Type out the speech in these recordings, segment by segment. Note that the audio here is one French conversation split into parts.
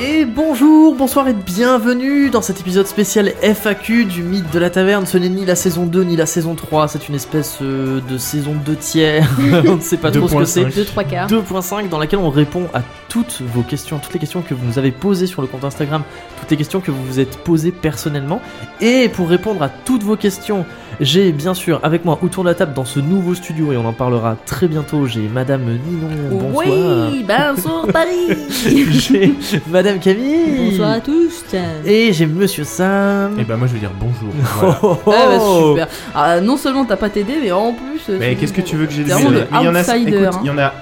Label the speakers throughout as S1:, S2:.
S1: Et bonjour, bonsoir et bienvenue dans cet épisode spécial FAQ du mythe de la taverne. Ce n'est ni la saison 2 ni la saison 3, c'est une espèce euh, de saison 2 tiers, on ne sait pas trop ce que c'est.
S2: 2 3 quarts.
S1: 2.5 dans laquelle on répond à toutes vos questions, toutes les questions que vous nous avez posées sur le compte Instagram, toutes les questions que vous vous êtes posées personnellement. Et pour répondre à toutes vos questions, j'ai bien sûr avec moi autour de la table dans ce nouveau studio, et on en parlera très bientôt, j'ai Madame Ninon, bonsoir.
S2: Oui, bonsoir Paris.
S1: j'ai Madame Camille.
S2: bonsoir à tous. Ah,
S1: Et j'ai Monsieur Sam.
S3: Et bah moi je veux dire bonjour.
S1: Oh,
S3: voilà.
S1: oh, oh.
S2: Ah bah super. Ah, non seulement t'as pas t'aidé, mais en plus. euh,
S3: Mais
S2: c'est-
S3: qu'est-ce que tu veux que j'ai dise
S2: T'es vraiment le
S3: Mais Il y en a,
S2: outsider,
S3: écoute,
S2: hein.
S3: il y en a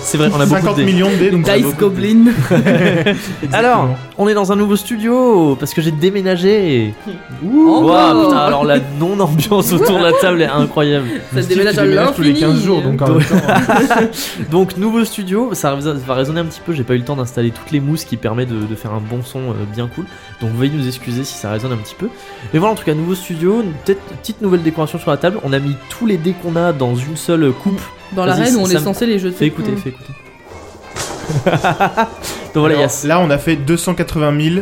S1: C'est vrai, on a beaucoup
S3: 50
S1: de dés.
S3: millions de dés, donc ça vaut
S2: Dice
S3: le coup.
S2: Goblin.
S3: Exactement.
S1: Alors, on est dans un nouveau studio parce que j'ai déménagé.
S3: Ouh,
S2: Oh,
S1: Ouah,
S2: wow.
S1: putain, alors la non-ambiance autour de la table est incroyable.
S3: je
S2: Ça se
S3: dis que
S2: déménage
S3: tu
S2: à
S3: déménages tous les
S2: l'infini.
S3: 15 jours, donc en
S1: Ouais.
S3: même temps, hein.
S1: Donc, nouveau studio, ça va- ça va résonner un petit peu. J'ai pas eu le temps d'installer toutes les mousses qui permettent de, de faire un bon son euh, bien cool. Donc, veuillez nous excuser si ça résonne un petit peu. Mais voilà, en tout cas, nouveau studio, une- peut-être une petite nouvelle décoration sur la table. On a mis tous les dés qu'on a dans une seule coupe.
S2: Dans l'arène
S1: Vas-y,
S2: où on
S1: Sam,
S2: est censé les jeter.
S1: Fais écouter,
S2: Mm.
S1: fais écouter. Donc voilà, il y a
S3: Alors, là on a fait 280 000.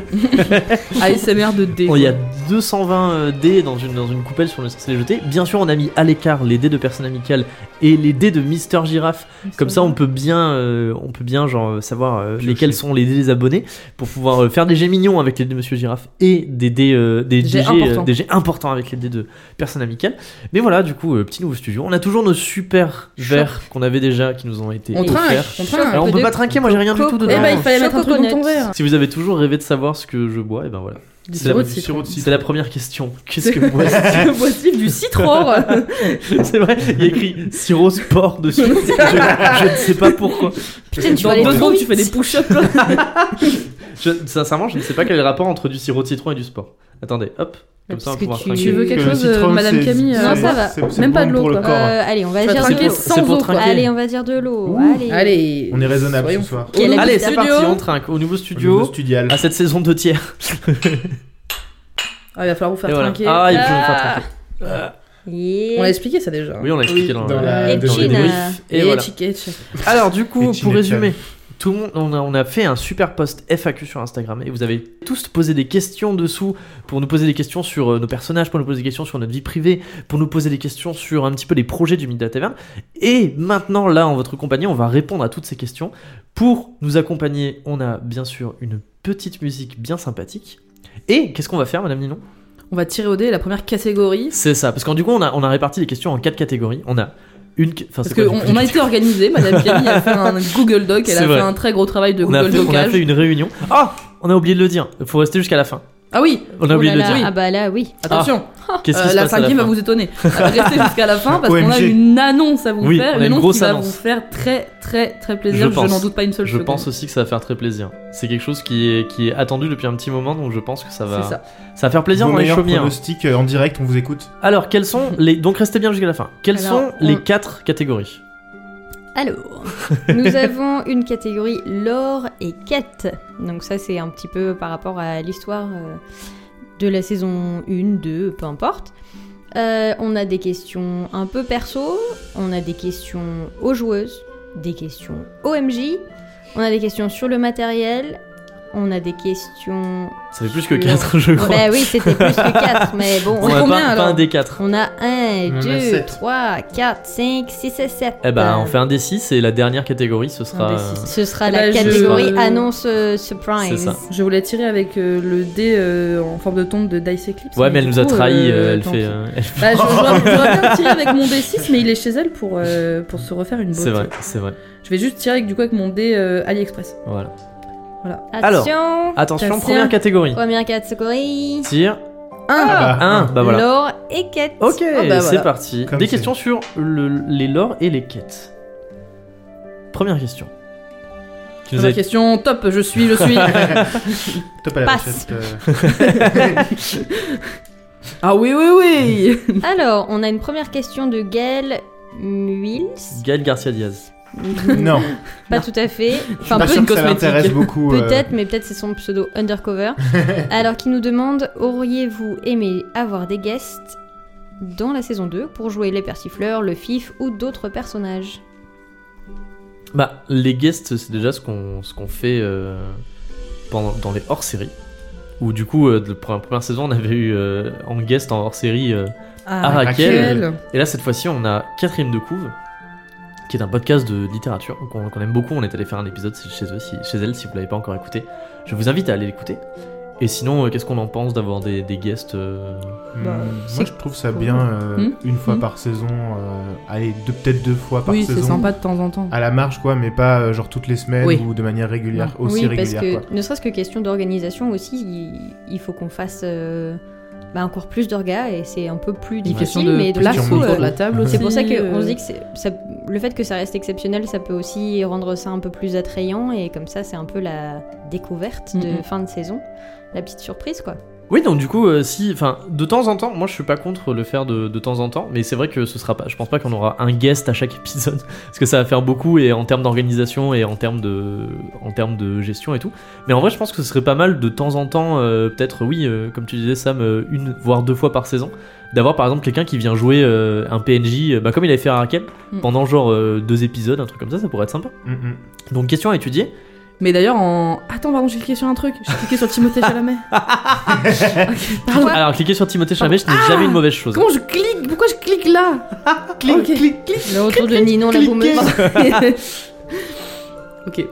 S2: ASMR de D.
S1: Oh, Il y a 220 euh, dés dans une, dans une coupelle sur le censé les jeter. Bien sûr, on a mis à l'écart les dés de personnes amicales et les dés de Mister Girafe. Comme ça, on peut bien, euh, on peut bien genre, euh, savoir euh,
S3: Piocher.
S1: lesquels sont les dés des abonnés pour pouvoir euh, faire des jets mignons avec les dés de Monsieur Girafe et des dés, euh, des,
S2: Des jets
S1: euh,
S2: importants.
S1: des jets importants avec les dés de personnes amicales. Mais voilà, du coup, euh, petit nouveau studio. On a toujours nos super verres qu'on avait déjà qui nous ont été
S2: On trinque,
S1: offerts.
S2: on trinque.
S1: Alors, on
S4: peu
S1: peut
S4: de
S1: pas trinquer, moi j'ai rien du tout
S2: Eh
S1: dedans.
S2: bah, il fallait mettre un truc dans ton
S4: Chococonut.
S2: verre.
S1: Si vous avez toujours rêvé de savoir ce que je bois, et ben voilà.
S2: Du
S1: C'est la-
S2: sirop de
S3: du
S2: citron.
S3: sirop de
S1: C'est
S3: citron.
S1: la première question. Qu'est-ce que vous
S2: Que voici du citron.
S1: C'est vrai, il y a écrit sirop sport dessus. je, je ne sais pas pourquoi.
S4: Putain, tu vas
S2: Dans
S4: aller
S2: deux
S4: trop
S2: secondes,
S4: vite.
S2: tu fais des push-ups.
S1: Je- sincèrement, je ne sais pas quel est le rapport entre du sirop de citron et du sport. Attendez, hop, comme ça on
S4: Parce
S1: pourra
S4: que tu-
S1: trinquer.
S2: Tu veux quelque
S3: Que le
S2: chose, euh,
S3: citron,
S2: Madame
S3: c'est-
S2: Camille,
S3: c'est-
S4: euh, Non, ça va.
S3: c'est- c'est
S2: Même
S3: bon
S2: pas de l'eau,
S3: pour le
S2: quoi.
S3: corps, hein.
S4: Euh, allez, on va
S2: Tu vas
S4: dire
S2: trinquer
S4: de l'eau.
S2: sans eau, quoi.
S4: Allez, on va dire de l'eau.
S2: Ouh,
S4: Allez.
S2: Allez.
S3: On est raisonnable
S2: Soyons
S3: ce soir.
S2: fous.
S4: Quel
S1: Allez,
S4: habit
S1: c'est
S2: studio.
S1: parti, on trinque au nouveau
S3: Au niveau
S1: studio Ah,
S3: studial.
S1: à cette saison de tiers.
S2: Ah, il va falloir vous faire
S1: Et voilà.
S2: trinquer.
S1: Ah, il faut
S2: Ah.
S1: nous faire trinquer.
S2: On l'a expliqué ça déjà.
S1: Oui, on l'a expliqué dans,
S3: dans la-
S4: Et
S3: dans le
S4: Gina.
S3: débrief.
S1: Et voilà.
S2: Chick Hitch.
S1: Alors du coup,
S3: Et
S1: pour
S3: Chinatown.
S1: résumer, tout le monde, on a, on a fait un super post FAQ sur Instagram et vous avez tous posé des questions dessous pour nous poser des questions sur euh, nos personnages, pour nous poser des questions sur notre vie privée, pour nous poser des questions sur un petit peu les projets du Mid de la Taverne. Et maintenant, là, en votre compagnie, on va répondre à toutes ces questions. Pour nous accompagner, on a bien sûr une petite musique bien sympathique. Et qu'est-ce qu'on va faire, Madame Ninon
S2: On va tirer au dé la première catégorie.
S1: C'est ça, parce qu'en du coup, on a, on a réparti les questions en quatre catégories. On a une, enfin,
S2: Parce
S1: c'est quoi,
S2: qu'on
S1: du coup,
S2: on a été organisé, Madame Camille a fait un Google Doc, elle a
S1: C'est vrai.
S2: fait un très gros travail de
S1: on a,
S2: Google
S1: fait, on a fait
S2: Docage.
S1: une réunion. Ah On a oublié de le dire. Faut rester jusqu'à la fin.
S2: Ah oui,
S1: On a oublié
S4: Oh
S1: de
S4: là
S1: le
S4: là,
S1: dire.
S4: Ah bah là, oui.
S2: attention,
S1: Ah, Qu'est-ce qui
S2: euh,
S1: se
S2: la
S1: passe à la
S2: cinquième va
S1: fin
S2: vous étonner. Restez jusqu'à la fin parce qu'on a
S3: OMG.
S2: une annonce à vous
S1: Oui, on
S2: faire,
S1: a une grosse
S2: qui va
S1: annonce.
S2: vous faire très très très plaisir,
S1: Je
S2: je,
S1: pense.
S2: n'en doute pas une seule
S1: Je
S2: seconde.
S1: pense aussi que ça va faire très plaisir. C'est quelque chose qui est, qui est attendu depuis un petit moment, donc je pense que ça va,
S2: C'est ça.
S1: ça va faire plaisir
S3: Vos
S1: dans les
S3: meilleurs
S1: chaumières.
S3: pronostics, euh, en direct, on vous écoute.
S1: Alors, quels sont les. Donc, restez bien jusqu'à la fin. Quelles
S4: Alors,
S1: sont les
S4: on-
S1: quatre catégories
S4: Alors, nous avons une catégorie lore et quête. Donc ça, c'est un petit peu par rapport à l'histoire euh, de la saison 1, 2, peu importe. Euh, on a des questions un peu perso, on a des questions aux joueuses, des questions OMJ, on a des questions sur le matériel, on a des questions...
S1: Ça fait plus que
S4: Sur-
S1: 4, je crois.
S4: Bah oui, c'était plus que 4, mais bon,
S1: on
S2: est
S1: a
S2: combien,
S1: pas, pas
S2: alors
S1: un des 4.
S4: On a 1,
S3: On en a
S4: 2,
S3: sept.
S4: 3, 4, 5, 6 et 7.
S1: Eh ben, on fait un des 6 et la dernière catégorie, ce sera.
S2: des six.
S4: Ce sera
S2: Eh
S4: la
S2: ben, je-
S4: catégorie annonce euh, surprise.
S1: C'est ça.
S2: Je voulais tirer avec euh, le dé euh, en forme de tombe de Dice Eclipse.
S1: Ouais, mais elle
S2: du
S1: nous a
S2: coup,
S1: trahis,
S2: euh,
S1: euh, elle
S2: tant
S1: fait.
S2: pis.
S1: euh, elle-
S2: Bah, je- J'aurais j'aurais bien tiré avec mon D6, mais il est chez elle pour, euh, pour se refaire une beauté.
S1: C'est vrai, c'est vrai.
S2: Je vais juste tirer avec, du coup, avec mon dé euh, AliExpress.
S1: Voilà.
S4: Attention.
S1: Attention,
S2: Tiens,
S1: première
S2: tiens.
S1: catégorie.
S4: Première catégorie.
S1: Tire
S2: Ah,
S3: Ah bah,
S1: 1. Bah voilà. Ah,
S4: L'or et quête.
S1: Ok, c'est
S2: bah voilà.
S1: parti.
S3: Comme
S1: Des
S3: c'est.
S1: questions sur le- les lores et les quêtes. Première question. Qui nous
S2: La
S1: est-
S2: question top, je suis, je suis.
S3: Top à la
S4: Passe.
S3: pochette. euh.
S2: ah oui, oui, oui.
S4: Alors, on a une première question de Gaël Muils.
S1: Gaël Garcia Diaz.
S3: Non,
S4: Pas tout à fait.
S3: je suis
S2: Enfin,
S3: pas
S2: peu
S3: sûr
S2: de
S3: que ça l'intéresse
S2: cosmétique.
S3: beaucoup. euh,
S4: Peut-être, mais peut-être c'est son pseudo undercover. Alors, qui nous demande auriez-vous aimé avoir des guests dans la saison 2 pour jouer les persifleurs, le fif ou d'autres personnages
S1: Bah, les guests, c'est déjà ce qu'on ce qu'on fait euh, pendant, dans les hors-séries. Où du coup, euh, de- pour la première saison, on avait eu euh, en guest en hors-série. euh, Ah, Raquel. Et là, cette fois-ci, on a Catherine de Couve, qui est un podcast de littérature qu'on qu'on aime beaucoup. On est allé faire un épisode chez, eux, si- chez elle, si vous l'avez pas encore écouté. Je vous invite à aller l'écouter. Et sinon, euh, qu'est-ce qu'on en pense d'avoir des, des guests euh,
S2: Bah,
S3: Hmm. Moi,
S2: c'est
S3: je trouve ça
S2: cool.
S3: bien euh,
S2: Hmm
S3: une fois
S2: Hmm
S3: par saison. euh, allez, deux- peut-être deux fois par
S2: Oui,
S3: saison. Ah,
S2: c'est sympa de temps en temps.
S3: À la marge, quoi, mais pas euh, genre toutes les semaines
S2: Oui.
S3: ou de manière régulière, aussi
S4: oui, parce
S3: régulière,
S4: que
S3: quoi.
S4: ne serait-ce que question d'organisation aussi, il, il faut qu'on fasse euh, bah, encore plus d'orgas et c'est un peu plus
S2: Une question
S4: difficile, mais
S2: de
S4: de
S2: place
S3: Question
S4: coup,
S3: de
S2: autour
S4: euh,
S2: de la table aussi.
S4: c'est pour ça qu'on
S2: euh,
S4: se dit que c'est- ça- le fait que ça reste exceptionnel, ça peut aussi rendre ça un peu plus attrayant et comme ça, c'est un peu la découverte de
S2: Mhm.
S4: fin de saison, la petite surprise quoi.
S1: Oui, donc du coup, euh, si, enfin, de temps en temps, moi je suis pas contre le faire de, de temps en temps, mais c'est vrai que ce sera pas, je pense pas qu'on aura un guest à chaque épisode, parce que ça va faire beaucoup et en termes d'organisation et en termes de, en termes de gestion et tout. Mais en vrai, je pense que ce serait pas mal de temps en temps, euh, peut-être, oui, euh, comme tu disais Sam, euh, une voire deux fois par saison, d'avoir par exemple quelqu'un qui vient jouer euh, un PNJ, euh, bah, comme il avait fait à Raquel,
S2: Mm.
S1: pendant genre euh, deux épisodes, un truc comme ça, ça pourrait être sympa.
S3: Hmm, hmm.
S1: Donc question à étudier.
S2: Mais d'ailleurs, en. Attends, pardon, j'ai cliqué sur un truc. J'ai cliqué sur Timothée Chalamet. Ok, pardon.
S1: Alors cliquez sur Timothée Chalamet, ce n'est
S2: Ah.
S1: jamais une mauvaise chose.
S2: Comment je clique Pourquoi je clique là Clique, clique, clique.
S4: Le retour de Ninon la boumeuse.
S2: ok.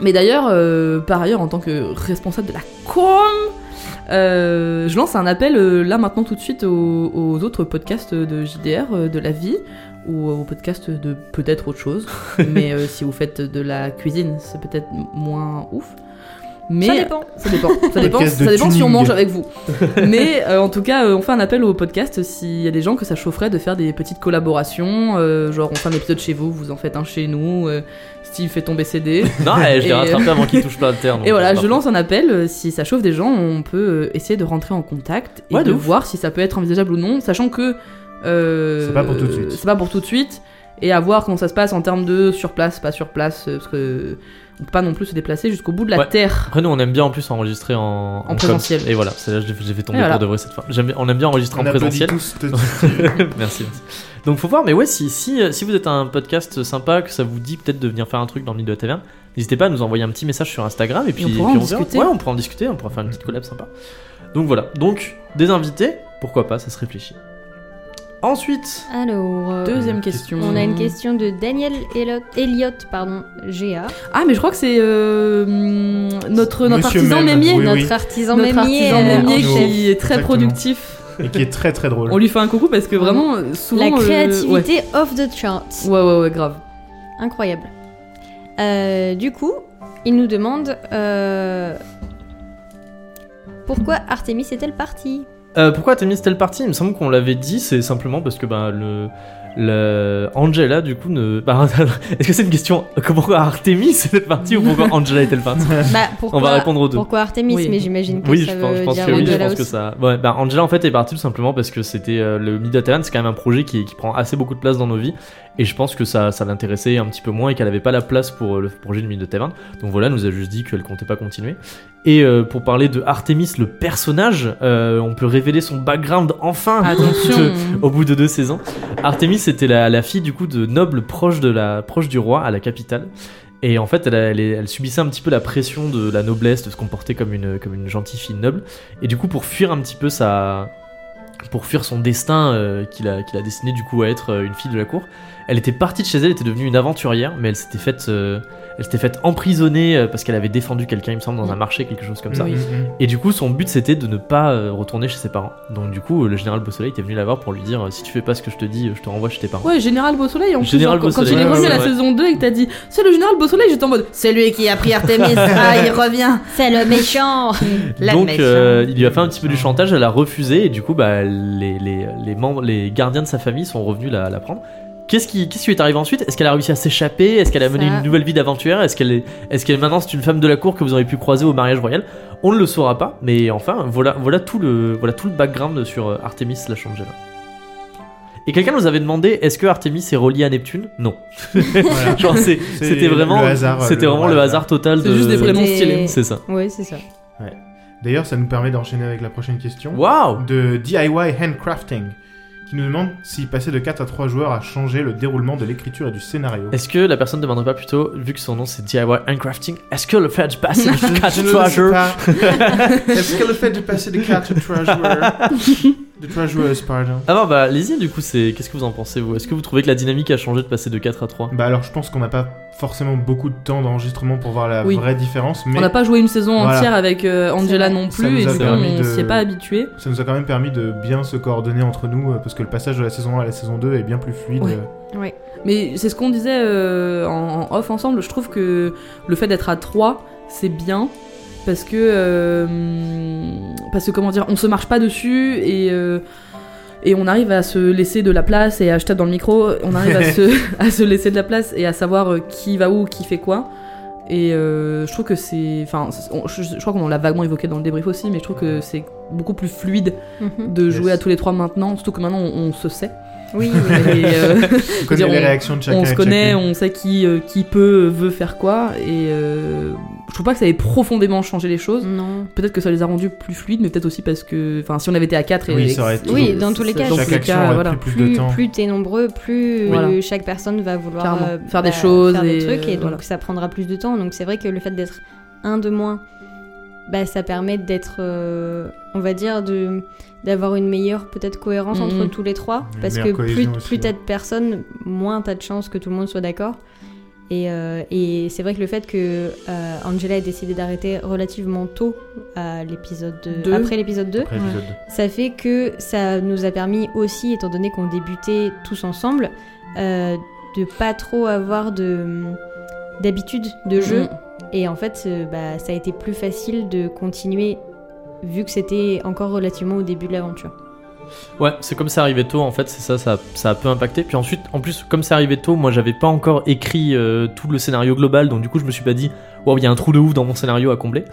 S2: Mais d'ailleurs, euh, par ailleurs, en tant que responsable de la com, euh, je lance un appel euh, là maintenant tout de suite aux, aux autres podcasts de JDR, euh, de la vie, ou aux podcasts de peut-être autre chose. Mais euh, si vous faites de la cuisine, c'est peut-être moins ouf. Mais
S4: Ça dépend.
S2: ça dépend. Ça dépend,
S3: Podcast de
S2: ça dépend si on
S3: tuning.
S2: mange avec vous. Mais euh, en tout cas, euh, on fait un appel au podcast s'il y a des gens que ça chaufferait de faire des petites collaborations. euh, genre, on fait un épisode chez vous, vous en faites un chez nous. euh, Steve fait tomber ses dés.
S1: Non, eh, je
S2: Et,
S1: l'ai
S2: euh,
S1: rattrapé avant qu'il touche plein de terre. donc
S2: Et voilà,
S1: c'est parfait.
S2: je lance un appel. euh, Si ça chauffe des gens, on peut euh, essayer de rentrer en contact et
S1: Ouais, de
S2: de
S1: ouf.
S2: voir si ça peut être envisageable ou non, sachant que. euh,
S3: C'est pas pour tout de suite.
S2: C'est pas pour tout de suite. Et à voir comment ça se passe en termes de sur place, pas sur place, euh, parce que on peut pas non plus se déplacer jusqu'au bout de la
S1: Ouais.
S2: terre.
S1: Après, nous, on aime bien en plus enregistrer en, comme-
S2: présentiel.
S1: Et voilà, c'est là j'ai j'ai fait tomber
S2: Et voilà.
S1: pour de vrai cette fois. J'aime bien- on aime bien enregistrer
S3: On
S1: en
S3: applaudit
S1: présentiel.
S3: tous. te-
S1: merci, merci. Donc, faut voir, mais ouais, si, si, euh, si vous êtes un podcast sympa, que ça vous dit peut-être de venir faire un truc dans le milieu de la taverne, n'hésitez pas à nous envoyer un petit message sur Instagram et puis
S2: on pourra
S1: puis
S2: en
S1: verra.
S2: discuter.
S1: Ouais, on pourra en discuter, on pourra faire une petite collab sympa. Donc voilà, donc des invités, pourquoi pas, ça se réfléchit. Ensuite,
S4: Alors, euh,
S2: Deuxième question.
S4: on a une question de Daniel Elliot, Elliott, pardon, GA.
S2: Ah, mais je crois que c'est euh, hum, notre, notre
S3: Monsieur
S2: artisan
S3: Mème.
S2: mémier.
S3: Oui,
S4: notre
S3: oui.
S4: artisan
S2: Notre
S4: mémier,
S2: artisan
S4: euh,
S2: mémier
S4: en
S3: Arnaud.
S4: chef.
S2: qui est très
S3: Exactement.
S2: productif.
S3: Et qui est très très drôle.
S2: On lui fait un coucou parce que vraiment, euh, souvent.
S4: La
S2: euh, ouais.
S4: créativité off the charts.
S2: Ouais, ouais, ouais, grave.
S4: Incroyable. Euh, du coup, il nous demande euh, pourquoi Artemis est-elle partie
S1: Euh, pourquoi t'as mis telle partie Il me semble qu'on l'avait dit, c'est simplement parce que bah, le, le- Angela, du coup, ne. bah, Est-ce que c'est une question Pourquoi Artemis est telle partie ou pourquoi Angela est-elle partie
S4: bah, pourquoi,
S1: On va répondre aux deux.
S4: Pourquoi Artemis
S2: Oui.
S4: Mais j'imagine que
S1: Oui,
S4: ça
S1: je pense,
S4: veut
S1: je pense
S4: dire
S1: que oui, je
S4: Angela
S1: pense que
S4: aussi.
S1: ça. Ouais, bah Angela en fait est partie tout simplement parce que c'était euh, le Midatalan, c'est quand même un projet qui, qui prend assez beaucoup de place dans nos vies et je pense que ça, ça l'intéressait un petit peu moins et qu'elle avait pas la place pour euh, le projet du Midatalan. Donc voilà, elle nous a juste dit qu'elle comptait pas continuer. Et euh, pour parler de Artemis, le personnage, euh, on peut révéler son background enfin.
S2: Attention.
S1: au bout de deux saisons. Artemis était la, la fille du coup de noble proche, de la, proche du roi à la capitale. Et en fait, elle, a- elle est- elle subissait un petit peu la pression de la noblesse, de se comporter comme une, comme une gentille fille noble. Et du coup, pour fuir un petit peu sa... Pour fuir son destin euh, qu'il a, qu'il a destiné du coup à être euh, une fille de la cour, elle était partie de chez elle, elle était devenue une aventurière, mais elle s'était faite, euh, elle s'était faite emprisonner euh, parce qu'elle avait défendu quelqu'un, il me semble, dans un marché, quelque chose comme ça.
S3: Hmm, hmm, hmm.
S1: Et du coup, son but c'était de ne pas euh, retourner chez ses parents. Donc, du coup, euh, le général Beausoleil était venu la voir pour lui dire euh, si tu fais pas ce que je te dis, euh, je te renvoie chez tes parents.
S2: Ouais, Général Beausoleil, en plus,
S1: Général
S2: genre, quand-
S1: Beausoleil,
S2: quand il est
S3: ouais,
S2: revenu à
S3: ouais,
S2: la
S1: ouais.
S2: saison 2 et que t'as dit c'est le Général Beausoleil, j'étais en mode c'est lui qui a pris Artemis, ah, il revient.
S4: C'est le méchant La
S1: Donc,
S4: méchante.
S2: hein.
S1: euh, il lui a fait un petit peu du chantage, elle a refusé, et du coup, bah, les, les, les, membres, les gardiens de sa famille sont revenus la, la prendre. Qu'est-ce qui, qu'est-ce qui lui est arrivé ensuite Est-ce qu'elle a réussi à s'échapper Est-ce qu'elle a mené
S4: Ça.
S1: une nouvelle vie d'aventurière Est-ce qu'elle est, est-ce qu'elle maintenant c'est une femme de la cour que vous auriez pu croiser au mariage royal On ne le saura pas, mais enfin, voilà, voilà, tout, le, voilà tout le background sur euh, Artemis la Changela. Et quelqu'un nous avait demandé est-ce que Artemis est reliée à Neptune Non.
S3: Voilà.
S1: Genre, c'est-
S3: Ah. C'est
S1: c'était vraiment
S3: le hasard,
S1: c'était
S3: le
S1: vraiment le
S3: hasard.
S1: hasard total
S2: C'est
S1: de
S2: juste des prénoms
S4: C'était-
S2: stylés.
S1: C'est ça.
S4: Ouais, c'est ça.
S3: D'ailleurs, ça nous permet d'enchaîner avec la prochaine question
S1: Waouh
S3: de DIY Handcrafting qui nous demande si passer de 4 à 3 joueurs a changé le déroulement de l'écriture et du scénario.
S1: Est-ce que la personne ne demanderait pas plutôt, vu que son nom c'est DIY Handcrafting, est-ce que le fait de passer de
S3: Je
S1: 4
S3: ne
S1: à 3
S3: le sais
S1: jeux
S3: pas. Est-ce que le fait de passer de 4 à 3 joueurs... De 3 joueuses, pardon.
S1: Ah non, bah allez-y du coup, c'est qu'est-ce que vous en pensez vous Est-ce que vous trouvez que la dynamique a changé de passer de 4 à 3
S3: Bah alors je pense qu'on n'a pas forcément beaucoup de temps d'enregistrement pour voir la
S2: Oui.
S3: vraie différence, mais
S2: On n'a pas joué une saison
S3: Voilà.
S2: entière avec euh, Angela non
S3: Ça nous
S2: plus, et
S3: a
S2: du coup,
S1: permis
S2: on
S3: de-
S2: s'y est pas habitué.
S3: ça nous a quand même permis de bien se coordonner entre nous, euh, parce que le passage de la saison 1 à la saison 2 est bien plus fluide.
S2: Ouais.
S3: euh,
S2: Mais c'est ce qu'on disait euh, en, en off ensemble. Je trouve que le fait d'être à 3, c'est bien. Parce que. euh, parce que, comment dire, on se marche pas dessus et. euh, et on arrive à se laisser de la place et à acheter dans le micro, on arrive à, se, à se laisser de la place et à savoir euh, qui va où, qui fait quoi. Et euh, je trouve que c'est. Enfin, c'est- on- je, je crois qu'on l'a vaguement évoqué dans le débrief aussi, mais je trouve que c'est beaucoup plus fluide
S4: Mhm.
S2: de
S3: Yes.
S2: jouer à tous les trois maintenant, surtout que maintenant on, on se sait.
S4: Oui,
S2: Et, euh,
S3: On connaît
S2: on-
S3: les réactions de chacun.
S2: on se
S3: et de
S2: connaît,
S3: chacune.
S2: on sait qui, euh, qui peut, euh, veut faire quoi, et euh, je trouve pas que ça ait profondément changé les choses.
S4: non.
S2: Peut-être que ça les a rendus plus fluides, mais peut-être aussi parce que, enfin, si on avait été à 4 et
S3: Oui, ça aurait été
S4: Oui, dans tous les cas,
S2: dans
S3: Chaque
S2: tous les
S3: action
S2: cas,
S3: aurait
S2: voilà.
S3: pris plus,
S4: Plus,
S3: de temps.
S4: plus t'es nombreux, plus euh,
S2: Voilà.
S4: chaque personne va vouloir euh, bah,
S2: Clairement. Faire des choses
S4: faire des
S2: et,
S4: trucs, et
S2: euh,
S4: donc
S2: voilà.
S4: ça prendra plus de temps. Donc c'est vrai que le fait d'être un de moins, bah, ça permet d'être, euh, on va dire, de d'avoir une meilleure peut-être cohérence
S2: Mhm.
S4: entre tous les trois,
S3: Une
S4: parce que
S3: meilleure
S4: plus,
S3: cohésion aussi,
S4: plus
S3: ouais.
S4: t'as de personnes, moins t'as de chances que tout le monde soit d'accord. Et, euh, et c'est vrai que le fait que euh, Angela ait décidé d'arrêter relativement tôt à l'épisode
S2: Deux.
S4: après l'épisode 2,
S3: Après l'épisode deux.
S4: ça fait que ça nous a permis aussi, étant donné qu'on débutait tous ensemble, euh, de pas trop avoir de d'habitude de jeu.
S2: Mm.
S4: Et en fait, euh, bah, ça a été plus facile de continuer vu que c'était encore relativement au début de l'aventure.
S1: Ouais, c'est comme ça arrivé tôt en fait, c'est ça, ça, ça a peu impacté. Puis ensuite, en plus, comme ça arrivé tôt, moi j'avais pas encore écrit euh, tout le scénario global, donc du coup je me suis pas dit, waouh, il y a un trou de ouf dans mon scénario à combler.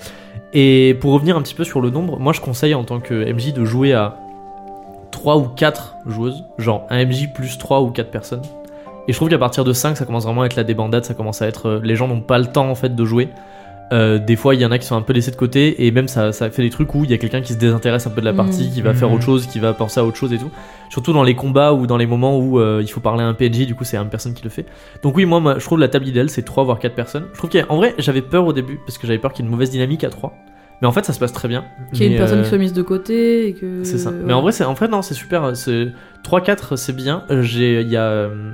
S1: Et pour revenir un petit peu sur le nombre, moi je conseille en tant que MJ de jouer à 3 ou 4 joueuses, genre un MJ plus 3 ou 4 personnes. Et je trouve qu'à partir de 5, ça commence vraiment à être la débandade, ça commence à être. euh, les gens n'ont pas le temps en fait de jouer. Euh, des fois, il y en a qui sont un peu laissés de côté, et même ça, ça fait des trucs où il y a quelqu'un qui se désintéresse un peu de la
S2: Mhm.
S1: partie, qui va faire
S3: Mhm.
S1: autre chose, qui va penser à autre chose et tout. Surtout dans les combats ou dans les moments où euh, il faut parler à un PNJ, du coup, c'est une personne qui le fait. Donc, oui, moi, moi, je trouve la table idéale, c'est 3 voire 4 personnes. Je trouve qu'en vrai, j'avais peur au début, parce que j'avais peur qu'il y ait une mauvaise dynamique à 3. Mais en fait, ça se passe très bien.
S2: Qu'il y ait une
S1: Mais,
S2: personne
S1: euh,
S2: qui soit mise de côté, et que.
S1: c'est ça. Mais en vrai, c'est en fait non, c'est super. euh, C'est 3 4, c'est bien. Euh, J'ai il y a euh,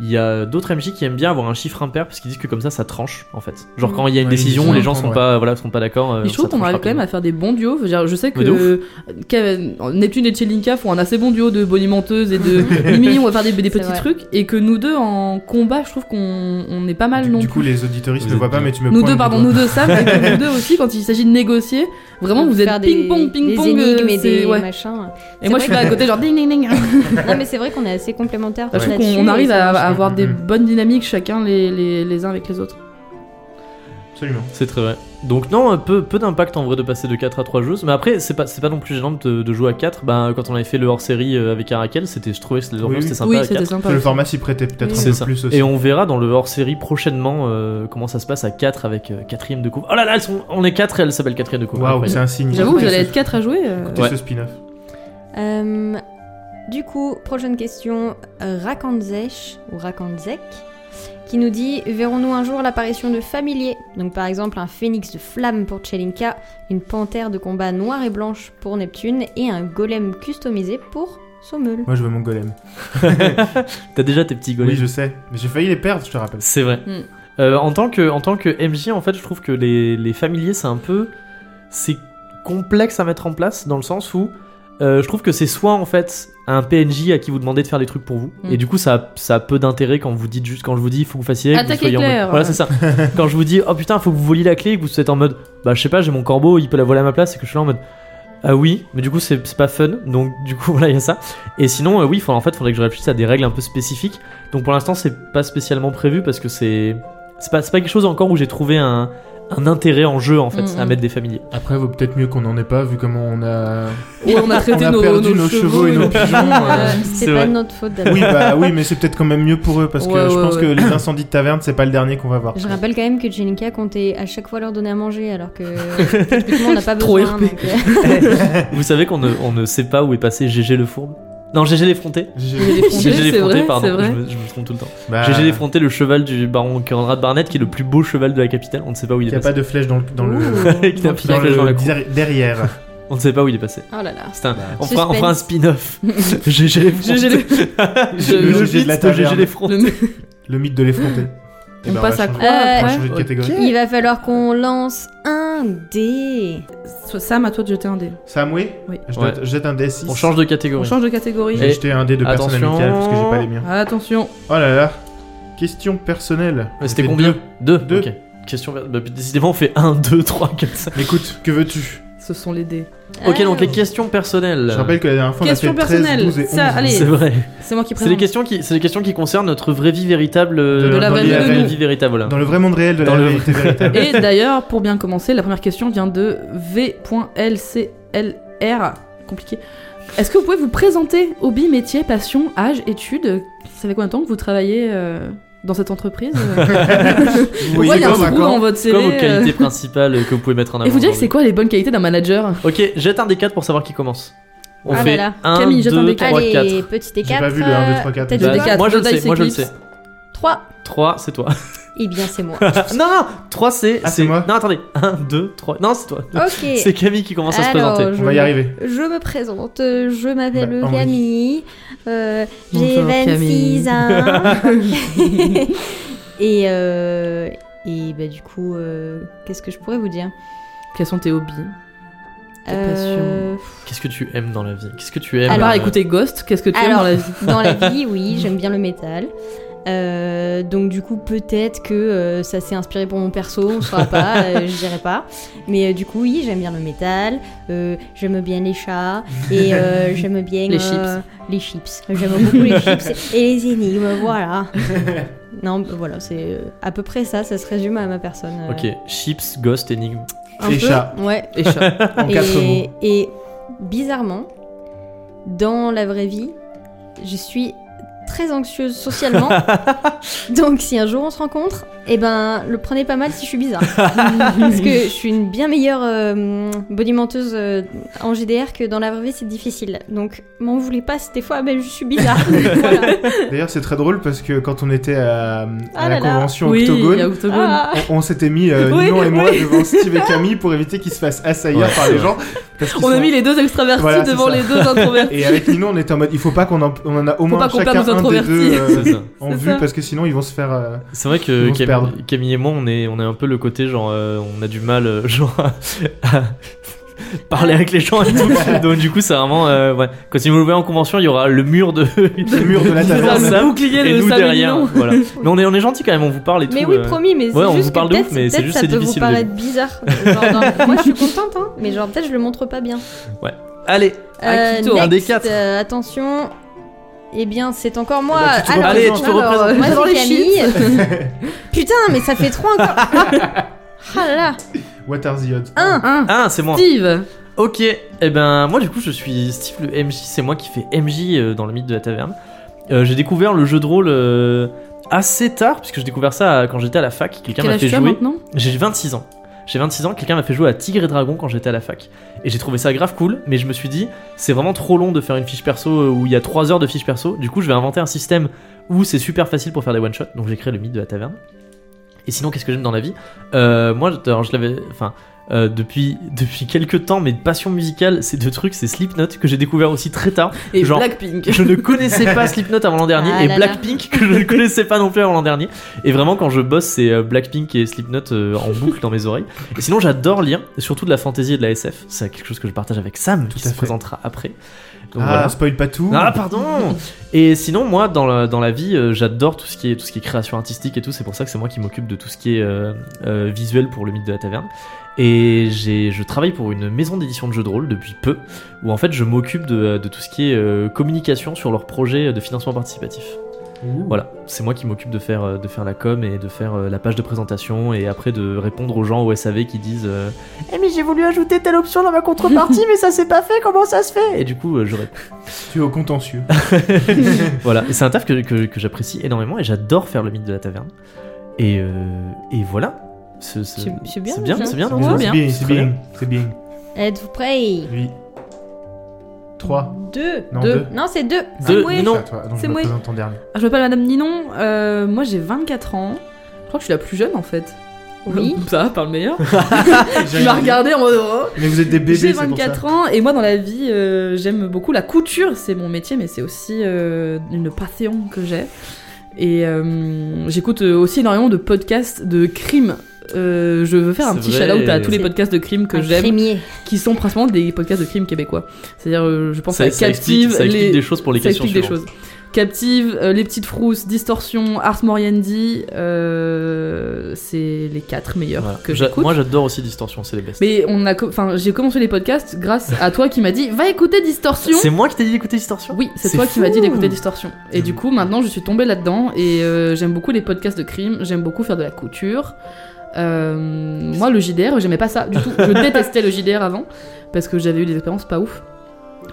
S1: il y a d'autres MJ qui aiment bien avoir un chiffre impair parce qu'ils disent que comme ça ça tranche en fait. Genre
S2: Mhm.
S1: quand il y a une
S3: Ouais,
S1: décision,
S3: ils
S1: les
S3: disent
S1: gens
S3: ça,
S1: sont
S3: ouais.
S1: pas voilà, sont pas d'accord. euh,
S2: Et je trouve
S1: ça
S2: qu'on
S1: tranche
S2: arrive quand même à faire des bons duos. Je veux dire, je sais que
S1: Mais de ouf.
S2: Kevin- Neptune et Chelinka font un assez bon duo de bonimenteuse et de Mimi, on va faire des, des
S4: C'est
S2: petits
S4: vrai.
S2: trucs. Et que nous deux, en combat, je trouve qu'on on est pas mal
S3: Du,
S2: non
S3: du
S2: plus.
S3: coup, les auditoristes
S1: Vous
S3: ne
S1: êtes
S3: voient pas,
S1: bien.
S3: mais tu me
S2: Nous
S3: pointes
S2: deux,
S3: du
S2: pardon,
S3: doigt.
S2: nous deux, Sam, et que nous deux aussi, quand il s'agit de négocier, vraiment, vous
S4: Faire
S2: êtes
S4: des-
S2: ping-pong, ping-pong.
S4: Des énigmes
S2: euh,
S4: et
S2: c'est-
S4: des
S2: ouais.
S4: machins.
S2: Et moi, je suis là à côté, genre ding ding ding.
S4: non, mais c'est vrai qu'on est assez complémentaires.
S2: Bah, Je trouve
S4: là-dessus,
S2: qu'on
S4: et
S2: arrive
S4: ça
S2: à,
S4: marche.
S2: à avoir des
S3: Mhm.
S2: bonnes dynamiques, chacun les, les, les uns avec les autres.
S3: Absolument.
S1: C'est très vrai. Donc non, euh, peu, peu d'impact en vrai de passer de 4 à 3 joueuses, mais après c'est pas c'est pas non plus gênant de, de jouer à 4. Bah quand on avait fait le hors-série euh, avec Arakel, c'était je trouvais que c'était
S3: Oui, oui.
S1: c'était sympa
S2: Oui,
S1: à
S2: c'était
S1: quatre.
S2: sympa.
S3: Le
S2: aussi.
S3: format s'y prêtait peut-être
S1: C'est
S3: un peu
S1: ça.
S3: plus aussi.
S1: Et on verra dans le hors-série prochainement euh, comment ça se passe à 4 avec euh, quatrième de coupe. Oh là là, elles sont, on est 4 et elles s'appellent quatrième de coupe.
S3: Waouh,
S1: Incroyable.
S3: c'est un signe.
S2: J'avoue que
S3: Écoutez
S2: j'allais
S3: ce-
S2: être 4 à jouer. euh,
S3: Écoutez
S1: Ouais.
S3: ce spin-off.
S4: Euh, du coup, prochaine question, euh, Rakanzesh ou Rakanzek qui nous dit Verrons-nous un jour l'apparition de familiers Donc, par exemple, un phénix de flamme pour Chelinka, une panthère de combat noire et blanche pour Neptune et un golem customisé pour Sommel.
S3: Moi, je veux mon golem.
S1: T'as déjà tes petits golets.
S3: Oui, je sais. Mais j'ai failli les perdre, je te rappelle.
S1: C'est vrai.
S2: Mm.
S1: Euh, en, tant que, en tant que MJ, en fait, je trouve que les, les familiers, c'est un peu. C'est complexe à mettre en place dans le sens où euh, je trouve que c'est soit en fait un PNJ à qui vous demandez de faire des trucs pour vous
S2: Mm.
S1: et du coup ça a, ça a peu d'intérêt quand vous dites juste quand je vous dis il faut que vous fassiez que vous
S2: Attaque
S1: soyez en
S2: éclair.
S1: mode- voilà c'est ça quand je vous dis oh putain faut que vous voliez la clé et que vous êtes en mode bah je sais pas j'ai mon corbeau il peut la voler à ma place et que je suis là en mode ah oui mais du coup c'est c'est pas fun donc du coup voilà il y a ça et sinon euh, oui faut- en fait faudrait que je réfléchisse à des règles un peu spécifiques donc pour l'instant, c'est pas spécialement prévu parce que c'est c'est pas, c'est pas quelque chose encore où j'ai trouvé un, un intérêt en jeu en fait
S2: Mhm.
S1: à mettre des familiers.
S3: Après, vaut peut-être mieux qu'on n'en ait pas, vu comment on a.
S2: Ouais, on a traité
S3: On a
S2: nos,
S3: perdu nos chevaux et nos
S2: nos
S3: pigeons, euh,
S1: c'est
S4: C'est pas
S1: vrai.
S4: de notre faute
S3: Oui,
S4: d'ailleurs.
S3: bah oui, mais c'est peut-être quand même mieux pour eux, parce que
S2: Ouais,
S3: je
S2: ouais,
S3: pense
S2: ouais.
S3: que les incendies de taverne, c'est pas le dernier qu'on va voir.
S4: Je rappelle quand même que Chelinka comptait à chaque fois leur donner à manger alors que typiquement on n'a pas
S2: Trop
S4: besoin.
S2: RP.
S4: donc, euh,
S1: Vous savez qu'on ne, on ne sait pas où est passé GG le fourbe Non, GG l'effronté.
S3: GG.
S2: J'ai
S1: GG
S2: c'est
S1: l'effronté,
S2: vrai,
S1: pardon.
S2: c'est vrai.
S1: Je, me, je me trompe tout le temps.
S3: Bah,
S1: GG l'effronté, le cheval du baron Conrad Barnett, qui est le plus beau cheval de la capitale. On ne sait pas où il
S3: Il
S1: est
S3: n'y a
S1: passé.
S3: pas de flèche dans le. Dans le,
S2: Ouh.
S1: Qui n'a pas
S3: dans
S1: de flèche dans
S3: le
S1: la cour.
S3: derri- derrière.
S1: On ne sait pas où il est passé.
S2: Oh là là.
S1: C'est un-
S3: Bah,
S1: on, fera, on fera un spin-off.
S2: Je-
S1: GG l'effronté.
S2: je-
S1: Le
S3: GG de
S1: mythe de
S3: la
S1: GG
S3: taverne.
S1: l'effronté.
S2: le-
S3: Le mythe de l'effronté. Eh
S2: On
S3: ben,
S2: passe
S3: va
S2: à
S3: changer-
S2: quoi Eh,
S4: Euh,
S3: on va
S2: après
S3: changer de catégorie.
S4: Il va falloir qu'on lance un dé.
S2: So- Sam, à toi de jeter un dé.
S3: Samoué
S2: Oui.
S3: Je
S1: Ouais.
S3: dois- je jette un D6.
S1: On change de catégorie.
S2: On change de catégorie.
S1: Et-
S3: J'ai jeté un dé de personne
S1: Attention.
S3: amicale parce que j'ai pas les miens.
S2: Attention.
S3: Oh là là. Question personnelle.
S1: Mais C'était
S3: J'ai fait
S1: combien
S3: deux.
S1: Deux.
S3: Deux.
S1: Ok. Question. bah, décidément, on fait 1, 2, 3, 4, 5.
S3: Écoute, que veux-tu
S2: Ce sont les dés.
S1: Ok, donc
S4: Ah.
S1: les questions personnelles.
S3: Je rappelle que la dernière fois
S2: Question
S3: on a fait 13,
S2: personnelle.
S3: 12 et 11.
S2: Ça, allez.
S1: C'est vrai.
S2: C'est moi qui
S1: C'est
S2: présente.
S1: les questions qui, c'est les questions qui concernent notre vraie vie véritable. euh,
S3: De
S2: la
S1: dans
S2: vraie
S1: les-
S2: vie de
S1: la
S2: nous.
S1: vie véritable. Voilà.
S3: Dans le vrai monde réel de
S1: Dans
S3: la
S1: le-
S3: vérité véritable.
S2: Et d'ailleurs, pour bien commencer, la première question vient de V.LCLR. Compliqué. Est-ce que vous pouvez vous présenter hobby, métier, passion, âge, études Ça fait combien de temps que vous travaillez euh, dans cette entreprise
S3: Vous
S2: Pourquoi il y a un
S3: comme
S2: trou dans votre CV
S1: Comme aux
S2: euh,
S1: qualités principales que vous pouvez mettre en avant.
S2: Et vous direz que c'est quoi les bonnes qualités d'un manager
S1: Ok, jette un des 4 pour savoir qui commence. On
S4: Ah,
S1: fait
S4: voilà.
S1: 1,
S2: bah Camille, jette un
S1: 2,
S2: des
S1: 3,
S4: Allez,
S1: 4.
S4: petit
S3: J'ai
S4: écart.
S3: pas vu le 1, 2, 3, 4.
S4: T'as dit
S2: Bah,
S4: des
S2: des quatre,
S1: moi je le
S2: Dice
S1: sais, moi je le sais.
S2: Eclipse.
S4: 3.
S1: 3, c'est toi.
S4: Eh bien, c'est moi.
S1: non, non, 3 c'est.
S3: Ah, c'est moi.
S1: Non, attendez. 1, 2, 3. Non, c'est toi. C'est
S4: Ok.
S1: Camille qui commence à se
S4: Alors,
S1: présenter.
S3: On va y
S4: Je-
S3: arriver.
S4: Je me présente, euh, je m'appelle
S3: Bah, Henri.
S4: Camille, euh, j'ai
S2: Bonjour,
S4: 26
S2: Camille.
S4: ans. et euh, et bah, du coup, euh, qu'est-ce que je pourrais vous dire
S2: Quels sont tes hobbies Tes
S4: Euh,
S1: Qu'est-ce que tu aimes dans la vie Qu'est-ce que tu aimes
S2: À part
S1: euh,
S2: écouter Ghost, qu'est-ce que tu aimes
S4: Alors-
S2: dans la vie
S4: Dans la vie, oui, j'aime bien le métal. Euh, donc du coup peut-être que euh, ça s'est inspiré pour mon perso, on ne saura pas, euh, je dirais pas. Mais euh, du coup oui, j'aime bien le métal, euh, j'aime bien les chats et euh, j'aime bien
S2: Les
S4: euh, les chips. J'aime beaucoup les chips et les énigmes, voilà. non, bah, voilà, c'est euh, à peu près ça, ça se résume à ma personne. euh,
S1: Ok, chips, ghost, énigme.
S4: un
S3: Et
S4: peu.
S3: chat.
S4: Ouais.
S2: Et chat.
S3: En 4 mots.
S4: Et, et bizarrement, dans la vraie vie, je suis très anxieuse socialement. Donc si un jour on se rencontre, eh ben le prenez pas mal si je suis bizarre. Parce que je suis une bien meilleure euh, bonimenteuse euh, en GDR que dans la vraie vie, c'est difficile. Donc m'en voulez pas si des fois ben, je suis bizarre. Voilà.
S3: D'ailleurs, c'est très drôle parce que quand on était à, à
S4: Ah
S3: la
S4: là là.
S3: convention
S2: oui,
S3: Octogone,
S2: il y a Octogone.
S4: Ah.
S3: on, on s'était mis, euh,
S2: Oui,
S3: Ninon et moi,
S2: oui.
S3: devant Steve et Camille pour éviter qu'ils se fassent assaillir
S1: Ouais,
S3: par
S1: c'est
S3: les
S1: vrai.
S3: gens. parce qu'ils
S2: On a
S3: sont-
S2: mis les deux extravertis
S3: Voilà, c'est
S2: devant
S3: ça.
S2: les deux introvertis.
S3: Et avec Ninon, on était en mode il faut pas qu'on en, on en a au moins
S2: pas qu'on
S3: chacun
S2: perde nos
S3: un des
S2: introvertis.
S3: deux euh,
S1: C'est ça.
S3: en
S2: C'est
S3: vue
S2: ça.
S3: parce que sinon ils vont se faire. euh,
S1: C'est vrai
S3: Ils
S1: que
S3: vont se
S1: Cam-
S3: perdre.
S1: Camille et moi, on est, on est un peu le côté genre, euh, on a du mal, euh, genre, à, à parler avec les gens et tout. Donc, du coup, c'est vraiment, euh, ouais. Quand ils vont ouvrir en convention, il y aura le mur de. le
S3: mur de la
S2: C'est ça,
S3: taverne.
S2: le bouclier
S1: Et
S2: de
S1: nous
S2: Sam et
S1: derrière.
S2: Ninon.
S1: Voilà. Mais on est, on est gentil quand même, on vous parle et
S4: Mais
S1: tout.
S4: oui,
S1: euh.
S4: promis, mais
S1: ouais,
S4: c'est
S1: on
S4: juste
S1: vous parle
S4: que
S1: de ouf,
S4: peut-être
S1: mais c'est
S4: peut-être
S1: juste
S4: ça
S1: c'est
S4: peut vous
S1: difficile au
S4: paraître bizarre. Genre, non, moi je suis contente, hein, mais genre peut-être je le montre pas bien.
S1: Allez,
S2: Akito,
S1: Ah, un des
S4: next,
S1: quatre.
S4: euh, attention. Eh bien, c'est encore moi.
S3: Bah, tu te
S4: Alors,
S1: représentes. Allez, tu te
S4: alors,
S1: représentes.
S4: moi,
S2: Dans
S4: c'est
S2: les
S4: Camille. Putain, mais ça fait trois encore. ah là là.
S3: What are the odds
S4: Un.
S2: Un.
S1: ah, c'est moi.
S2: Steve.
S1: Ok, et eh ben moi du coup je suis Steve le MJ, c'est moi qui fais MJ euh, dans le mythe de la taverne. Euh, j'ai découvert le jeu de rôle euh, assez tard, puisque j'ai découvert ça euh, quand j'étais à la fac, quelqu'un
S2: Quel
S1: m'a
S2: âge
S1: fait
S2: tu as
S1: jouer.
S2: maintenant
S1: J'ai 26 ans. J'ai 26 ans, quelqu'un m'a fait jouer à Tigre et Dragon quand j'étais à la fac. Et j'ai trouvé ça grave cool, mais je me suis dit, c'est vraiment trop long de faire une fiche perso euh, où il y a 3 heures de fiche perso. Du coup, je vais inventer un système où c'est super facile pour faire des one-shots. Donc j'ai créé le mythe de la taverne. Et sinon, qu'est-ce que j'aime dans la vie Euh, Moi, je- alors, je l'avais. Enfin. euh, depuis, depuis quelques temps, mes passions musicales, ces deux trucs, c'est Slipknot que j'ai découvert aussi très tard.
S2: Et
S1: Genre-
S2: Blackpink.
S1: Je ne connaissais pas Slipknot avant l'an dernier
S4: Ah
S1: et
S4: là là.
S1: Blackpink que je ne connaissais pas non plus avant l'an dernier. Et vraiment, quand je bosse, c'est euh, Blackpink et Slipknot euh, en boucle dans mes oreilles. Et sinon, j'adore lire, surtout de la fantasy et de la SF. C'est quelque chose que je partage avec Sam qui
S3: à
S1: se
S3: fait.
S1: présentera après. Donc
S3: Ah,
S1: voilà.
S3: spoil pas tout.
S1: Ah pardon Et sinon moi dans la, dans la vie euh, j'adore tout ce qui est tout ce qui est création artistique et tout c'est pour ça que c'est moi qui m'occupe de tout ce qui est euh, euh, visuel pour le mythe de la taverne et j'ai je travaille pour une maison d'édition de jeux de rôle depuis peu où en fait je m'occupe de, de tout ce qui est euh, communication sur leur projet de financement participatif.
S3: Ouh.
S1: Voilà, c'est moi qui m'occupe de faire euh, de faire la com et de faire euh, la page de présentation et après de répondre aux gens au SAV qui disent euh, Eh mais j'ai voulu ajouter telle option dans ma contrepartie mais ça s'est pas fait comment ça se fait Et du coup euh, je réponds
S3: Tu es au contentieux.
S2: Ah,
S1: voilà, et c'est un taf que, que- que j'apprécie énormément et j'adore faire le mythe de la taverne. Et, euh, et voilà. C'est c'est-
S4: C'est- c'est bien,
S1: C'est bien,
S4: ça.
S1: c'est bien, non
S2: Ouais,
S3: c'est
S2: bien.
S3: bien,
S1: C'est
S3: c'est
S1: très
S3: bien, c'est bien.
S4: Êtes-vous prêts
S3: Oui. 3.
S4: Deux.
S3: Non,
S2: Deux.
S3: 2.
S4: Non, c'est deux.
S1: Deux,
S4: C'est moi.
S1: non.
S3: Donc je me
S2: C'est Ah, moi.
S3: présente en dernier.
S2: Ah, Je m'appelle Madame Ninon, euh, moi j'ai 24 ans. Je crois que je suis la plus jeune en fait.
S4: Oui.
S2: Ça va, par le meilleur.
S3: J'ai
S2: tu m'as
S3: rien dit.
S2: regardé en mode. oh.
S3: Mais vous êtes des
S2: J'ai
S3: bébés, c'est pour ça.
S2: 24 ans et moi dans la vie euh, j'aime beaucoup la couture, c'est mon métier mais c'est aussi euh, une passion que j'ai. Et euh, j'écoute euh, aussi énormément de podcasts de crimes. Euh, je veux faire un
S1: C'est
S2: petit
S1: vrai.
S2: shout-out à tous les
S4: C'est
S2: podcasts de crimes que
S4: Un
S2: j'aime,
S4: crémier.
S2: qui sont principalement des podcasts de crimes québécois. C'est-à-dire, euh, je pense
S1: ça,
S2: à
S1: ça
S2: Captive,
S1: explique, ça explique
S2: les-
S1: des choses pour les
S2: ça
S1: questions
S2: explique des
S1: suivantes.
S2: choses. Captive, euh, Les Petites Frousses, Distorsion, Ars Moriendi, euh, c'est les quatre meilleurs
S1: Voilà.
S2: que
S1: J'a-
S2: j'écoute.
S1: Moi j'adore aussi Distorsion, c'est les best.
S2: Mais on a, co- enfin, j'ai commencé les podcasts grâce à toi qui m'a dit va écouter Distorsion.
S1: C'est moi qui t'ai dit d'écouter Distorsion
S2: Oui, c'est
S1: C'est
S2: toi qui m'as dit
S1: fou.
S2: d'écouter Distorsion. Et du coup, maintenant, je suis tombée là-dedans et euh, j'aime beaucoup les podcasts de crime. J'aime beaucoup faire de la couture. Euh, moi, le JDR, j'aimais pas ça du tout. Je détestais le JDR avant parce que j'avais eu des expériences pas ouf.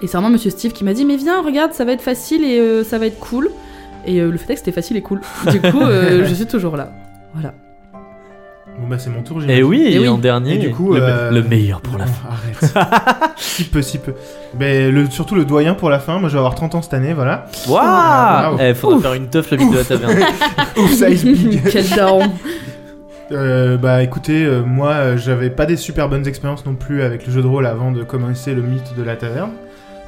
S2: Et c'est vraiment Monsieur Steve qui m'a dit mais viens, regarde, ça va être facile et euh, ça va être cool. Et euh, le fait est que c'était facile et cool. Du coup, euh, je suis toujours là. Voilà.
S3: Bon bah c'est mon tour,
S1: Et
S3: j'imagine.
S1: Eh oui, et,
S2: Et oui.
S1: en dernier,
S3: Et du coup,
S1: le,
S3: euh,
S1: le meilleur pour la
S3: Non,
S1: fin.
S3: Arrête. si peu, si peu. Mais le, surtout le doyen pour la fin. Moi, je vais avoir 30 ans cette année, voilà.
S1: Waouh
S3: Bravo.
S1: Eh, faudra faire une teuf la ville de la taverne.
S3: Ouf, size big.
S2: Quel daron.
S3: Euh, bah écoutez, euh, moi, euh, j'avais pas des super bonnes expériences non plus avec le jeu de rôle avant de commencer le mythe de la taverne.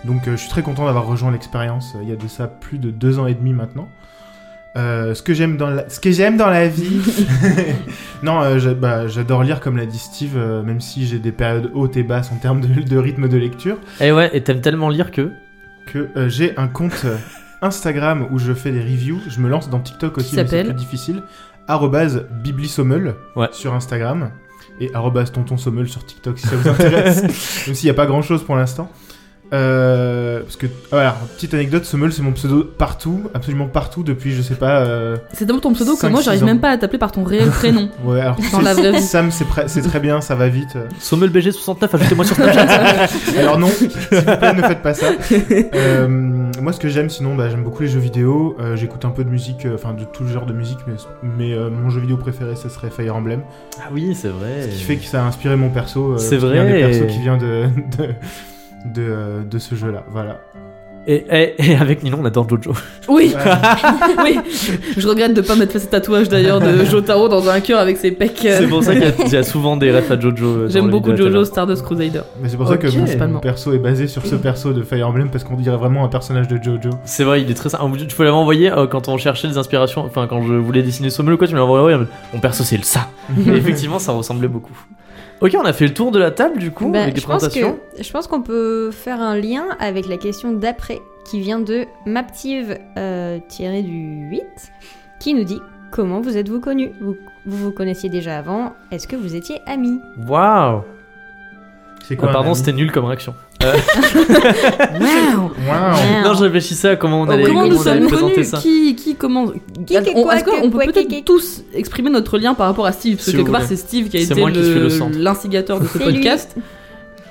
S3: Donc, euh, je suis très content d'avoir rejoint l'expérience. euh, Il y a de ça plus de deux ans et demi maintenant. Euh, ce que j'aime dans la, ce que j'aime dans la vie. non, euh, j'a- bah, j'adore lire comme l'a dit Steve, euh, même si j'ai des périodes hautes et basses en termes de- de rythme de lecture.
S1: Eh ouais, et t'aimes tellement lire que.
S3: que euh, j'ai un compte euh, Instagram où je fais des reviews. Je me lance dans TikTok aussi,
S2: Qui
S3: mais c'est
S2: s'appelle
S3: plus difficile. Arrobase biblisommel
S1: Ouais.
S3: sur Instagram et arrobase tontonsommel sur TikTok si ça vous intéresse. Même s'il n'y a pas grand chose pour l'instant. Euh, parce que, voilà, petite anecdote, Sommel c'est mon pseudo partout, absolument partout depuis je sais pas. euh,
S2: C'est d'abord ton pseudo que
S3: Cinq,
S2: moi,
S3: six
S2: j'arrive
S3: ans.
S2: même pas à t'appeler par ton réel prénom.
S3: ouais, alors,
S2: Dans
S3: c'est-
S2: la vraie vie.
S3: Sam c'est prêt- c'est très bien, ça va vite. euh.
S1: Sommel BG69, ajoutez-moi sur Snapchat.
S3: Alors non, s'il vous plaît, ne faites pas ça. Euh, moi, ce que j'aime, sinon, bah, j'aime beaucoup les jeux vidéo. Euh, J'écoute un peu de musique, euh, enfin de tout genre de musique, mais, mais euh, mon jeu vidéo préféré, ça serait Fire Emblem.
S1: ah oui, c'est vrai.
S3: Ce qui fait que ça a inspiré mon perso. euh,
S1: C'est
S3: qui est Un des
S1: vrai.
S3: persos qui vient de, de, de, euh, de ce jeu-là. Voilà.
S1: Et, et- et avec Ninon, on adore Jojo.
S3: Ouais.
S2: Oui, oui. Je regrette de pas m'être fait ce tatouage d'ailleurs de Jotaro dans un cœur avec ses pecs. euh.
S1: C'est pour ça qu'il y a- il y, a souvent des refs à Jojo. euh, dans
S2: J'aime
S1: les
S2: beaucoup
S1: vidéos à
S2: Jojo Stardust Crusader.
S3: mais c'est pour
S1: Ok.
S3: ça que mon- mon,
S2: Principalement.
S3: perso est basé sur ce perso de Fire Emblem, parce qu'on dirait vraiment un personnage de Jojo.
S1: C'est vrai, il est très simple. Tu peux l'avais envoyé euh, quand on cherchait des inspirations, enfin quand je voulais dessiner Sommel ou quoi, tu me l'avais envoyé. ouais, Mon perso, c'est le ça. Et effectivement, ça ressemblait beaucoup. Ok, on a fait le tour de la table du coup
S4: Bah,
S1: avec les
S4: je, pense que,
S1: présentations.
S4: je pense qu'on peut faire un lien avec la question d'après qui vient de Maptive euh, tiré du 8 qui nous dit comment vous êtes-vous connus vous, vous vous connaissiez déjà avant Est-ce que vous étiez amis
S1: Waouh
S3: C'est
S1: Ah,
S3: quoi un
S1: Pardon,
S3: ami
S1: c'était nul comme réaction.
S2: Wow.
S3: Waouh.
S1: Non, je réfléchissais à comment
S4: Oh,
S1: on allait,
S2: Oh, Comment nous
S1: on allait
S2: sommes
S1: présenter
S2: connus
S1: ça.
S2: Qui, qui, comment
S4: Qui,
S2: Est-ce
S4: qui,
S2: qu'on-
S4: quoi,
S2: Est-ce qu'on
S4: que,
S2: on
S4: quoi,
S2: peut
S4: qui, qui.
S2: peut-être tous exprimer notre lien par rapport à Steve Parce
S1: Si
S2: que
S1: vous
S2: quelque part,
S1: voulez.
S2: c'est Steve qui a
S1: C'est
S2: été
S1: moi qui suis le
S2: le-
S1: centre.
S2: l'instigateur de ce
S4: C'est lui.
S2: podcast.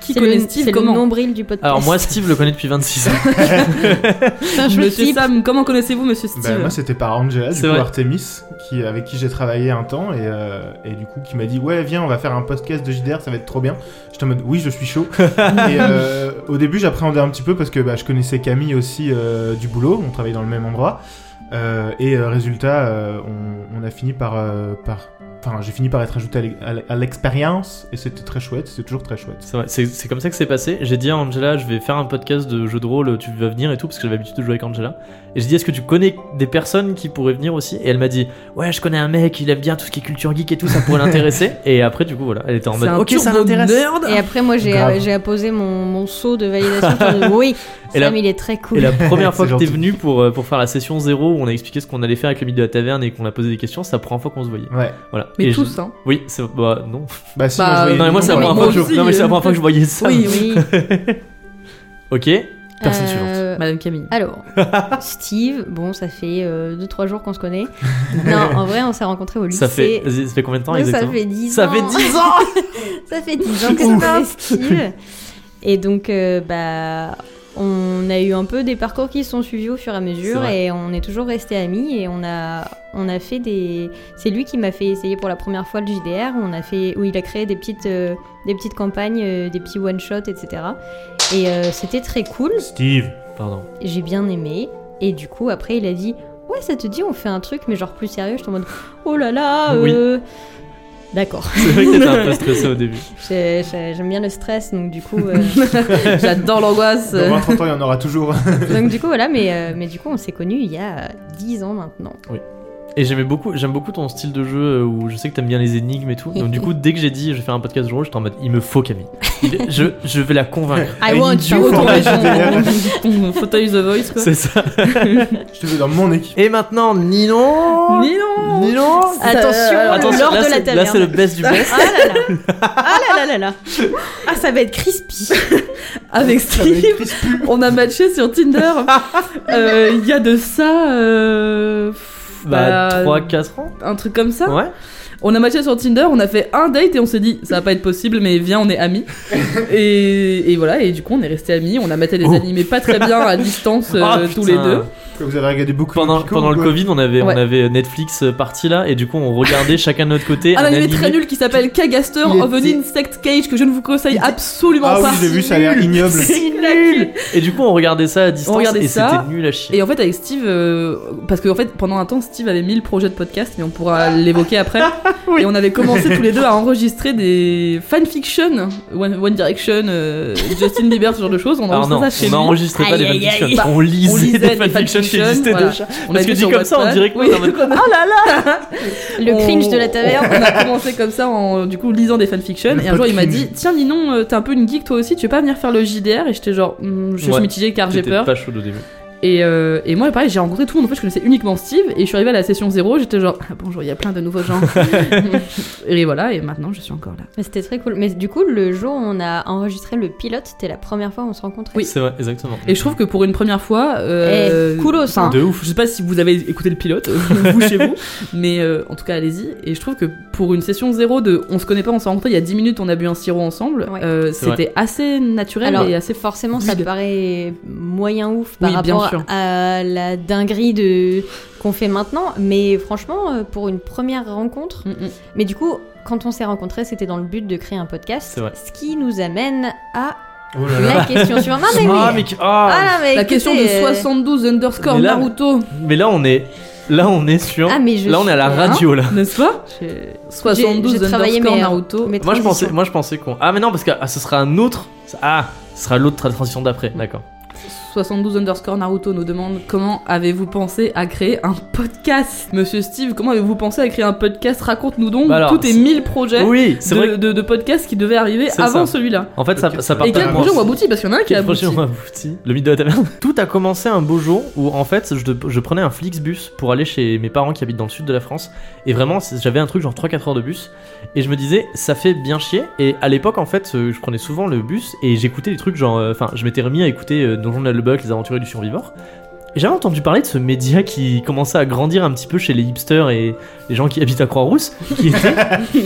S2: Qui
S4: C'est
S2: connaît
S4: le-
S2: Steve
S4: C'est le
S2: Comment
S4: nombril du podcast.
S1: Alors moi, Steve le connaît depuis 26 ans.
S4: Putain, je me
S2: Monsieur
S4: type.
S2: Sam, comment connaissez-vous Monsieur Steve
S3: Bah, moi c'était par Angela, du
S1: Ben, C'est
S3: coup
S1: vrai.
S3: Artemis, qui, euh, avec qui j'ai travaillé un temps et, euh, et du coup qui m'a dit ouais viens on va faire un podcast de JDR ça va être trop bien. J'étais en mode oui je suis chaud. et euh, au début j'appréhendais un petit peu parce que bah, je connaissais Camille aussi euh, du boulot, on travaillait dans le même endroit. Euh, et euh, résultat euh, on, on a fini par... euh, par... Enfin j'ai fini par être ajouté à l'e- à l'e- à l'expérience et c'était très chouette, c'est toujours très chouette.
S1: C'est vrai, c'est- c'est comme ça que c'est passé. J'ai dit à Angela, je vais faire un podcast de jeux de rôle, tu vas venir et tout, parce que j'avais l'habitude de jouer avec Angela. Et j'ai dit, est-ce que tu connais des personnes qui pourraient venir aussi Et elle m'a dit, ouais, je connais un mec, il aime bien tout ce qui est culture geek et tout, ça pourrait l'intéresser. Et après, du coup, voilà, elle était en
S2: C'est
S1: mode,
S2: un
S1: ok, ça
S2: turbo
S1: l'intéresse.
S2: nerd.
S4: Et après, moi, j'ai
S3: Grave.
S4: j'ai apposé mon, mon saut de validation. Je dis, oui,
S1: Et
S4: Sam,
S1: la-
S4: il est très cool.
S1: Et la première fois
S3: C'est
S1: que t'es
S3: gentil.
S1: venu pour, euh, pour faire la session 0 où on a expliqué ce qu'on allait faire avec le mythe de la taverne et qu'on a posé des questions, c'est la première fois qu'on se voyait.
S3: Ouais.
S1: Voilà.
S2: Mais
S1: Et
S2: tous,
S1: je-
S2: hein.
S1: Oui, c'est. Bah, non.
S3: Bah si moi, je
S2: Bah, euh,
S3: voyais-
S1: non, mais moi, c'est la
S2: mais
S1: première
S2: moi
S1: fois que je-
S2: aussi,
S1: non, mais c'est la
S2: euh,
S1: première fois que je voyais ça.
S2: Oui, oui.
S4: Oui.
S1: Ok, personne suivante.
S4: Euh,
S2: Madame Camille.
S4: Alors, Steve, bon, ça fait 2-3 jours qu'on se connaît. Non, en vrai, on s'est rencontrés au lycée.
S1: Ça fait, ça fait combien de temps
S4: Ouais, ça
S1: exactement
S4: fait 10
S1: Ça
S4: ans.
S1: fait 10 ans
S4: ça fait 10 ans que je connais Steve. Et donc, euh, bah, on a eu un peu des parcours qui se sont suivis au fur et à mesure
S1: vrai.
S4: et on est toujours restés amis et on a, on a fait des... C'est lui qui m'a fait essayer pour la première fois le JDR, on a fait, où il a créé des petites, euh, des petites campagnes, euh, des petits one-shots, etc. Et euh, c'était très cool,
S3: Steve.
S1: Pardon.
S4: j'ai bien aimé et du coup après il a dit ouais ça te dit on fait un truc mais genre plus sérieux, je en mode oh là là,
S1: Oui.
S4: euh... d'accord.
S1: C'est vrai que t'étais un peu stressé au début.
S4: J'ai- j'ai- J'aime bien le stress donc du coup... euh,
S2: J'adore l'angoisse.
S3: Dans 20 30 ans, il y en aura toujours.
S4: Donc du coup voilà, mais, euh, mais du coup on s'est connus il y a euh, 10 ans maintenant.
S1: Et j'aimais beaucoup, j'aime beaucoup ton style de jeu euh, où je sais que t'aimes bien les énigmes et tout. Donc du coup, dès que j'ai dit je vais faire un podcast de jeu, j'étais en mode il me faut Camille. Il- je, je vais la convaincre.
S4: I
S3: Et
S4: want
S3: il dit,
S4: you.
S3: Oh,
S2: Ton
S3: la JDR.
S2: région, ton fauteuil The Voice, quoi.
S1: C'est ça.
S3: Je te veux dans mon équipe.
S1: Et maintenant, Ninon
S2: Ni Ah, non
S1: Ninon
S4: Attention,
S1: Euh,
S4: Attention, l'or
S1: là,
S4: de
S1: c'est-
S4: la
S1: là, c'est
S4: taverne.
S1: le best du best.
S4: Ah là là Ah là là là là Ah ça va être crispy
S2: Avec
S3: Ça va être
S2: Steve,
S3: crispé.
S2: on a matché sur Tinder. Euh, Il y a de ça. euh, pff,
S1: Bah,
S2: bah,
S1: 3-4 ans
S2: Un truc comme ça.
S1: Ouais.
S2: On a matché sur Tinder, on a fait un date et on s'est dit ça va pas être possible, mais viens, on est amis. et, et voilà, et du coup, on est restés amis. On a maté des
S1: Oh.
S2: animés pas très bien à distance euh,
S1: Ah,
S2: tous les
S1: putain.
S2: deux.
S3: Vous avez regardé beaucoup
S1: Pendant,
S3: de Pico,
S1: pendant
S3: ou
S1: le
S3: quoi
S1: Covid, on avait,
S2: Ouais.
S1: on avait Netflix euh, parti là, et du coup, on regardait chacun de notre côté.
S2: Un animé
S1: animé.
S2: très nul qui s'appelle Kagaster
S3: Il était-
S2: Oveni Insect Cage que je ne vous conseille absolument
S3: Ah oui,
S2: pas.
S3: j'ai vu, ça a l'air ignoble.
S2: C'est nul.
S1: Et du coup, on regardait ça à distance,
S2: regardait
S1: et
S2: ça,
S1: c'était nul à chier.
S2: Et en fait, avec Steve, euh, parce que en fait, pendant un temps, Steve avait mis le projet de podcast, mais on pourra l'évoquer après. Et on avait commencé tous les deux à enregistrer des fanfictions, One, One Direction, euh, Justin Bieber, ce genre de choses. On
S1: Alors
S2: enregistrait
S1: non,
S2: ça chez
S1: on
S2: lui.
S1: n'enregistrait pas
S4: Aïe,
S1: des
S4: aïe,
S1: fanfictions,
S4: aïe.
S1: on lisait,
S2: lisait
S1: des fanfictions qui existaient
S2: voilà.
S1: déjà.
S2: On
S1: Parce que
S2: a vu
S1: dit
S2: sur
S1: comme ça, on
S2: WhatsApp.
S1: dirait que nous,
S2: Oui,
S1: on est en mode,
S2: donc on a-
S4: Le
S2: on-
S4: cringe de la taverne
S2: On a commencé comme ça en du coup lisant des fanfictions.
S3: Le
S2: Et un jour, il m'a
S3: cringe.
S2: dit Tiens, Ninon, euh, t'es un peu une geek toi aussi, tu veux pas venir faire le JDR Et j'étais genre Hum, Je suis
S1: Ouais.
S2: mitigée car j'ai
S1: J'étais
S2: peur.
S1: pas chaud au début.
S2: Et, euh, et moi, pareil, j'ai rencontré tout le monde. En fait, je connaissais uniquement Steve. Et je suis arrivée à la session 0, j'étais genre Ah, Bonjour, il y a plein de nouveaux gens. et voilà, et maintenant, je suis encore là.
S4: Mais C'était très cool. Mais du coup le jour où on a enregistré le pilote, c'était la première fois où on se rencontrait.
S1: C'est vrai, exactement.
S2: Et je trouve que pour une première fois. Euh,
S4: Eh, coolos,
S2: enfin,
S4: hein.
S1: De ouf.
S2: Je sais pas si vous avez écouté le pilote, euh, vous chez vous, mais euh, en tout cas, allez-y. Et je trouve que pour une session zéro de on se connaît pas, on s'est rencontrés il y a 10 minutes, on a bu un sirop ensemble,
S4: Ouais.
S2: euh,
S1: C'est vrai.
S2: c'était assez naturel
S4: Alors,
S2: et assez fort.
S4: Forcément ça
S2: Vide.
S4: paraît moyen ouf par
S2: Oui, bien
S4: rapport
S2: sûr.
S4: à la dinguerie de... qu'on fait maintenant, mais franchement euh, pour une première rencontre,
S2: Mm,
S4: Mais du coup, quand on s'est rencontrés, c'était dans le but de créer un podcast.
S1: C'est vrai.
S4: Ce qui nous amène à
S3: Oh là là.
S4: la question suivante. Non, mais oui.
S1: Ah, mais que- ah.
S4: Ah, non, mais
S2: La
S4: écoutez,
S2: question de
S4: euh,
S2: 72 underscore
S1: Mais là-
S2: Naruto,
S1: Mais là, on est, là, on est sur,
S4: Ah, mais je
S1: là, on est à la
S4: suis-
S1: radio là.
S2: n'est-ce pas
S4: Je-
S2: 72
S4: j'ai travaillé euh,
S2: underscore
S4: mes-
S2: Naruto.
S1: Moi,
S4: mes
S1: je
S4: transitions.
S1: pensais, moi, je pensais qu'on. Ah, mais non, parce que ah, ce sera un autre. Ah, ce sera l'autre tra- transition d'après. D'accord.
S2: 72 underscore Naruto nous demande comment avez-vous pensé à créer un podcast Monsieur Steve, comment avez-vous pensé à créer un podcast Raconte-nous donc
S1: Bah alors,
S2: tous tes
S1: c'est-
S2: 1000 projets
S1: Oui, c'est
S2: de,
S1: vrai. que-
S2: de- de podcasts qui devaient arriver
S1: C'est
S2: avant
S1: ça.
S2: celui-là.
S1: En fait, ça, ça part
S2: Et quel
S1: pas
S2: projet ont abouti Parce qu'il y en a un qui
S1: Quel
S2: a abouti.
S1: projet on aboutit Le mythe de la taverne. Tout a commencé un beau jour où en fait je, je prenais un Flixbus pour aller chez mes parents qui habitent dans le sud de la France et vraiment c'est- j'avais un truc genre 3-4 heures de bus et je me disais ça fait bien chier et à l'époque en fait euh, je prenais souvent le bus et j'écoutais des trucs genre euh, enfin je m'étais remis à écouter euh, Donjon de la Lebuck, les aventuriers du survivant et j'avais entendu parler de ce média qui commençait à grandir un petit peu chez les hipsters et les gens qui habitent à Croix-Rousse, qui était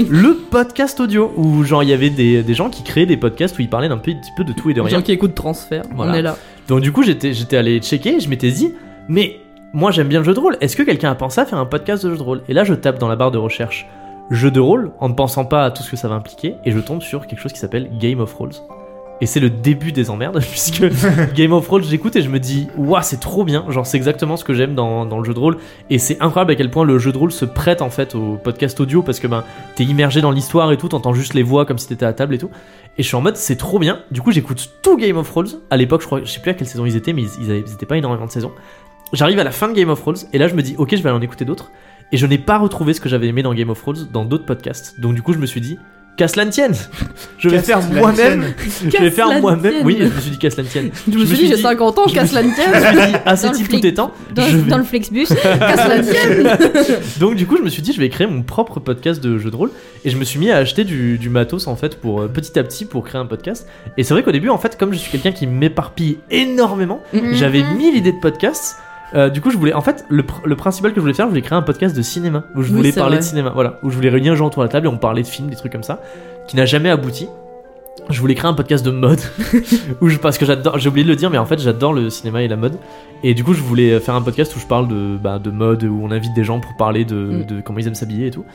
S1: le podcast audio, où genre il y avait des, des gens qui créaient des podcasts où ils parlaient d'un petit peu de tout et de
S2: Les
S1: rien.
S2: gens qui écoutent transfert,
S1: Voilà.
S2: on est là.
S1: Donc du coup, j'étais j'étais allé checker et je m'étais dit, mais moi j'aime bien le jeu de rôle, est-ce que quelqu'un a pensé à faire un podcast de jeu de rôle Et là, je tape dans la barre de recherche jeu de rôle en ne pensant pas à tout ce que ça va impliquer et je tombe sur quelque chose qui s'appelle Game of Rolls. Et c'est le début des emmerdes puisque Game of Rolls, j'écoute et je me dis, waouh, c'est trop bien, genre c'est exactement ce que j'aime dans, dans le jeu de rôle et c'est incroyable à quel point le jeu de rôle se prête en fait au podcast audio parce que ben t'es immergé dans l'histoire et tout, t'entends juste les voix comme si t'étais à table et tout. Et je suis en mode, c'est trop bien. Du coup, j'écoute tout Game of Thrones. À l'époque, je crois, je sais plus à quelle saison ils étaient, mais ils, ils avaient- ils étaient pas énormément de saisons. J'arrive à la fin de Game of Thrones, et là, je me dis, ok, je vais aller en écouter d'autres. Et je n'ai pas retrouvé ce que j'avais aimé dans Game of Thrones dans d'autres podcasts. Donc, du coup, je me suis dit, qu'à cela ne tienne Je vais
S3: Casse
S1: faire
S3: la
S1: moi-même.
S3: scène.
S1: Je vais faire
S2: Qu'à cela ne
S1: moi-même.
S2: tienne.
S1: Oui, je me suis dit, qu'à cela ne tienne.
S2: Je me suis dit, j'ai 50 ans,
S1: je me
S2: casse la
S1: Je
S2: tienne
S1: me suis dit, à
S4: Dans
S1: cet
S4: le
S1: type
S4: flic.
S1: tout étant,
S4: Dans,
S1: je vais-
S4: dans le Flexbus,
S2: Casse la tienne
S1: Donc du coup, je me suis dit, je vais créer mon propre podcast de jeux de rôle, et je me suis mis à acheter du, du matos en fait pour euh, petit à petit pour créer un podcast. Et c'est vrai qu'au début, en fait, comme je suis quelqu'un qui m'éparpille énormément,
S2: Mm-hmm.
S1: j'avais
S4: Mhm.
S1: mille idées de podcasts. Euh, du coup, je voulais, en fait, le, pr- le principal que je voulais faire, je voulais créer un podcast de cinéma où je
S2: Oui,
S1: voulais
S2: c'est
S1: parler
S2: vrai.
S1: de cinéma, voilà, où je voulais réunir les gens autour de la table et on parlait de films, des trucs comme ça, qui n'a jamais abouti. je voulais créer un podcast de mode où je, parce que j'adore j'ai oublié de le dire mais en fait j'adore le cinéma et la mode et du coup je voulais faire un podcast où je parle de, bah, de mode où on invite des gens pour parler de,
S2: Mm.
S1: de comment ils aiment s'habiller et tout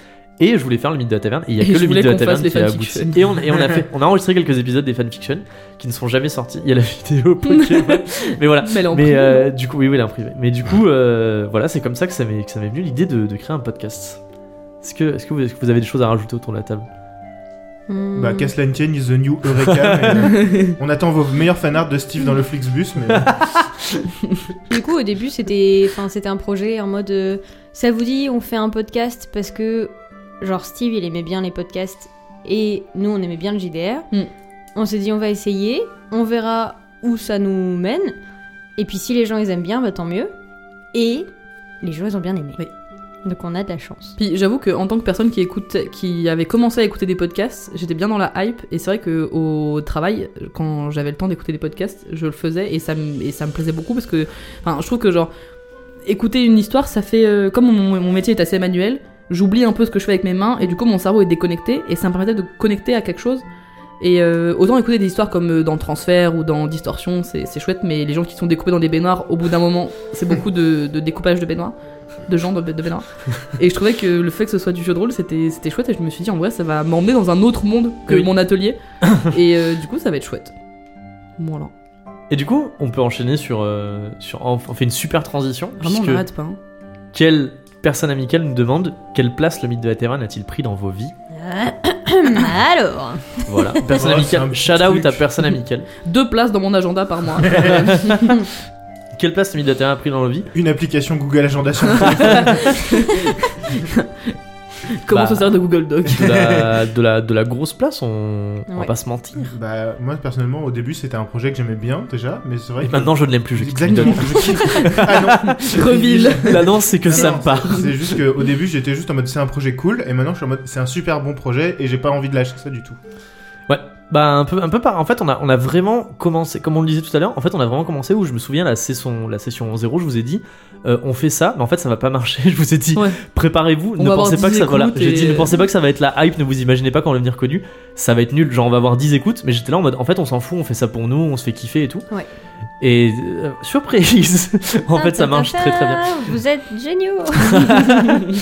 S1: et je voulais faire le mythe de la taverne et il y a
S2: Et
S1: que
S2: je
S1: le mythe
S2: voulais
S1: de la
S2: qu'on
S1: taverne
S2: fasse les
S1: qui a
S2: fanfictions.
S1: abouti et on, et on a fait on a enregistré quelques épisodes des fanfictions qui ne sont jamais sortis il y a la vidéo Pokémon mais voilà
S2: Mais elle est en
S1: mais
S2: privé,
S1: euh, du coup oui oui elle est en privé mais du coup euh, voilà c'est comme ça que ça m'est que ça m'est venu l'idée de, de créer un podcast est-ce que, est-ce que vous- est-ce que vous avez des choses à rajouter autour de la table
S4: Hmm.
S3: Bah, Cass Line Chain is the new Eureka. mais, euh, on attend vos meilleurs fanarts de Steve dans le Flixbus, mais euh,
S4: Du coup, au début, c'était, enfin, c'était un projet en mode, euh, ça vous dit, on fait un podcast parce que, genre, Steve, il aimait bien les podcasts et nous, on aimait bien le JDR.
S2: Mm.
S4: On s'est dit, on va essayer, on verra où ça nous mène. Et puis, si les gens ils aiment bien, bah tant mieux. Et les gens, ils ont bien aimé.
S2: Oui.
S4: Donc, on a de la chance.
S2: Puis j'avoue qu'en tant que personne qui écoute, qui avait commencé à écouter des podcasts, j'étais bien dans la hype. Et c'est vrai que au travail, quand j'avais le temps d'écouter des podcasts, je le faisais et ça me, et ça me plaisait beaucoup parce que, enfin, je trouve que genre écouter une histoire, ça fait euh, comme mon, mon métier est assez manuel, j'oublie un peu ce que je fais avec mes mains et du coup mon cerveau est déconnecté et ça me permettait de connecter à quelque chose. Et euh, autant écouter des histoires comme euh, dans Transfert ou dans Distorsion, c'est c'est chouette, mais les gens qui sont découpés dans des baignoires, au bout d'un moment, c'est beaucoup de, de découpage de baignoires, de gens de, de baignoires. Et je trouvais que le fait que ce soit du jeu de rôle, c'était c'était chouette. Et je me suis dit, en vrai, ça va m'emmener dans un autre monde que
S1: Oui.
S2: mon atelier. et euh, du coup, ça va être chouette. Voilà.
S1: Et du coup, on peut enchaîner sur. euh, sur on fait une super transition.
S2: Vraiment, on
S1: puisque
S2: n'arrête pas. hein.
S1: quelle personne amicale nous demande quelle place le mythe de la Terre a-t-il pris dans vos vies
S4: Alors,
S1: Voilà. Personne
S3: Oh, c'est un
S1: amicale.
S3: petit
S1: Shout out
S3: truc.
S1: à personne amicale.
S2: Deux places dans mon agenda par mois.
S1: Quelle place le mythe de la Terre a pris dans vos vies
S3: une application Google Agenda sur le téléphone.
S2: Comment
S1: Bah.
S2: se sert de Google Doc
S1: de la, de, la, de la grosse place, on, on va
S4: Ouais.
S1: pas se mentir.
S3: Bah, moi personnellement, au début, c'était un projet que j'aimais bien déjà, mais c'est vrai
S1: Et
S3: que.
S1: maintenant, je ne l'aime plus. Je quitte
S3: Exactement.
S1: Mythodon.
S3: je quitte. ah non,
S2: Reville.
S1: L'annonce, c'est que
S3: Non,
S1: ça
S3: non,
S1: me part.
S3: C'est juste qu'au début, j'étais juste en mode c'est un projet cool, et maintenant je suis en mode c'est un super bon projet, et j'ai pas envie de lâcher ça du tout.
S1: Bah, un peu, un peu par. En fait, on a, on a vraiment commencé, comme on le disait tout à l'heure, en fait, on a vraiment commencé où je me souviens, la session, la session 0, je vous ai dit, euh, on fait ça, mais en fait, ça va pas marcher. Je vous ai dit,
S2: Ouais.
S1: préparez-vous, ne
S2: On va avoir
S1: pensez pas que
S2: 10
S1: ça voilà,
S2: écoutes
S1: j'ai dit
S2: et-
S1: ne pensez pas que ça va être la hype, ne vous imaginez pas qu'on va devenir connu, ça va être nul, genre on va avoir 10 écoutes, mais j'étais là en mode en fait on s'en fout, on fait ça pour nous, on se fait kiffer et tout.
S4: Ouais.
S1: Et euh, surprise, en fait ça marche très très bien.
S4: Vous êtes géniaux.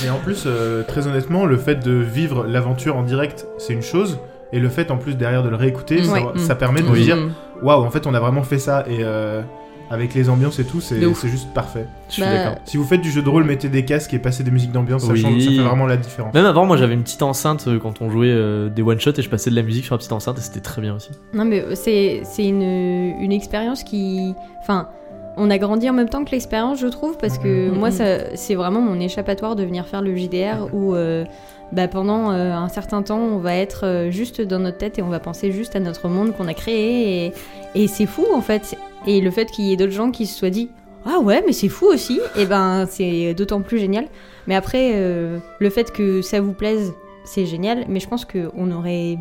S3: Et en plus, euh, très honnêtement, le fait de vivre l'aventure en direct, c'est une chose. Et le fait en plus derrière de le réécouter,
S2: Mm,
S3: ça,
S4: ouais,
S3: ça
S2: mm.
S3: permet de
S1: Oui.
S3: se dire
S2: Mm.
S3: waouh, en fait, on a vraiment fait ça. Et euh, avec les ambiances et tout, c'est
S2: De ouf.
S3: c'est juste parfait.
S1: Je suis
S4: Bah,
S1: d'accord.
S3: Si vous faites du jeu de rôle, mettez des casques et passez des musiques d'ambiance,
S1: Oui.
S3: ça, change, ça fait vraiment la différence.
S1: Même avant, moi j'avais une petite enceinte euh, quand on jouait euh, des one shots et je passais de la musique sur la petite enceinte et c'était très bien aussi.
S4: Non, mais euh, c'est c'est une, une expérience qui. Enfin, on a grandi en même temps que l'expérience, je trouve, parce que
S2: Mhm.
S4: moi, ça- c'est vraiment mon échappatoire de venir faire le JDR où. euh, bah, pendant euh, un certain temps, on va être euh, juste dans notre tête et on va penser juste à notre monde qu'on a créé. Et, et c'est fou en fait. Et le fait qu'il y ait d'autres gens qui se soient dit Ah ouais, mais c'est fou aussi, et ben c'est d'autant plus génial. Mais après, euh, le fait que ça vous plaise, c'est génial. Mais je pense qu'on aurait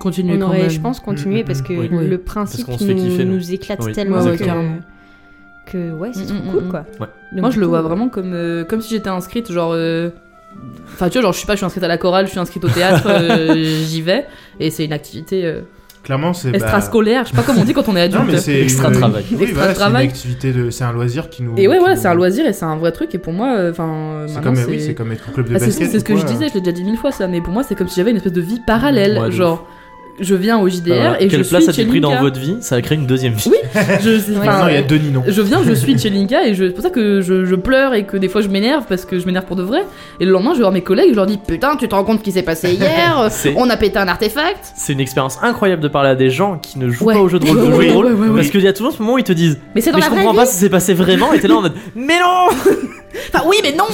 S2: Continue
S4: on
S2: quand
S4: aurait,
S2: même.
S4: je pense, continué
S3: Mm,
S4: parce
S3: mm,
S4: que
S1: oui.
S2: Oui.
S4: le principe
S1: qu'on se fait
S4: nous,
S1: kiffer, nous.
S4: nous éclate
S1: Oui,
S4: tellement
S2: Ouais, ouais,
S4: que,
S2: carrément.
S4: que ouais, c'est
S2: Mm,
S4: trop
S2: mm,
S4: cool
S2: mm.
S4: quoi.
S1: Ouais.
S4: Donc,
S2: Moi, je
S4: du
S2: le
S4: coup,
S2: vois vraiment comme, euh, comme si j'étais inscrite, genre. euh, Enfin, tu vois, genre, je suis pas, je suis inscrite à la chorale, je suis inscrite au théâtre, euh, j'y vais, et c'est une activité euh,
S3: Clairement, c'est. bah,
S2: extrascolaire, je sais pas comment on dit quand on est adulte.
S3: Non, mais c'est
S1: Extra
S3: une-
S1: travail.
S3: Oui,
S2: Extra
S3: voilà, c'est une
S2: travail.
S3: activité de. C'est un loisir qui nous.
S2: Et ouais,
S3: qui
S2: voilà,
S3: nous-
S2: c'est un loisir et c'est un vrai truc. Et pour moi, euh, enfin, euh,
S3: C'est
S2: maintenant,
S3: comme,
S2: c'est.
S3: oui, c'est comme être au club de
S2: Ah, c'est-
S3: basket.
S2: c'est ce
S3: ou
S2: que je
S3: quoi.
S2: disais, je l'ai déjà dit mille fois ça, mais pour moi, c'est comme si j'avais une espèce de vie parallèle.
S1: Ouais, de
S2: genre, je viens au JDR
S1: Voilà.
S2: et
S1: Ah, Quelle
S2: je
S1: place
S2: suis
S1: a-t-il
S2: chez
S1: pris dans
S2: Linka.
S1: votre vie Ça a créé une deuxième vie.
S2: Oui, je, c'est-
S4: Ouais.
S2: enfin,
S3: Maintenant, il y a deux Ninon.
S2: je viens, je suis chez Linka et je, c'est pour ça que je, je pleure et que des fois je m'énerve parce que je m'énerve pour de vrai. Et le lendemain, je vais voir mes collègues, je leur dis Putain, tu te rends compte ce qui s'est passé hier
S1: C'est-
S2: On a pété un artefact
S1: C'est une expérience incroyable de parler à des gens qui ne jouent
S2: Ouais.
S1: pas au jeu de rôle. au jeu de
S2: Oui,
S1: rôle,
S2: ouais, ouais, ouais.
S1: Parce qu'il y a toujours ce moment où ils te disent
S2: Mais c'est dans
S1: Mais je
S2: la vraie
S1: comprends
S2: vie
S1: pas si c'est passé vraiment et t'es là en mode Mais non
S2: Enfin, oui, mais non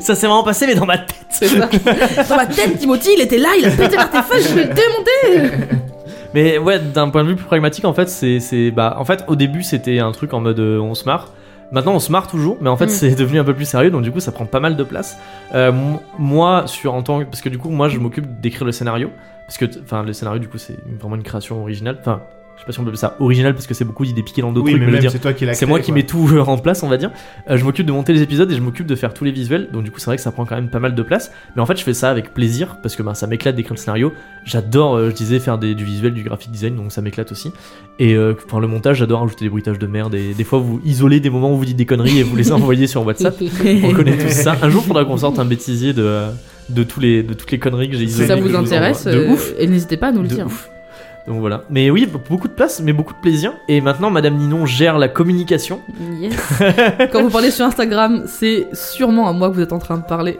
S1: Ça s'est vraiment passé, mais dans ma tête.
S2: C'est ça. Dans ma tête, Timothy, il était là, il a pété l'artefact, je vais le démonter
S1: Mais ouais, d'un point de vue plus pragmatique, en fait, c'est, c'est, bah, en fait, au début, c'était un truc en mode euh, on se marre. Maintenant, on se marre toujours, mais en fait,
S4: Mm.
S1: c'est devenu un peu plus sérieux, donc du coup, ça prend pas mal de place. Euh, m- moi, sur en tant que- parce que du coup, moi, je m'occupe d'écrire le scénario, parce que, t- enfin, le scénario, du coup, c'est une- vraiment une création originale. Enfin, je sais pas si on peut appeler ça original parce que c'est beaucoup d'idées piquées dans d'autres
S3: oui,
S1: trucs,
S3: mais
S1: mais je veux dire,
S3: même c'est toi qui l'as
S1: c'est
S3: créé,
S1: moi qui
S3: quoi.
S1: mets tout euh, en place, on va dire. Euh, je m'occupe de monter les épisodes et je m'occupe de faire tous les visuels. Donc du coup, c'est vrai que ça prend quand même pas mal de place. Mais en fait, je fais ça avec plaisir parce que ben, ça m'éclate d'écrire le scénario. J'adore, euh, je disais, faire des- du visuel, du graphic design, donc ça m'éclate aussi. Et euh, pour le montage, j'adore ajouter des bruitages de merde. Et des fois, vous isolez des moments où vous dites des conneries et vous les envoyez sur WhatsApp. On connaît tous ça. Un jour, faudra qu'on sorte un bêtisier de, euh, de, tous les, de toutes les conneries que j'ai
S3: Si
S2: Si
S1: isolées.
S2: ça
S1: que je
S2: vous
S1: envoie.
S2: intéresse,
S1: De
S2: euh,
S1: ouf.
S2: et n'hésitez pas à nous le
S1: De
S2: dire.
S1: ouf. Donc voilà. Mais oui, beaucoup de place, mais beaucoup de plaisir. Et maintenant, Madame Ninon gère la communication.
S2: Yes. Quand vous parlez sur Instagram, c'est sûrement à moi que vous êtes en train de parler.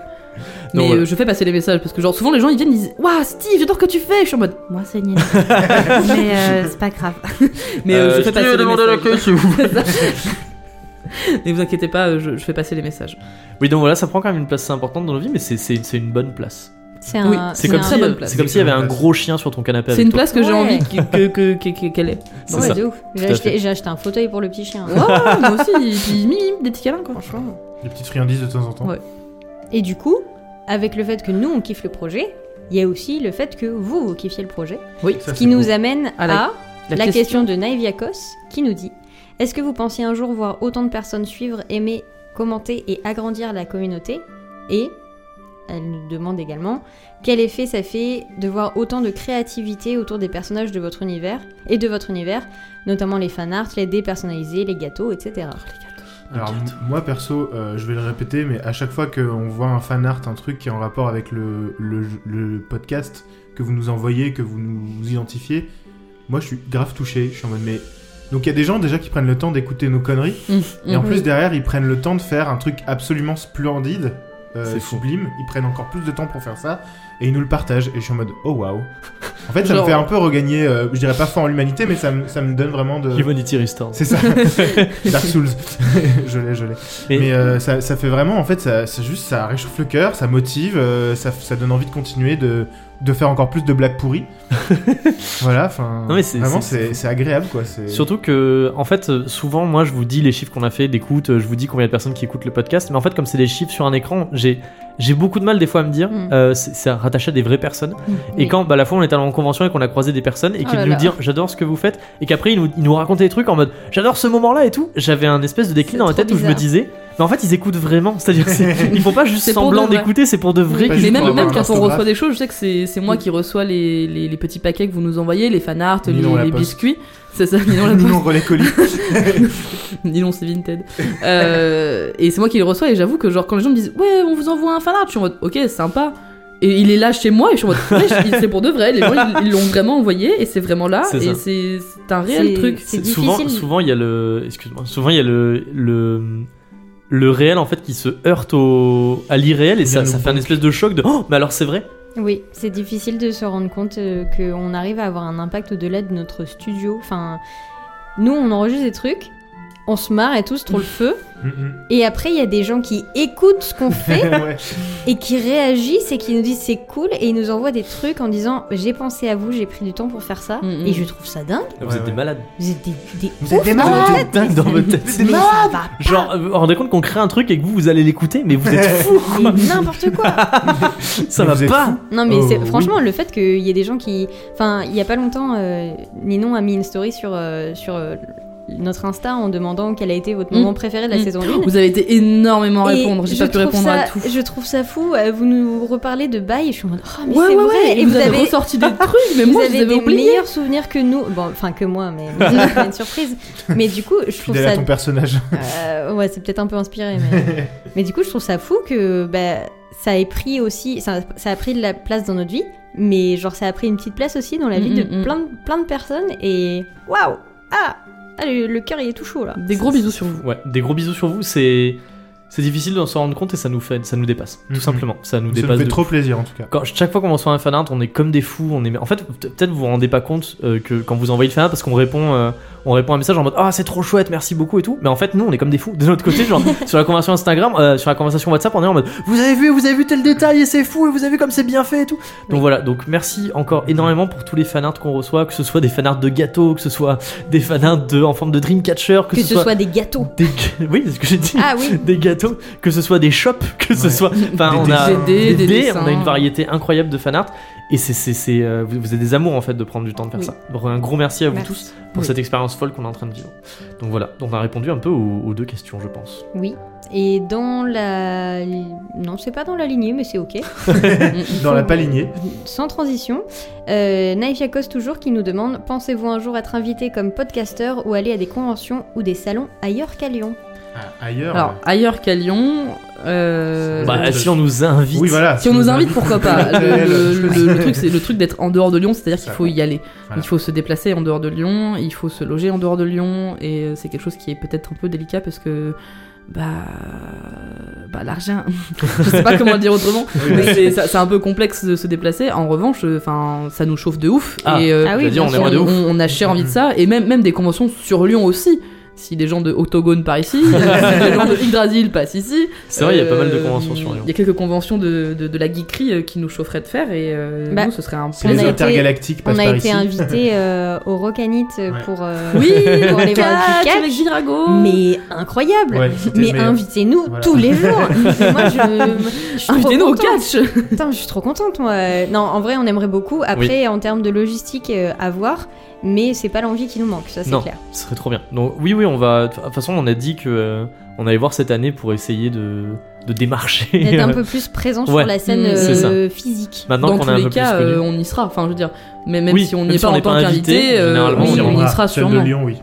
S1: Non,
S2: Mais
S1: voilà.
S2: euh, je fais passer les messages parce que genre souvent les gens ils viennent ils disent waouh Steve j'adore ce que tu fais je suis en mode
S4: Moi, c'est Nina. Mais euh, c'est pas grave.
S2: mais euh, je fais passer les messages
S1: si vous
S2: ne vous inquiétez pas euh, je, je fais passer les messages
S1: Oui, donc voilà, ça prend quand même une place assez importante dans nos vies, mais c'est- c'est c'est une bonne place.
S4: C'est un.
S2: Oui,
S1: C'est
S2: C'est
S1: comme
S2: une
S1: si-
S2: très bonne
S1: euh,
S2: place.
S1: c'est comme s'il y avait un gros chien sur ton canapé
S2: c'est
S1: avec
S2: une
S1: toi.
S2: place que j'ai
S4: Ouais.
S2: envie que- que- que- que- qu'elle ait
S1: C'est
S4: Ouais,
S1: ça.
S4: de ouf. J'ai
S1: à
S4: acheté,
S1: fait.
S4: j'ai acheté un fauteuil pour le petit chien.
S2: Wow, moi aussi et puis mimi des petits câlins quoi franchement
S3: Des petites friandises de temps en temps.
S2: Ouais.
S4: Et du coup, avec le fait que nous, on kiffe le projet, il y a aussi le fait que vous, vous kiffiez le projet.
S2: oui
S3: Ça,
S4: Ce
S3: c'est
S4: qui nous
S3: beau.
S4: amène
S2: À
S4: à
S2: la-
S4: la, question... de Naivia Kos qui nous dit Est-ce que vous pensiez un jour voir autant de personnes suivre, aimer, commenter et agrandir la communauté Et elle nous demande également quel effet ça fait de voir autant de créativité autour des personnages de votre univers et de votre univers, notamment les fanarts, les dés personnalisés, Oh, les gâteaux, etc.
S3: Alors m- moi perso, euh, je vais le répéter, mais à chaque fois qu'on voit un fan art, un truc qui est en rapport avec le, le- le podcast que vous nous envoyez, que vous nous identifiez, moi je suis grave touché. Je suis en mode mais donc il y a des gens déjà qui prennent le temps d'écouter nos conneries
S2: Mmh,
S3: et en
S4: Mhm.
S3: plus derrière ils prennent le temps de faire un truc absolument splendide, euh,
S1: C'est fou.
S3: sublime. Ils prennent encore plus de temps pour faire ça et ils nous le partagent et je suis en mode oh waouh. En fait ça
S2: Genre-
S3: me fait un peu regagner, euh, je dirais pas foi en l'humanité, mais ça me, ça me donne vraiment de
S1: Humanity Restore.
S3: c'est ça. Dark Souls. je l'ai, je l'ai.
S1: Mais-
S3: Mais, euh, ça, ça fait vraiment, en fait, ça, ça juste, ça réchauffe le cœur, ça motive, euh, ça, ça donne envie de continuer, de, de faire encore plus de blagues pourries. voilà, enfin.
S1: Non, mais c'est-
S3: Vraiment,
S1: c'est-
S3: c'est c'est agréable, quoi. c'est-
S1: Surtout que, en fait, euh, souvent, moi, je vous dis les chiffres qu'on a fait d'écoute, euh, je vous dis combien de personnes qui écoutent le podcast, mais en fait, comme c'est des chiffres sur un écran, j'ai j'ai beaucoup de mal des fois à me dire,
S4: Mm.
S1: euh, c'est c'est rattaché à des vraies personnes. Et
S4: Oui.
S1: quand, bah, la fois, on était allé en convention et qu'on a croisé des personnes et
S2: Oh
S1: qu'ils
S2: Mm. là
S1: nous
S2: là.
S1: disent j'adore ce que vous faites, et qu'après, ils nous, ils nous racontaient des trucs en mode j'adore ce moment-là et tout, j'avais un espèce de déclin
S4: C'est
S1: dans la
S4: trop
S1: tête où je me
S4: bizarre.
S1: disais, mais en fait, ils écoutent vraiment, c'est-à-dire que c'est- ils font pas juste
S2: C'est pour
S1: semblant
S2: de vrai.
S1: d'écouter, c'est pour de vrai. qu'ils
S3: Pas
S2: Bah, mais
S3: juste
S1: écoutent.
S3: pour
S2: même,
S3: avoir
S2: même
S3: un
S2: quand on
S3: orthographe.
S2: reçoit des choses, je sais que c'est c'est moi qui reçois les, les, les petits paquets que vous nous envoyez, les fanarts, les,
S3: Ninon La
S2: les
S3: Poste.
S2: biscuits. C'est ça, Ninon la
S3: Ninon relais colis.
S2: Poste. Ninon, c'est Vinted. Euh, et c'est moi qui les reçois et j'avoue que genre quand les gens me disent ouais on vous envoie un fanart, je suis en mode ok sympa. Et il est là chez moi et je suis en mode ouais je- c'est pour de vrai, les gens ils- ils l'ont vraiment envoyé et c'est vraiment là
S1: C'est
S2: et
S1: ça.
S2: c'est c'est un réel
S4: C'est-
S2: truc.
S4: c'est
S1: souvent
S4: difficile.
S1: souvent il y a le excuse-moi souvent il y a le le le réel en fait qui se heurte au à l'irréel et ça,
S3: Bien
S1: ça
S3: le
S1: fait un espèce de choc de oh mais alors c'est vrai
S4: Oui, c'est difficile de se rendre compte euh, qu'on arrive à avoir un impact au-delà de notre studio. Enfin, nous, on enregistre des trucs, on se marre et tout, c'est trop le feu.
S3: Mhm.
S4: Et après, il y a des gens qui écoutent ce qu'on fait
S3: Ouais.
S4: et qui réagissent et qui nous disent c'est cool et ils nous envoient des trucs en disant j'ai pensé à vous, j'ai pris du temps pour faire ça
S2: Mhm.
S4: et je trouve ça dingue.
S1: vous
S3: Ouais,
S1: êtes des
S3: ouais.
S1: malades
S4: Vous êtes des, des
S3: Vous êtes
S4: ouf
S3: des
S4: dans
S3: malades.
S4: la
S1: vous
S4: tête.
S1: êtes dingues dans votre tête
S4: Mais ça va
S1: genre euh, vous vous rendez compte qu'on crée un truc et que vous vous allez l'écouter mais vous êtes fous
S4: pas, mais n'importe quoi.
S1: ça
S3: Mais
S1: va
S3: vous êtes
S1: pas
S4: Non mais
S3: Oh,
S4: c'est-
S3: oui.
S4: franchement le fait qu'il y ait des gens qui... Enfin il y a pas longtemps, euh, Ninon a mis une story sur, euh, sur euh, notre Insta en demandant quel a été votre
S2: Mm.
S4: moment préféré de la
S2: Mm.
S4: saison 1.
S2: Vous avez été énormément à
S4: Et
S2: répondre, j'ai
S4: je
S2: pas pu
S4: trouve
S2: répondre
S4: ça,
S2: à tout.
S4: Je trouve ça fou, euh, vous nous reparlez de bail et je suis en mode oh mais
S2: Ouais
S4: c'est
S2: ouais
S4: vrai
S2: ouais,
S4: et
S2: vous, avez ressorti des trucs mais
S4: vous
S2: moi je
S4: avez
S2: les avais
S4: des
S2: oubliés.
S4: meilleurs souvenirs que nous, bon enfin que moi mais c'est pas une surprise. Mais du coup je trouve
S3: Fidèle à
S4: ça
S3: ton personnage.
S4: euh, ouais, c'est peut-être un peu inspiré, mais... mais du coup, je trouve ça fou que bah, ça ait pris aussi, ça, ça a pris de la place dans notre vie, mais genre ça a pris une petite place aussi dans la vie
S2: Mm,
S4: de
S2: mm, mm.
S4: plein de plein de personnes et waouh ah, ah, le, le cœur il est tout chaud là.
S2: Des gros bisous sur vous.
S1: ouais des gros bisous sur vous c'est c'est difficile d'en se rendre compte et ça nous fait ça nous dépasse tout
S3: Mhm.
S1: simplement ça nous
S3: Ça
S1: dépasse
S3: me fait
S1: de
S3: trop plaisir, en tout cas.
S1: Quand- chaque fois qu'on reçoit un fanart, on est comme des fous. On est... En fait, peut- peut-être vous vous rendez pas compte euh, que quand vous envoyez le fanart, parce qu'on répond, euh, on répond à un message en mode Ah, c'est trop chouette, merci beaucoup et tout. Mais en fait, nous, on est comme des fous. De notre côté, genre, sur la conversation Instagram, euh, sur la conversation WhatsApp, on est en mode Vous avez vu, vous avez vu tel détail et c'est fou et vous avez vu comme c'est bien fait et tout. Donc
S4: Oui.
S1: voilà, donc merci encore énormément pour tous les fanarts qu'on reçoit, que ce soit des fanarts de gâteaux, que ce soit des fanarts de, en forme de Dreamcatcher, que,
S4: Que, ce soit... des gâteaux.
S1: des. Oui, c'est ce que j'ai dit.
S4: Ah oui.
S1: Des gâteaux, que ce soit des shops, que ce
S3: Ouais.
S1: soit. Enfin,
S3: Des
S1: on a
S2: dessins. Des dés, des
S1: Ah, dés,
S2: dessins.
S1: on a une variété incroyable de fanart. Et c'est, c'est, c'est, euh, vous, vous êtes des amours en fait de prendre du temps de faire
S4: Oui.
S1: ça. Donc, un gros merci à vous
S4: Merci.
S1: tous pour
S2: Oui.
S1: cette expérience folle qu'on est en train de vivre. Donc voilà, on a répondu un peu aux, aux deux questions, je pense.
S4: Oui. Et dans la. Non, c'est pas dans la lignée, mais c'est ok.
S3: Dans la palignée.
S4: Sans transition, euh, Naïf Yakos toujours qui nous demande Pensez-vous un jour être invité comme podcasteur ou aller à des conventions ou des salons ailleurs qu'à Lyon
S3: Ah, ailleurs.
S2: Alors, ailleurs qu'à Lyon, euh,
S3: Bah,
S1: Bah,
S3: je-
S1: si on nous invite.
S3: oui, voilà.
S2: si on nous invite, pourquoi pas Le,
S3: Hôtel.
S2: le- le- le truc, c'est le truc d'être en dehors de Lyon, c'est-à-dire qu'il
S3: Ça
S2: faut y aller.
S3: Voilà.
S2: Il faut se déplacer en dehors de Lyon, il faut se loger en dehors de Lyon, et euh, c'est quelque chose qui est peut-être un peu délicat parce que bah bah l'argent, je sais pas comment le dire autrement,
S3: Oui,
S2: mais
S3: bah,
S2: c'est ça- c'est un peu complexe de se déplacer. En revanche, enfin ça nous chauffe de ouf
S1: Ah,
S2: et euh,
S4: Ah oui,
S1: c'est-à-dire,
S4: bien
S1: on aimerait de
S2: on,
S1: ouf.
S2: on a cher envie de ça, et même, même des conventions sur Lyon aussi. Si les gens de Autogone par ici, si les gens de Yggdrasil passent ici.
S1: C'est vrai, il y a pas mal de
S2: euh,
S1: conventions sur Lyon.
S2: Il y a quelques conventions de, de, de la geekerie euh, qui nous chaufferaient de faire, et euh,
S4: Bah,
S2: nous, ce serait un
S3: C'est
S4: on
S3: les
S4: a été-
S3: intergalactiques
S4: On
S3: passent
S4: a
S3: par
S4: été
S3: ici.
S4: invité euh, au Rocanite euh,
S3: Ouais.
S4: pour, euh,
S2: Oui,
S4: pour aller voir du catch.
S2: avec Virago.
S4: Mais incroyable
S3: Ouais, c'était le
S4: Mais
S3: meilleur.
S4: invitez-nous
S3: Voilà.
S4: tous les jours Mais Moi, je, je suis trop
S2: invitez-nous au
S4: contente.
S2: catch.
S4: Putain, je suis trop contente, moi. Euh, Non, en vrai, on aimerait beaucoup. Après, en termes de logistique, euh, à voir. Mais c'est pas l'envie qui nous manque, ça, c'est
S1: Non.
S4: clair.
S1: Ce serait trop bien. Donc oui, oui, on va. De toute façon, on a dit que euh, on allait voir cette année pour essayer de, de démarcher.
S4: D'être un peu plus présent
S1: euh, Ouais,
S4: sur la scène
S2: mm,
S1: c'est Bah.
S4: euh, physique.
S1: Maintenant
S2: Dans
S1: qu'on
S2: tous
S1: a un
S2: les
S1: peu
S2: cas,
S1: plus connu.
S2: euh, on y sera. Enfin, je veux dire, mais même
S1: Oui,
S2: si on
S1: même
S2: n'y est
S1: si
S2: pas
S1: on
S2: en
S1: n'est
S2: tant
S1: pas
S2: qu'invité,
S1: invité,
S2: euh,
S1: généralement,
S2: oui,
S1: on y
S2: on y
S1: rendra.
S2: sera
S3: Celle
S2: sûrement.
S3: de Lyon, oui.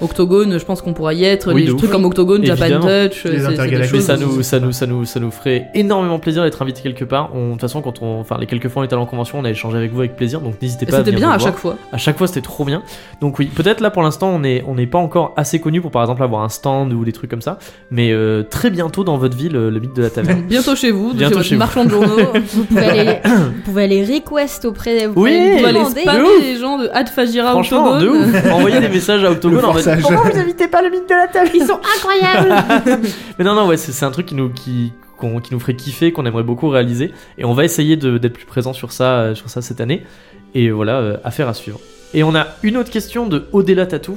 S2: Octogone, je pense qu'on pourra y être.
S1: Oui, de
S2: des
S1: ouf.
S2: trucs comme Octogone, Japan
S1: Évidemment.
S2: Touch, euh,
S3: Les
S2: c'est- c'est des
S3: intergalactiques.
S1: Mais
S2: choses.
S1: ça nous, ça nous, ça nous, ça nous ferait énormément plaisir d'être invité quelque part. On- De toute façon, quand on, enfin, les quelques fois on est allé en convention, on a échangé avec vous avec plaisir. Donc n'hésitez pas. à
S2: C'était
S1: venir
S2: bien
S1: nous
S2: à
S1: voir.
S2: chaque fois.
S1: À chaque fois, c'était trop bien. Donc oui, peut-être là pour l'instant, on est, on n'est pas encore assez connu pour par exemple avoir un stand ou des trucs comme ça. Mais euh, très bientôt dans votre ville, euh, le mythe de la taverne.
S2: Bientôt chez vous, de
S1: Bientôt
S2: chez votre
S1: chez vous.
S2: marchand de journaux.
S4: Vous pouvez aller, vous pouvez aller request auprès. Vous
S1: Oui,
S4: pouvez
S2: On va aller
S4: demander.
S1: spa-
S2: spammer les gens de Adfagira
S1: Franchement, de
S2: Ah, Octogone.
S1: ouf. Envoyez des messages à
S3: Le
S1: Octogone en mode,
S3: forçage.
S4: Ils sont incroyables.
S1: Mais non, non, ouais, c'est c'est un truc qui nous, qui, qu'on- qui nous ferait kiffer, qu'on aimerait beaucoup réaliser. Et on va essayer de- d'être plus présent sur ça, euh, sur ça cette année. Et voilà, euh, affaire à suivre. Et on a une autre question de Odela Tatou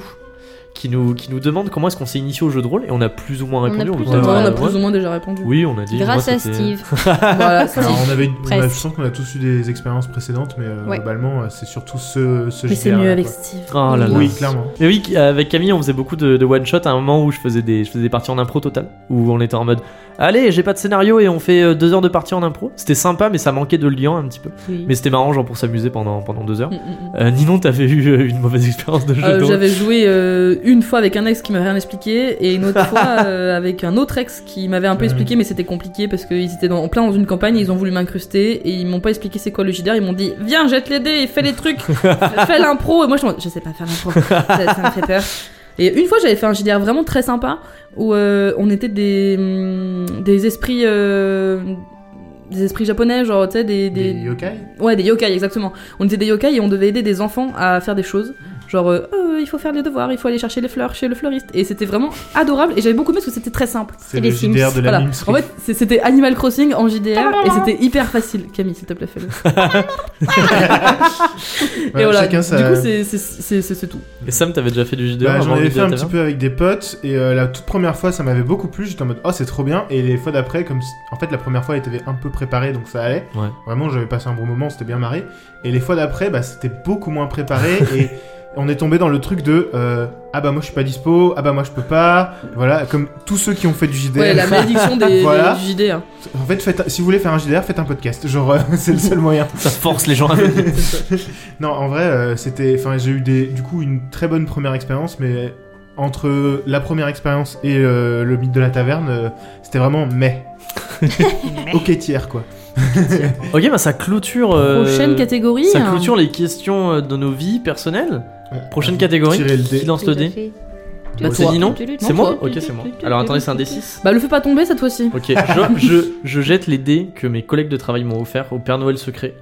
S1: qui nous, qui nous demande comment est-ce qu'on s'est initié au jeu de rôle. Et on a plus ou moins
S4: a
S1: répondu.
S4: plus
S1: vous
S4: ou
S2: Ouais,
S1: a-
S2: on a
S4: moins.
S2: plus ou moins déjà répondu.
S1: Oui, on a dit.
S4: Grâce
S1: moi,
S4: à
S1: c'était-
S4: Steve.
S2: Voilà, c'est-
S3: Alors, on avait, une- on a-
S4: Presque.
S3: je sens qu'on a tous eu des expériences précédentes, mais euh,
S4: Ouais.
S3: globalement, euh, c'est surtout ce, ce
S2: Mais c'est
S3: JDR,
S2: mieux
S3: là,
S2: avec
S3: quoi.
S2: Steve.
S1: Oh là là.
S3: Oui, clairement.
S1: Mais oui, avec Camille, on faisait beaucoup de, de one shot à un moment où je faisais des, je faisais des parties en impro totale, où on était en mode, allez, j'ai pas de scénario et on fait euh, deux heures de parties en impro. C'était sympa, mais ça manquait de lien un petit peu.
S2: Oui.
S1: Mais c'était marrant, genre pour s'amuser pendant, pendant deux heures.
S2: Mm, mm, mm.
S1: Euh, Ninon, t'avais eu euh, une mauvaise expérience de jeu
S2: Euh,
S1: de rôle.
S2: J'avais joué euh, une fois avec un ex qui m'avait rien expliqué et une autre fois euh, avec un autre ex qui m'avait un
S1: Ah
S2: peu
S3: Mm.
S2: expliqué mais c'était compliqué parce qu'ils étaient dans- en plein dans une campagne, ils ont voulu m'incruster et ils m'ont pas expliqué c'est quoi le JDR, ils m'ont dit viens jette les dés, et fais les trucs, f- fais l'impro et moi je suis en mode, je sais pas faire l'impro, ça, ça me fait peur. Et une fois j'avais fait un JDR vraiment très sympa où euh, on était des, hum, des esprits... euh, des esprits japonais, genre, tu sais, des,
S3: Des
S2: des,
S3: yokai
S2: Ouais, des yokai, exactement. On était des yokai et on devait aider des enfants à faire des choses. Genre, euh, Euh, il faut faire les devoirs, il faut aller chercher les fleurs chez le fleuriste. Et c'était vraiment adorable et j'avais beaucoup aimé parce que c'était très simple.
S3: C'est
S4: les
S3: le
S4: Sims.
S3: JDR de la
S2: Voilà.
S3: mime Bah,
S2: En fait, c'est- c'était Animal Crossing en JDR et c'était hyper facile. Camille, s'il te plaît, fais-le. et voilà.
S3: Chacun
S2: Du
S3: sa-
S2: coup, c'est- c'est- c'est c'est- c'est tout.
S1: Et Sam, t'avais déjà fait du JDR
S3: Bah,
S1: avant
S3: J'en
S1: le
S3: avais
S1: jeu
S3: fait
S1: de hein.
S3: un
S1: la
S3: petit
S1: taverne
S3: peu avec des potes et euh, la toute première fois ça m'avait beaucoup plu. J'étais en mode oh c'est trop bien et les fois d'après comme c- en fait la première fois elle était un peu préparée donc ça allait.
S1: Ouais.
S3: Vraiment j'avais passé un bon moment, c'était bien marré. Et les fois d'après bah c'était beaucoup moins préparé et on est tombé dans le truc de euh, ah bah moi je suis pas dispo, ah bah moi je peux pas. Voilà comme tous ceux qui ont fait du JDR.
S2: Ouais, la malédiction des,
S3: Voilà.
S2: des JDR.
S3: En fait faites, un- si vous voulez faire un JDR faites un podcast genre euh, c'est le seul moyen.
S1: Ça force les gens à venir.
S3: Non, en vrai, euh, c'était. Enfin, j'ai eu des, du coup une très bonne première expérience, mais entre la première expérience et euh, le mythe de la taverne, euh, c'était vraiment mais. ok tiers quoi.
S1: ok, bah ça clôture. euh,
S2: Prochaine catégorie.
S1: Ça
S2: hein.
S1: clôture les questions euh, de nos vies personnelles. Prochaine
S3: Vous
S1: catégorie.
S3: tirez le
S1: Qui
S3: dé.
S1: lance le dé Bah,
S3: Moi,
S1: c'est
S2: toi.
S1: Ninon C'est moi
S2: toi.
S1: Ok, c'est moi. Alors attendez, c'est un D6.
S2: Bah, le fais pas tomber cette fois-ci.
S1: Ok, je, je, je jette les dés que mes collègues de travail m'ont offert au Père Noël secret.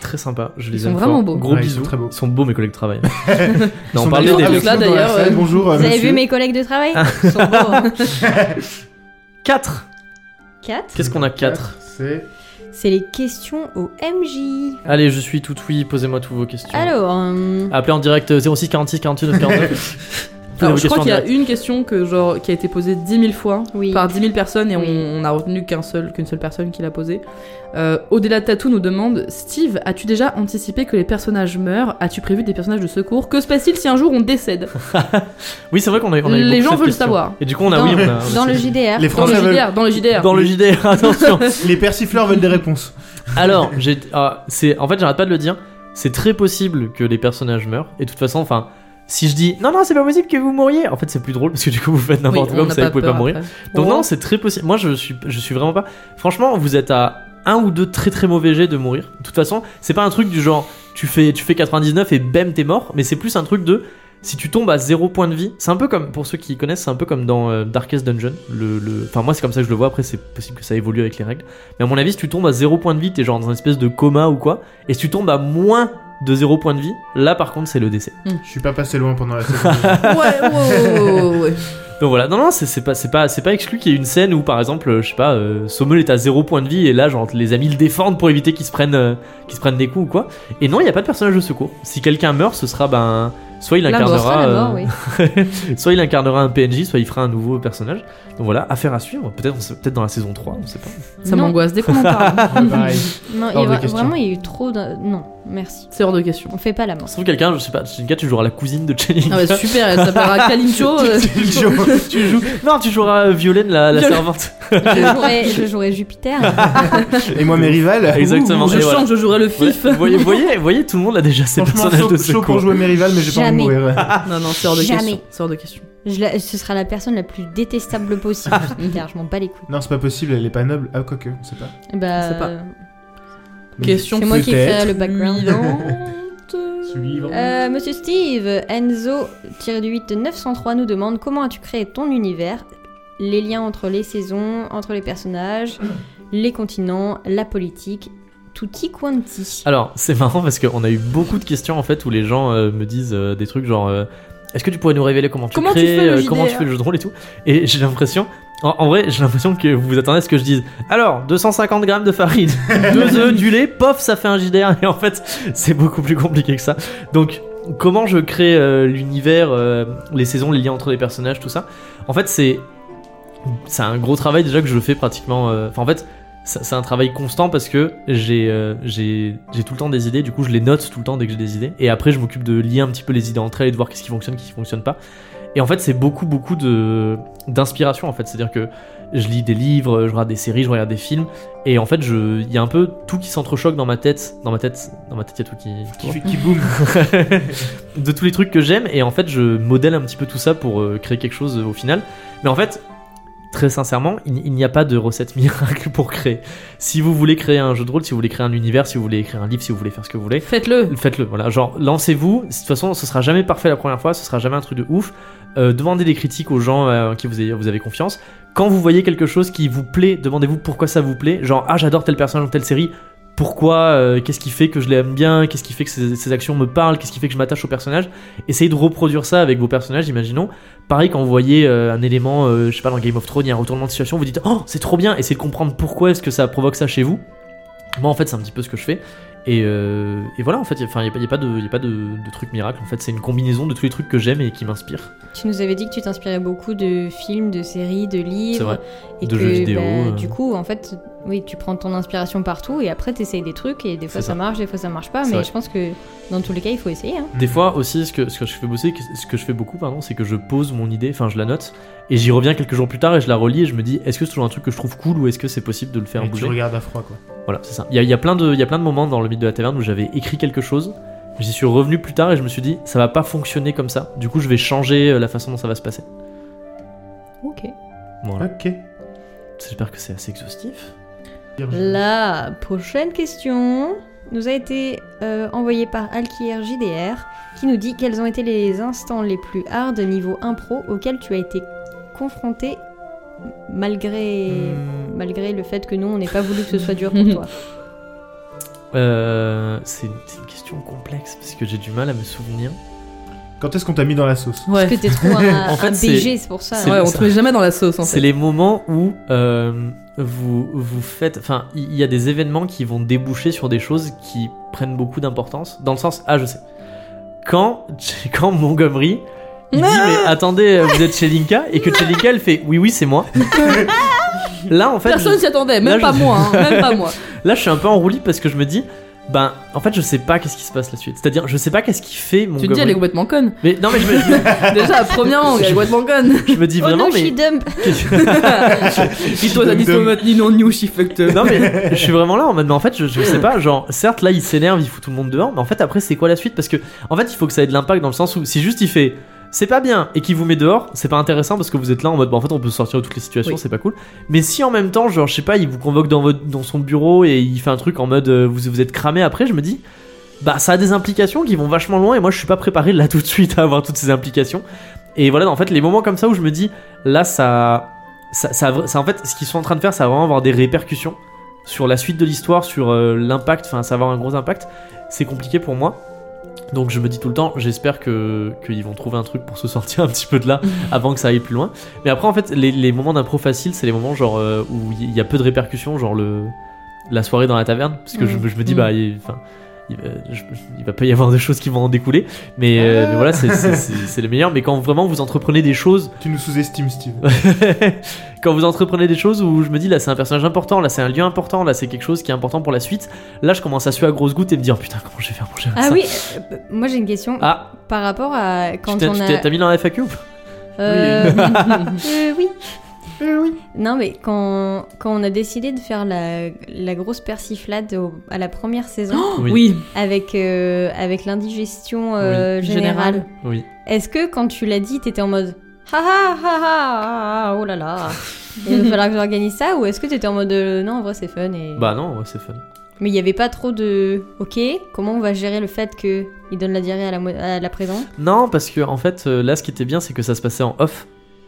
S1: Très sympa, je les
S2: Ils sont
S1: aime
S2: vraiment
S1: fort.
S2: beaux.
S1: Gros
S3: Ouais, ils
S1: bisous.
S3: sont très beaux.
S1: Ils sont beaux mes collègues de travail. non, on
S3: Son
S1: parlait
S3: bonjour
S1: des
S2: avec
S3: avec
S2: là,
S3: nous dans la
S2: d'ailleurs,
S3: salle.
S2: euh,
S3: Bonjour.
S4: Vous avez
S3: monsieur.
S4: vu mes collègues de travail
S1: Ah.
S4: hein. Ils sont beaux.
S1: 4
S4: 4.
S1: Qu'est-ce qu'on a 4
S3: Quatre, C'est.
S4: C'est les questions au MJ.
S1: Allez, je suis tout oui, posez-moi toutes vos questions.
S4: Alors, euh,
S1: Appelez en direct euh, 06 46 49 49. toutes
S2: Alors,
S1: les
S2: je crois
S1: questions en
S2: qu'il y a
S1: direct.
S2: une question que, genre, qui a été posée 10 000 fois
S4: Oui.
S2: par 10 000 personnes et on-
S4: Oui.
S2: on, a retenu qu'un seul, qu'une seule personne qui l'a posée. Euh, Au-delà de Tatou nous demande Steve, as-tu déjà anticipé que les personnages meurent As-tu prévu des personnages de secours Que se passe-t-il si un jour on décède
S1: Oui, c'est vrai qu'on a, on a eu
S2: Les
S1: beaucoup cette
S2: gens veulent le
S1: question.
S2: savoir.
S1: Et du coup, on a
S4: Dans-
S1: ah oui, on a-
S4: Dans le JDR.
S3: Les
S2: Dans le
S3: Français veulent...
S2: JDR, dans le JDR.
S1: Dans le JDR, attention.
S3: Les persifleurs veulent des réponses.
S1: Alors, j'ai, ah, c'est, en fait, j'arrête pas de le dire. C'est très possible que les personnages meurent. Et de toute façon, enfin, si je dis non, non, c'est pas possible que vous mouriez, en fait, c'est plus drôle parce que du coup, vous faites
S2: Oui,
S1: n'importe
S2: on
S1: quoi, vous
S2: n'a
S1: savez, vous pouvez
S2: peur
S1: pas mourir.
S2: après.
S1: Donc
S2: Ouais.
S1: non, c'est très possible. Moi, je suis, je suis vraiment pas. Franchement, vous êtes à un ou deux très très mauvais jets de mourir. De toute façon, c'est pas un truc du genre tu fais, tu fais 99 et bam t'es mort, mais c'est plus un truc de si tu tombes à zéro point de vie. C'est un peu comme pour ceux qui connaissent, c'est un peu comme dans euh, Darkest Dungeon. Le, le- enfin moi c'est comme ça que je le vois. Après c'est possible que ça évolue avec les règles. Mais à mon avis, si tu tombes à zéro point de vie, t'es genre dans une espèce de coma ou quoi. Et si tu tombes à moins de zéro point de vie, là par contre c'est le décès.
S3: Je suis pas passé loin pendant la saison.
S2: Ouais, ouais, ouais, ouais, ouais.
S1: Donc voilà, non, non, c'est c'est pas, c'est pas, c'est pas exclu qu'il y ait une scène où, par exemple, euh, je sais pas, euh, Sommel est à zéro point de vie et là, genre, les amis le défendent pour éviter qu'il se prenne, euh, qu'il se prenne des coups ou quoi. Et non, il n'y a pas de personnage de secours. Si quelqu'un meurt, ce sera ben, soit il
S2: La mort.
S4: Ce sera
S1: incarnera,
S4: la mort,
S1: euh,
S4: oui.
S1: soit il incarnera un PNJ, soit il fera un nouveau personnage. Donc voilà, affaire à suivre. Peut-être, on sait- peut-être dans la saison 3, on sait pas.
S2: Ça
S4: Non.
S2: m'angoisse dès qu'on en parle.
S1: Ah, bah,
S3: Pareil.
S4: Non, il y
S3: Hors
S4: a
S3: de
S4: vra-
S3: question.
S4: vraiment, il y a eu trop de. Non, merci.
S2: C'est hors de question.
S4: On fait pas la mort.
S1: Ça se trouve, quelqu'un, je sais pas, Shinka, tu joueras la cousine de Chenin.
S2: Ah bah super, elle s'appellera Kalincho.
S4: Oh,
S2: euh,
S1: tu joues... Non, tu joueras euh, Violaine, la, la
S2: Violaine.
S1: servante.
S4: Je jouerai, je jouerai Jupiter.
S3: Et moi, mes rivales.
S1: Exactement.
S2: euh, Je
S1: Et
S2: sens
S1: voilà.
S2: que je jouerai le fif.
S1: Vous voyez, voyez, voyez, tout le monde a déjà ses
S3: Franchement,
S1: personnages
S3: chaud,
S1: de
S3: chaud
S1: secours.
S3: pour jouer mes rivales, mais j'ai pas envie de
S4: Jamais.
S3: mourir.
S1: Ah.
S2: Non, non, c'est hors de
S4: Jamais.
S2: question. C'est hors de question.
S4: Je la- ce sera la personne la plus détestable possible. Jupiter, je m'en bats les couilles.
S3: Non, c'est pas possible, elle est pas noble. Ah, quoique, on sait pas.
S4: Bah,
S2: Je sais pas.
S4: euh,
S2: Question
S4: c'est moi qui crée
S3: Peut-être.
S4: le background.
S3: Suivant.
S4: Euh, Monsieur Steve, Enzo-8-903 nous demande comment as-tu créé ton univers Les liens entre les saisons, entre les personnages, les continents, la politique, tutti quanti.
S1: Alors, c'est marrant parce qu'on a eu beaucoup de questions en fait où les gens euh, me disent euh, des trucs genre euh, Est-ce que tu pourrais nous révéler comment tu
S2: Comment tu
S1: crées,
S2: fais le hein
S1: euh,
S2: JDR?
S1: comment tu fais le jeu de rôle et tout Et j'ai l'impression, en, en vrai, j'ai l'impression que vous vous attendez à ce que je dise Alors, 250 grammes de farine, 2 œufs, du lait, pof, ça fait un JDR. Et en fait, c'est beaucoup plus compliqué que ça. Donc, comment je crée euh, l'univers, euh, les saisons, les liens entre les personnages, tout ça En fait, c'est. C'est un gros travail déjà que je fais pratiquement. euh, Enfin, en fait, ça- c'est un travail constant parce que j'ai euh, j'ai j'ai tout le temps des idées, du coup je les note tout le temps dès que j'ai des idées, et après je m'occupe de lier un petit peu les idées entre elles et de voir qu'est-ce qui fonctionne, qu'est-ce qui fonctionne pas. Et en fait c'est beaucoup beaucoup de d'inspiration en fait, c'est-à-dire que je lis des livres, je regarde des séries, je regarde des films, et en fait je il y a un peu tout qui s'entrechoque dans ma tête, dans ma tête, dans ma tête il y a tout qui,
S3: Qui, fait- qui boum.
S1: de tous les trucs que j'aime et en fait je modèle un petit peu tout ça pour euh, créer quelque chose euh, au final. Mais en fait, très sincèrement, il, il n'y a pas de recette miracle pour créer. Si vous voulez créer un jeu de rôle, si vous voulez créer un univers, si vous voulez écrire un livre, si vous voulez faire ce que vous voulez,
S2: Faites-le.
S1: faites-le. Voilà, genre lancez-vous. De toute façon, ce sera jamais parfait la première fois, ce sera jamais un truc de ouf. Euh, demandez des critiques aux gens euh, en qui vous avez, vous avez confiance. Quand vous voyez quelque chose qui vous plaît, demandez-vous pourquoi ça vous plaît. Genre, ah, j'adore telle personne ou telle série. Pourquoi euh, Qu'est-ce qui fait que je l'aime bien Qu'est-ce qui fait que ses, ses actions me parlent Qu'est-ce qui fait que je m'attache au personnage Essayez de reproduire ça avec vos personnages, imaginons. Pareil, quand vous voyez euh, un élément, euh, je sais pas, dans Game of Thrones, il y a un retournement de situation, vous dites Oh, c'est trop bien Essayez de comprendre pourquoi est-ce que ça provoque ça chez vous. Moi, en fait, c'est un petit peu ce que je fais. Et, euh, et voilà, en fait, il n'y a, pas- y a pas de, y a pas de, de truc miracle. En fait, c'est une combinaison de tous les trucs que j'aime et qui m'inspirent.
S4: Tu nous avais dit que tu t'inspirais beaucoup de films, de séries, de
S1: Ah. C'est
S4: livres.
S1: vrai.
S4: Et
S1: De
S4: que,
S1: jeux vidéo,
S4: bah,
S1: euh.
S4: Du coup, en fait, oui, tu prends ton inspiration partout et après, tu essayes des trucs et des fois
S1: C'est
S4: ça.
S1: ça.
S4: marche, des fois ça marche pas.
S1: C'est
S4: Mais
S1: vrai.
S4: je pense que dans tous les cas, il faut essayer.
S3: Mhm.
S4: hein.
S1: Des fois aussi, ce que, ce que je fais bosser, ce que je fais beaucoup, pardon, c'est que je pose mon idée, enfin, je la note, et j'y reviens quelques jours plus tard et je la relis et je me dis, est-ce que c'est toujours un truc que je trouve cool ou est-ce que c'est possible de le faire
S3: Et tu
S1: bouger
S3: regardes à froid, quoi.
S1: Voilà, c'est ça. Il y a, il y a plein de il y a plein de moments dans le mythe de la taverne où j'avais écrit quelque chose, j'y suis revenu plus tard et je me suis dit, ça va pas fonctionner comme ça. Du coup, je vais changer euh, la façon dont ça va se passer.
S4: Ok.
S1: Voilà.
S3: Ok.
S1: J'espère que c'est assez exhaustif.
S4: La prochaine question nous a été euh, envoyée par Alkier JDR qui nous dit quels ont été les instants les plus hard niveau impro auxquels tu as été confronté malgré,
S3: Hmm.
S4: malgré le fait que nous on n'ait pas voulu que ce soit dur pour toi.
S1: Euh, c'est une, c'est une question complexe parce que j'ai du mal à me souvenir.
S3: Quand est-ce qu'on t'a mis dans la sauce
S2: Ouais.
S4: Parce que t'es trop un,
S1: En fait,
S4: un
S1: c'est-
S4: BG, c'est pour ça.
S1: c'est-
S2: Ouais, on te met jamais dans la sauce en
S1: C'est
S2: fait.
S1: les moments où euh, vous, vous faites. Enfin, il y a des événements qui vont déboucher sur des choses qui prennent beaucoup d'importance. Dans le sens, ah, je sais. Quand, quand Montgomery, il dit mais attendez, vous êtes chez Linka et que chez Linka elle fait oui oui c'est moi. là en fait,
S2: Personne s'y
S1: Là,
S2: attendait, même
S1: je-
S2: pas moi, hein, même pas moi.
S1: je- là je suis un peu en roulis parce que je me dis ben en fait je sais pas qu'est-ce qui se passe la suite. C'est-à-dire je sais pas qu'est-ce qui fait mon.
S2: Tu te dis, elle est complètement conne.
S1: Mais non mais je me,
S2: Déjà, premièrement, elle est complètement conne.
S1: je me dis
S4: oh
S1: vraiment
S4: no, she
S1: mais.
S4: dump.
S2: Puis toi, t'as dit,
S3: Dum-dum.
S2: ni non, ni she fucked up.
S1: Non mais je suis vraiment là en mode mais en fait je, je sais pas genre certes là il s'énerve il fout tout le monde dehors mais en fait après c'est quoi la suite parce que en fait il faut que ça ait de l'impact dans le sens où si juste il fait c'est pas bien et qu'il vous met dehors c'est pas intéressant parce que vous êtes là en mode bah en fait on peut sortir de toutes les situations
S2: Oui.
S1: c'est pas cool mais si en même temps genre je sais pas il vous convoque dans votre dans son bureau et il fait un truc en mode euh, vous vous êtes cramé après je me dis bah ça a des implications qui vont vachement loin et moi je suis pas préparé là tout de suite à avoir toutes ces implications et voilà en fait les moments comme ça où je me dis là ça ça, ça, a vra- ça- en fait ce qu'ils sont en train de faire ça va vraiment avoir des répercussions sur la suite de l'histoire sur euh, l'impact enfin ça va avoir un gros impact c'est compliqué pour moi donc je me dis tout le temps j'espère que qu'ils vont trouver un truc pour se sortir un petit peu de là avant que ça aille plus loin mais après en fait les, les moments d'impro facile c'est les moments genre euh, où il y a peu de répercussions genre le la soirée dans la taverne parce que je,
S4: Mm.
S1: me- je me dis
S2: Mm.
S1: bah il- enfin il va, je- il va pas y avoir de choses qui vont en découler, mais, euh, mais voilà, c'est- c'est c'est- c'est le meilleur. Mais quand vraiment vous entreprenez des choses,
S3: Tu nous sous-estimes, Steve.
S1: quand vous entreprenez des choses où je me dis là c'est un personnage important, là c'est un lieu important, là c'est quelque chose qui est important pour la suite, là je commence à suer à grosses gouttes et me dire oh, putain comment je vais faire pour gérer
S4: Ah
S1: ça.
S4: oui, euh, moi j'ai une question
S1: Ah,
S4: par rapport à quand
S1: tu t'es-
S4: on
S1: tu
S4: a.
S1: t'es- t'as mis dans la FAQ ou pas
S4: Euh, euh, oui. Euh, Non, mais quand, quand on a décidé de faire la, la grosse persiflade au- à la première saison
S1: Oui.
S2: Oui.
S4: avec, euh, avec l'indigestion euh,
S2: Oui.
S4: générale,
S2: Générale.
S1: Oui.
S4: est-ce que quand tu l'as dit, t'étais en mode ha ha ha ha, ha, oh là là, il va falloir que j'organise ça ou est-ce que t'étais en mode euh, non, en vrai c'est fun et...
S1: Bah non, ouais, c'est fun.
S4: Mais il n'y avait pas trop de ok, comment on va gérer le fait que il donne la diarrhée à la, mo- à la présent
S1: Non, parce que en fait, euh, là, ce qui était bien, c'est que ça se passait en off.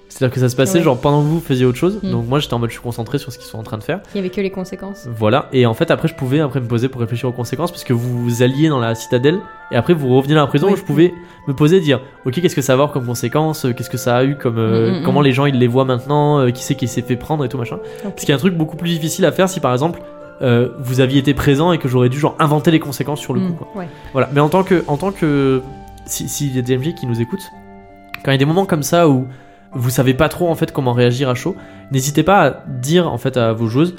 S1: C'est-à-dire que ça se passait
S4: Ouais.
S1: genre pendant que vous faisiez autre chose.
S2: Mm.
S1: Donc moi, j'étais en mode, je suis concentré sur ce qu'ils sont en train de faire.
S4: Il n'y avait que les conséquences.
S1: Voilà. Et en fait, après, je pouvais après me poser pour réfléchir aux conséquences, parce que vous alliez dans la citadelle et après vous reveniez dans la prison.
S2: Oui.
S1: où Je pouvais me poser, et dire, ok, qu'est-ce que ça va avoir comme conséquence Qu'est-ce que ça a eu comme euh,
S2: Mm, mm,
S1: comment
S2: mm.
S1: les gens ils les voient maintenant Euh, Qui c'est qui s'est fait prendre et tout machin.
S4: Ok.
S1: Ce qui est un truc beaucoup plus difficile à faire si par exemple. euh, vous aviez été présent et que j'aurais dû genre inventer les conséquences sur le
S2: Mm.
S1: coup. quoi.
S4: Ouais.
S1: Voilà. Mais en tant que, en tant que, si- s'il y a des MJ qui nous écoutent, quand il y a des moments comme ça où vous savez pas trop en fait comment réagir à chaud, n'hésitez pas à dire en fait à vos joueuses.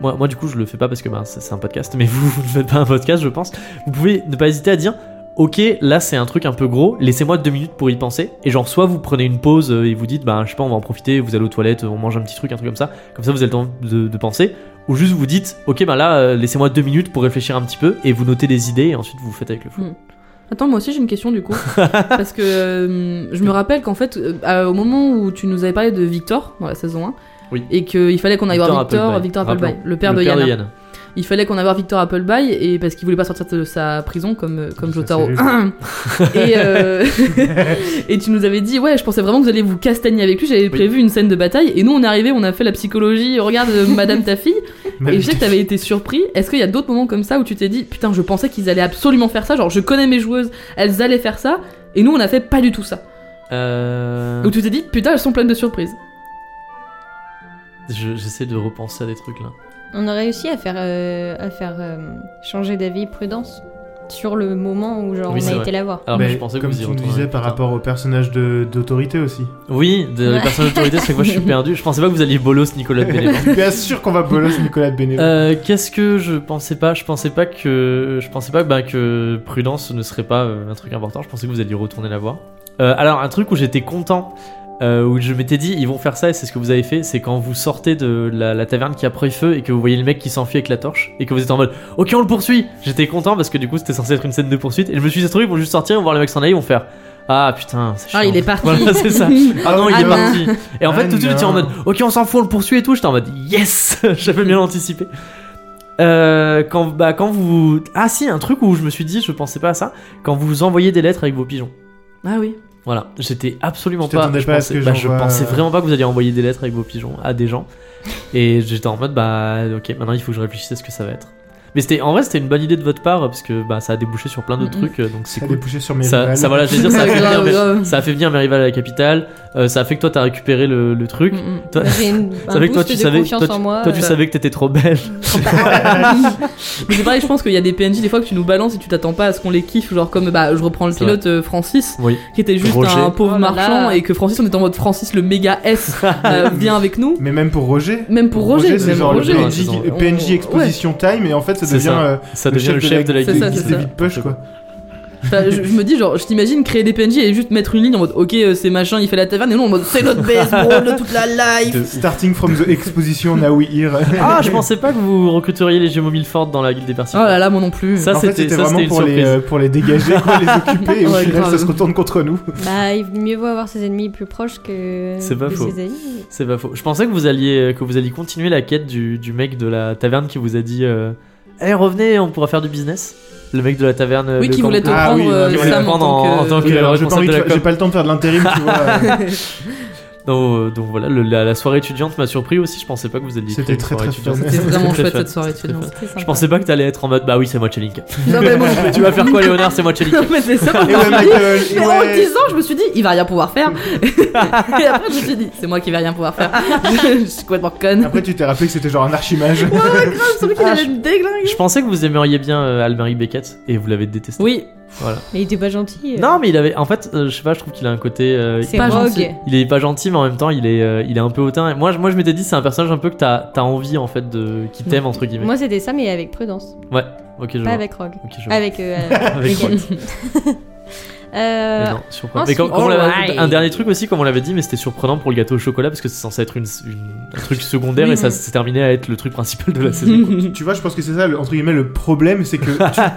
S1: Moi, moi du coup je le fais pas parce que ben, c'est c'est un podcast, mais vous, vous ne faites pas un podcast je pense. Vous pouvez ne pas hésiter à dire ok là c'est un truc un peu gros, laissez-moi deux minutes pour y penser et genre soit vous prenez une pause euh, et vous dites bah je sais pas on va en profiter, vous allez aux toilettes, on mange un petit truc, un truc comme ça, comme ça vous avez le temps de, de penser. Ou juste vous dites, ok, ben là, euh, laissez-moi deux minutes pour réfléchir un petit peu et vous notez des idées et ensuite vous faites avec le
S2: Mmh.
S1: fou.
S2: Attends, moi aussi j'ai une question du coup. Parce que euh, je me rappelle qu'en fait, euh, euh, au moment où tu nous avais parlé de Victor dans la saison 1,
S1: Oui.
S2: et qu'il fallait qu'on aille voir
S1: Victor
S2: Victor,
S1: Appleby.
S2: Victor Appleby,
S1: Rappelons.
S2: le père, de,
S1: le père
S2: Yana.
S1: de Yana.
S2: Il fallait qu'on aille voir Victor Appleby et parce qu'il voulait pas sortir de sa prison comme, euh, comme
S3: Ça,
S2: Jotaro.
S3: c'est
S2: et, euh, et tu nous avais dit, ouais, je pensais vraiment que vous alliez vous castagner avec lui, j'avais prévu une scène de bataille. Et nous, on est arrivés, on a fait la psychologie, regarde euh, madame ta fille.
S3: Ma
S2: Et
S3: vie.
S2: je sais que t'avais été surpris. Est-ce qu'il y a d'autres moments comme ça où tu t'es dit putain, je pensais qu'ils allaient absolument faire ça, genre je connais mes joueuses, elles allaient faire ça, et nous on a fait pas du tout ça.
S1: Euh,
S2: Où tu t'es dit putain, elles sont pleines de surprises.
S1: je- J'essaie de repenser à des trucs là.
S4: On a réussi à faire, euh, à faire euh, changer d'avis prudence sur le moment où genre,
S1: Oui,
S4: on
S1: c'est
S4: a
S1: vrai. Ah.
S4: été la voir.
S1: Alors
S3: Mais
S1: je pensais que
S3: comme
S1: vous y
S3: tu nous
S1: retrouveriez,
S3: disais par
S1: putain.
S3: rapport au personnage de- d'autorité aussi.
S1: Oui, de, les
S4: Ouais.
S1: personnages d'autorité, c'est que moi je suis perdu. Je pensais pas que vous alliez bolos Nicolas de Bénévent.
S3: Bien sûr qu'on va bolos Nicolas Bénévent.
S1: Euh, Qu'est-ce que je pensais pas Je pensais pas que je pensais pas bah, que prudence ne serait pas euh, un truc important. Je pensais que vous alliez retourner la voir. Euh, alors un truc où j'étais content, euh, où je m'étais dit ils vont faire ça et c'est ce que vous avez fait, c'est quand vous sortez de la, la taverne qui a pris feu et que vous voyez le mec qui s'enfuit avec la torche et que vous êtes en mode ok on le poursuit. J'étais content parce que du coup c'était censé être une scène de poursuite et je me suis dit ça se trouve, ils vont juste sortir, ils vont voir le mec s'en aller, ils vont faire ah putain c'est
S2: Ah,
S1: chiant.
S2: il est parti.
S1: Voilà c'est ça. Ah non, il
S2: Ah
S1: est
S2: non.
S1: parti. Et en fait,
S3: Ah
S1: tout de suite,
S3: non.
S1: j'étais en mode, ok, on s'en fout, on le poursuit et tout. J'étais en mode, yes, j'avais bien anticipé. Euh, quand, bah, quand vous. Ah, si, un truc où je me suis dit, je pensais pas à ça. Quand vous envoyez des lettres avec vos pigeons.
S2: Ah oui.
S1: Voilà, j'étais absolument
S3: Tu
S1: pas.
S3: t'attendais
S1: je
S3: pas à
S1: pensais,
S3: ce que
S1: bah, je
S3: j'envoie,
S1: pensais
S3: euh,
S1: vraiment pas que vous alliez envoyer des lettres avec vos pigeons à des gens. Et j'étais en mode, bah, ok, maintenant il faut que je réfléchisse à ce que ça va être. Mais c'était, en vrai, c'était une bonne idée de votre part parce que bah, ça a débouché sur plein d'autres
S2: Mhm.
S1: trucs, euh, donc c'est
S3: Ça
S1: cool.
S3: débouché sur mes
S1: Ça,
S3: rivales.
S1: ça, voilà, je veux dire, ça a, fait
S2: Grave,
S1: venir mes,
S2: grave.
S1: ça a fait venir mes rivales à la capitale. euh, ça a fait que toi, t'as récupéré le, le truc.
S2: Mm, Ah, mm.
S1: Toi,
S4: J'ai une, un
S1: ça fait que toi,
S4: boost
S1: tu
S4: de
S1: savais,
S4: confiance
S1: toi,
S4: en
S1: tu-
S4: moi.
S1: toi, tu
S4: euh,
S1: savais que t'étais trop belle.
S2: Mais c'est pareil, je pense qu'il y a des PNJ des fois que tu nous balances et tu t'attends pas à ce qu'on les kiffe. Genre, comme bah, je reprends le
S1: C'est
S2: pilote euh, Francis,
S1: Oui.
S2: qui était juste
S1: Roger.
S2: un pauvre
S4: Oh là là.
S2: marchand, et que Francis, on était en mode Francis, le méga S, euh, vient avec nous.
S3: Mais même pour Roger.
S2: Même pour Roger,
S3: c'est
S2: même
S3: genre
S2: Roger.
S3: le
S1: Ouais,
S3: PNJ,
S1: c'est
S3: qui-
S2: ça.
S3: PNJ
S2: On-
S3: Exposition Time, et en fait, ça
S1: C'est
S3: devient
S1: ça.
S3: euh,
S1: Ça devient le chef de la
S2: C'est ça,
S3: guilde
S2: c'est ça.
S3: David Push, quoi.
S2: Enfin, je, je me dis, genre, je t'imagine créer des PNJ et juste mettre une ligne en mode, ok, euh, c'est machin, il fait la taverne, et nous en mode, c'est notre base, bro, de toute la life.
S1: De-
S3: Starting from the Exposition Now We Here.
S1: Ah, je pensais pas que vous recruteriez les Gémeaux Milford dans la guilde des
S2: Oh
S1: persifs.
S2: là là, moi non plus.
S1: Ça,
S3: en fait,
S1: c'était
S3: c'était
S1: ça,
S3: vraiment
S1: c'était une
S3: pour les,
S1: surprise.
S3: euh, pour les dégager, quoi, les occuper, et au
S2: Ouais,
S3: final,
S2: grave.
S3: ça se retourne contre nous.
S4: Bah, il vaut mieux vaut avoir ses ennemis plus proches que,
S1: C'est pas
S4: que
S1: faux.
S4: ses amis.
S1: C'est pas faux. Je pensais que vous alliez euh, que vous alliez continuer la quête du, du mec de la taverne qui vous a dit euh, "Eh, revenez, on pourra faire du business." Le mec de la taverne euh,
S2: Oui,
S1: le
S2: qui
S1: camp-
S2: voulait te
S3: Ah
S2: prendre
S3: oui,
S2: euh,
S3: qui voulait
S2: Sam
S1: te
S2: en
S1: prendre en-
S2: tant que.
S1: en tant que-
S3: Oui, alors, j'ai pas,
S1: responsable
S3: envie
S1: de
S3: de
S1: la
S3: fa- j'ai
S1: com.
S3: pas le temps de faire de l'intérim, tu vois.
S1: Donc, euh, donc voilà, le- la, la soirée étudiante m'a surpris aussi. Je pensais pas que vous alliez. écrire
S3: C'était
S1: une
S3: très,
S1: soirée
S3: très
S1: étudiante.
S3: fun.
S2: C'était vraiment
S1: C'était
S2: chouette
S1: très
S2: cette soirée,
S1: C'était
S2: tu vois.
S1: très
S4: C'était sympa.
S1: Je pensais pas que t'allais être en mode bah oui, c'est moi Chelink.
S2: Non, mais moi non plus.
S1: tu vas faire quoi, Léonard C'est moi Chelink.
S2: Non, mais c'est ça,
S3: Et ouais, Michael, et
S2: Mais en
S3: ouais.
S2: 10 ans, je me suis dit, il va rien pouvoir faire. et après, je me suis dit, c'est moi qui vais rien pouvoir faire. je, je suis complètement conne.
S3: Après, tu t'es rappelé que c'était genre un archimage.
S2: Ouais, ouais, grave, celui qui
S1: Ah,
S2: allait me déglinguer.
S1: Je pensais que vous aimeriez bien euh, Almeric Beckett et vous l'avez détesté.
S2: Oui,
S1: Voilà.
S4: Mais il était pas gentil. euh.
S1: Non, mais il avait. En fait, euh, je sais pas. Je trouve qu'il a un côté. euh,
S4: c'est
S2: pas gentil.
S4: rogue.
S1: Il est pas gentil, mais en même temps, il est, euh, il est un peu hautain. Et moi, je- moi, je m'étais dit, c'est un personnage un peu que t'as as envie, en fait, de qui t'aime, entre guillemets.
S4: Moi, c'était ça, mais avec prudence.
S1: Ouais, ok, je
S4: Pas
S1: vois.
S4: avec rogue.
S1: Ok, je vois.
S4: Avec. euh, euh,
S1: Avec
S4: Miguel.
S1: Mais
S4: Euh,
S1: non, surprenant. Mais comme-
S4: ensuite- oh,
S1: comme on l'avait-
S4: Alright.
S1: un dernier truc aussi, comme on l'avait dit, mais c'était surprenant pour le gâteau au chocolat parce que c'est censé être une, une- un truc secondaire
S2: Oui,
S1: et ça
S2: oui.
S1: s'est terminé à être le truc principal de la saison.
S3: Tu vois, je pense que c'est ça, le- entre guillemets, le problème, c'est que tu,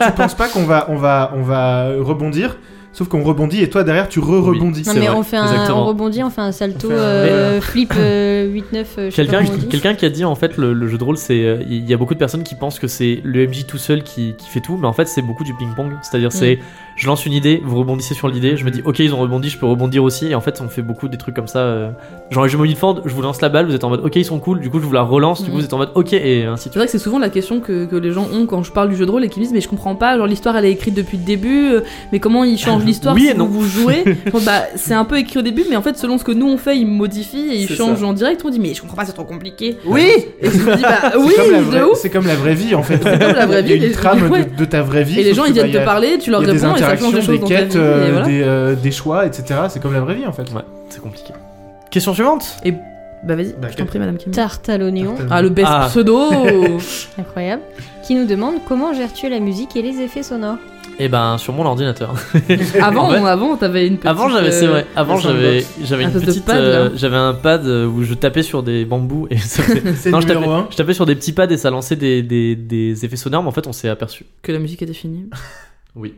S3: tu penses pas qu'on va, on va, on va rebondir, sauf qu'on rebondit et toi derrière tu re-rebondis.
S4: Non
S1: C'est
S4: mais
S1: vrai,
S4: on fait un,
S1: exactement.
S4: on rebondit, on fait un salto
S3: On fait un-
S4: euh, flip euh, 8-9. euh, je sais pas
S1: Quelqu'un
S4: comment on dit.
S1: quelqu'un qui a dit en fait le, le jeu de rôle c'est euh, il y a beaucoup de personnes qui pensent que c'est le MJ tout seul qui, qui fait tout mais en fait c'est beaucoup du ping pong c'est à dire
S2: Mm.
S1: c'est je lance une idée vous rebondissez sur l'idée je me dis ok ils ont rebondi je peux rebondir aussi et en fait on fait beaucoup des trucs comme ça euh, genre les jeux Milford je vous lance la balle vous êtes en mode ok ils sont cool du coup je vous la relance du coup
S2: Mm.
S1: vous êtes en mode ok et ainsi de
S2: C'est vrai que c'est souvent la question que, que les gens ont quand je parle du jeu de rôle et qu'ils me disent mais je comprends pas, genre l'histoire elle est écrite depuis le début, euh, mais comment ils changent l'histoire
S1: Oui
S2: si
S1: et non.
S2: vous, vous jouez Bon, Bah c'est un peu écrit au début mais en fait selon ce que nous on fait ils modifient et ils
S1: C'est
S2: changent
S1: ça.
S2: en direct, on dit mais je comprends pas c'est trop compliqué.
S1: Oui
S2: Et je me dis bah
S3: C'est
S2: oui
S3: comme la
S2: de
S3: vraie-
S2: ouf
S3: C'est comme la vraie vie en fait.
S2: comme la vraie
S3: Il y a
S2: vie,
S3: une
S2: les-
S3: trame
S2: ouais.
S3: de, de ta vraie vie.
S2: Et les
S3: sauf
S2: gens
S3: que,
S2: ils viennent
S3: bah, il y
S2: te
S3: a-
S2: parler, tu leur
S3: il y a des
S2: réponds et ça
S3: interactions,
S2: change des
S3: des
S2: choses dans ta vie
S3: quêtes,
S2: et
S3: euh,
S2: voilà.
S3: des, euh, des choix, etc. C'est comme la vraie vie en fait.
S1: ouais c'est compliqué question suivante
S2: Bah vas-y,
S3: Bah,
S2: je t'en prie madame Kim.
S4: Tarte à l'oignon,
S2: Ah le best
S1: Ah.
S2: pseudo
S4: incroyable, qui nous demande comment gères-tu la musique et les effets sonores.
S1: et ben sur mon ordinateur
S2: Avant
S1: En fait-
S2: avant t'avais une petite euh,
S1: Avant j'avais, c'est vrai. Avant
S3: le
S1: j'avais, j'avais
S2: Un
S1: une
S2: espèce de
S1: petite,
S2: pad,
S1: euh,
S2: là.
S1: j'avais un pad euh, où je tapais sur des bambous et ça faisait-
S3: C'est
S1: Non,
S3: le
S1: je
S3: numéro
S1: tapais,
S3: 1.
S1: je tapais sur des petits pads et ça lançait des, des, des effets sonores, mais en fait on s'est aperçu.
S2: Que la musique était finie.
S1: Oui.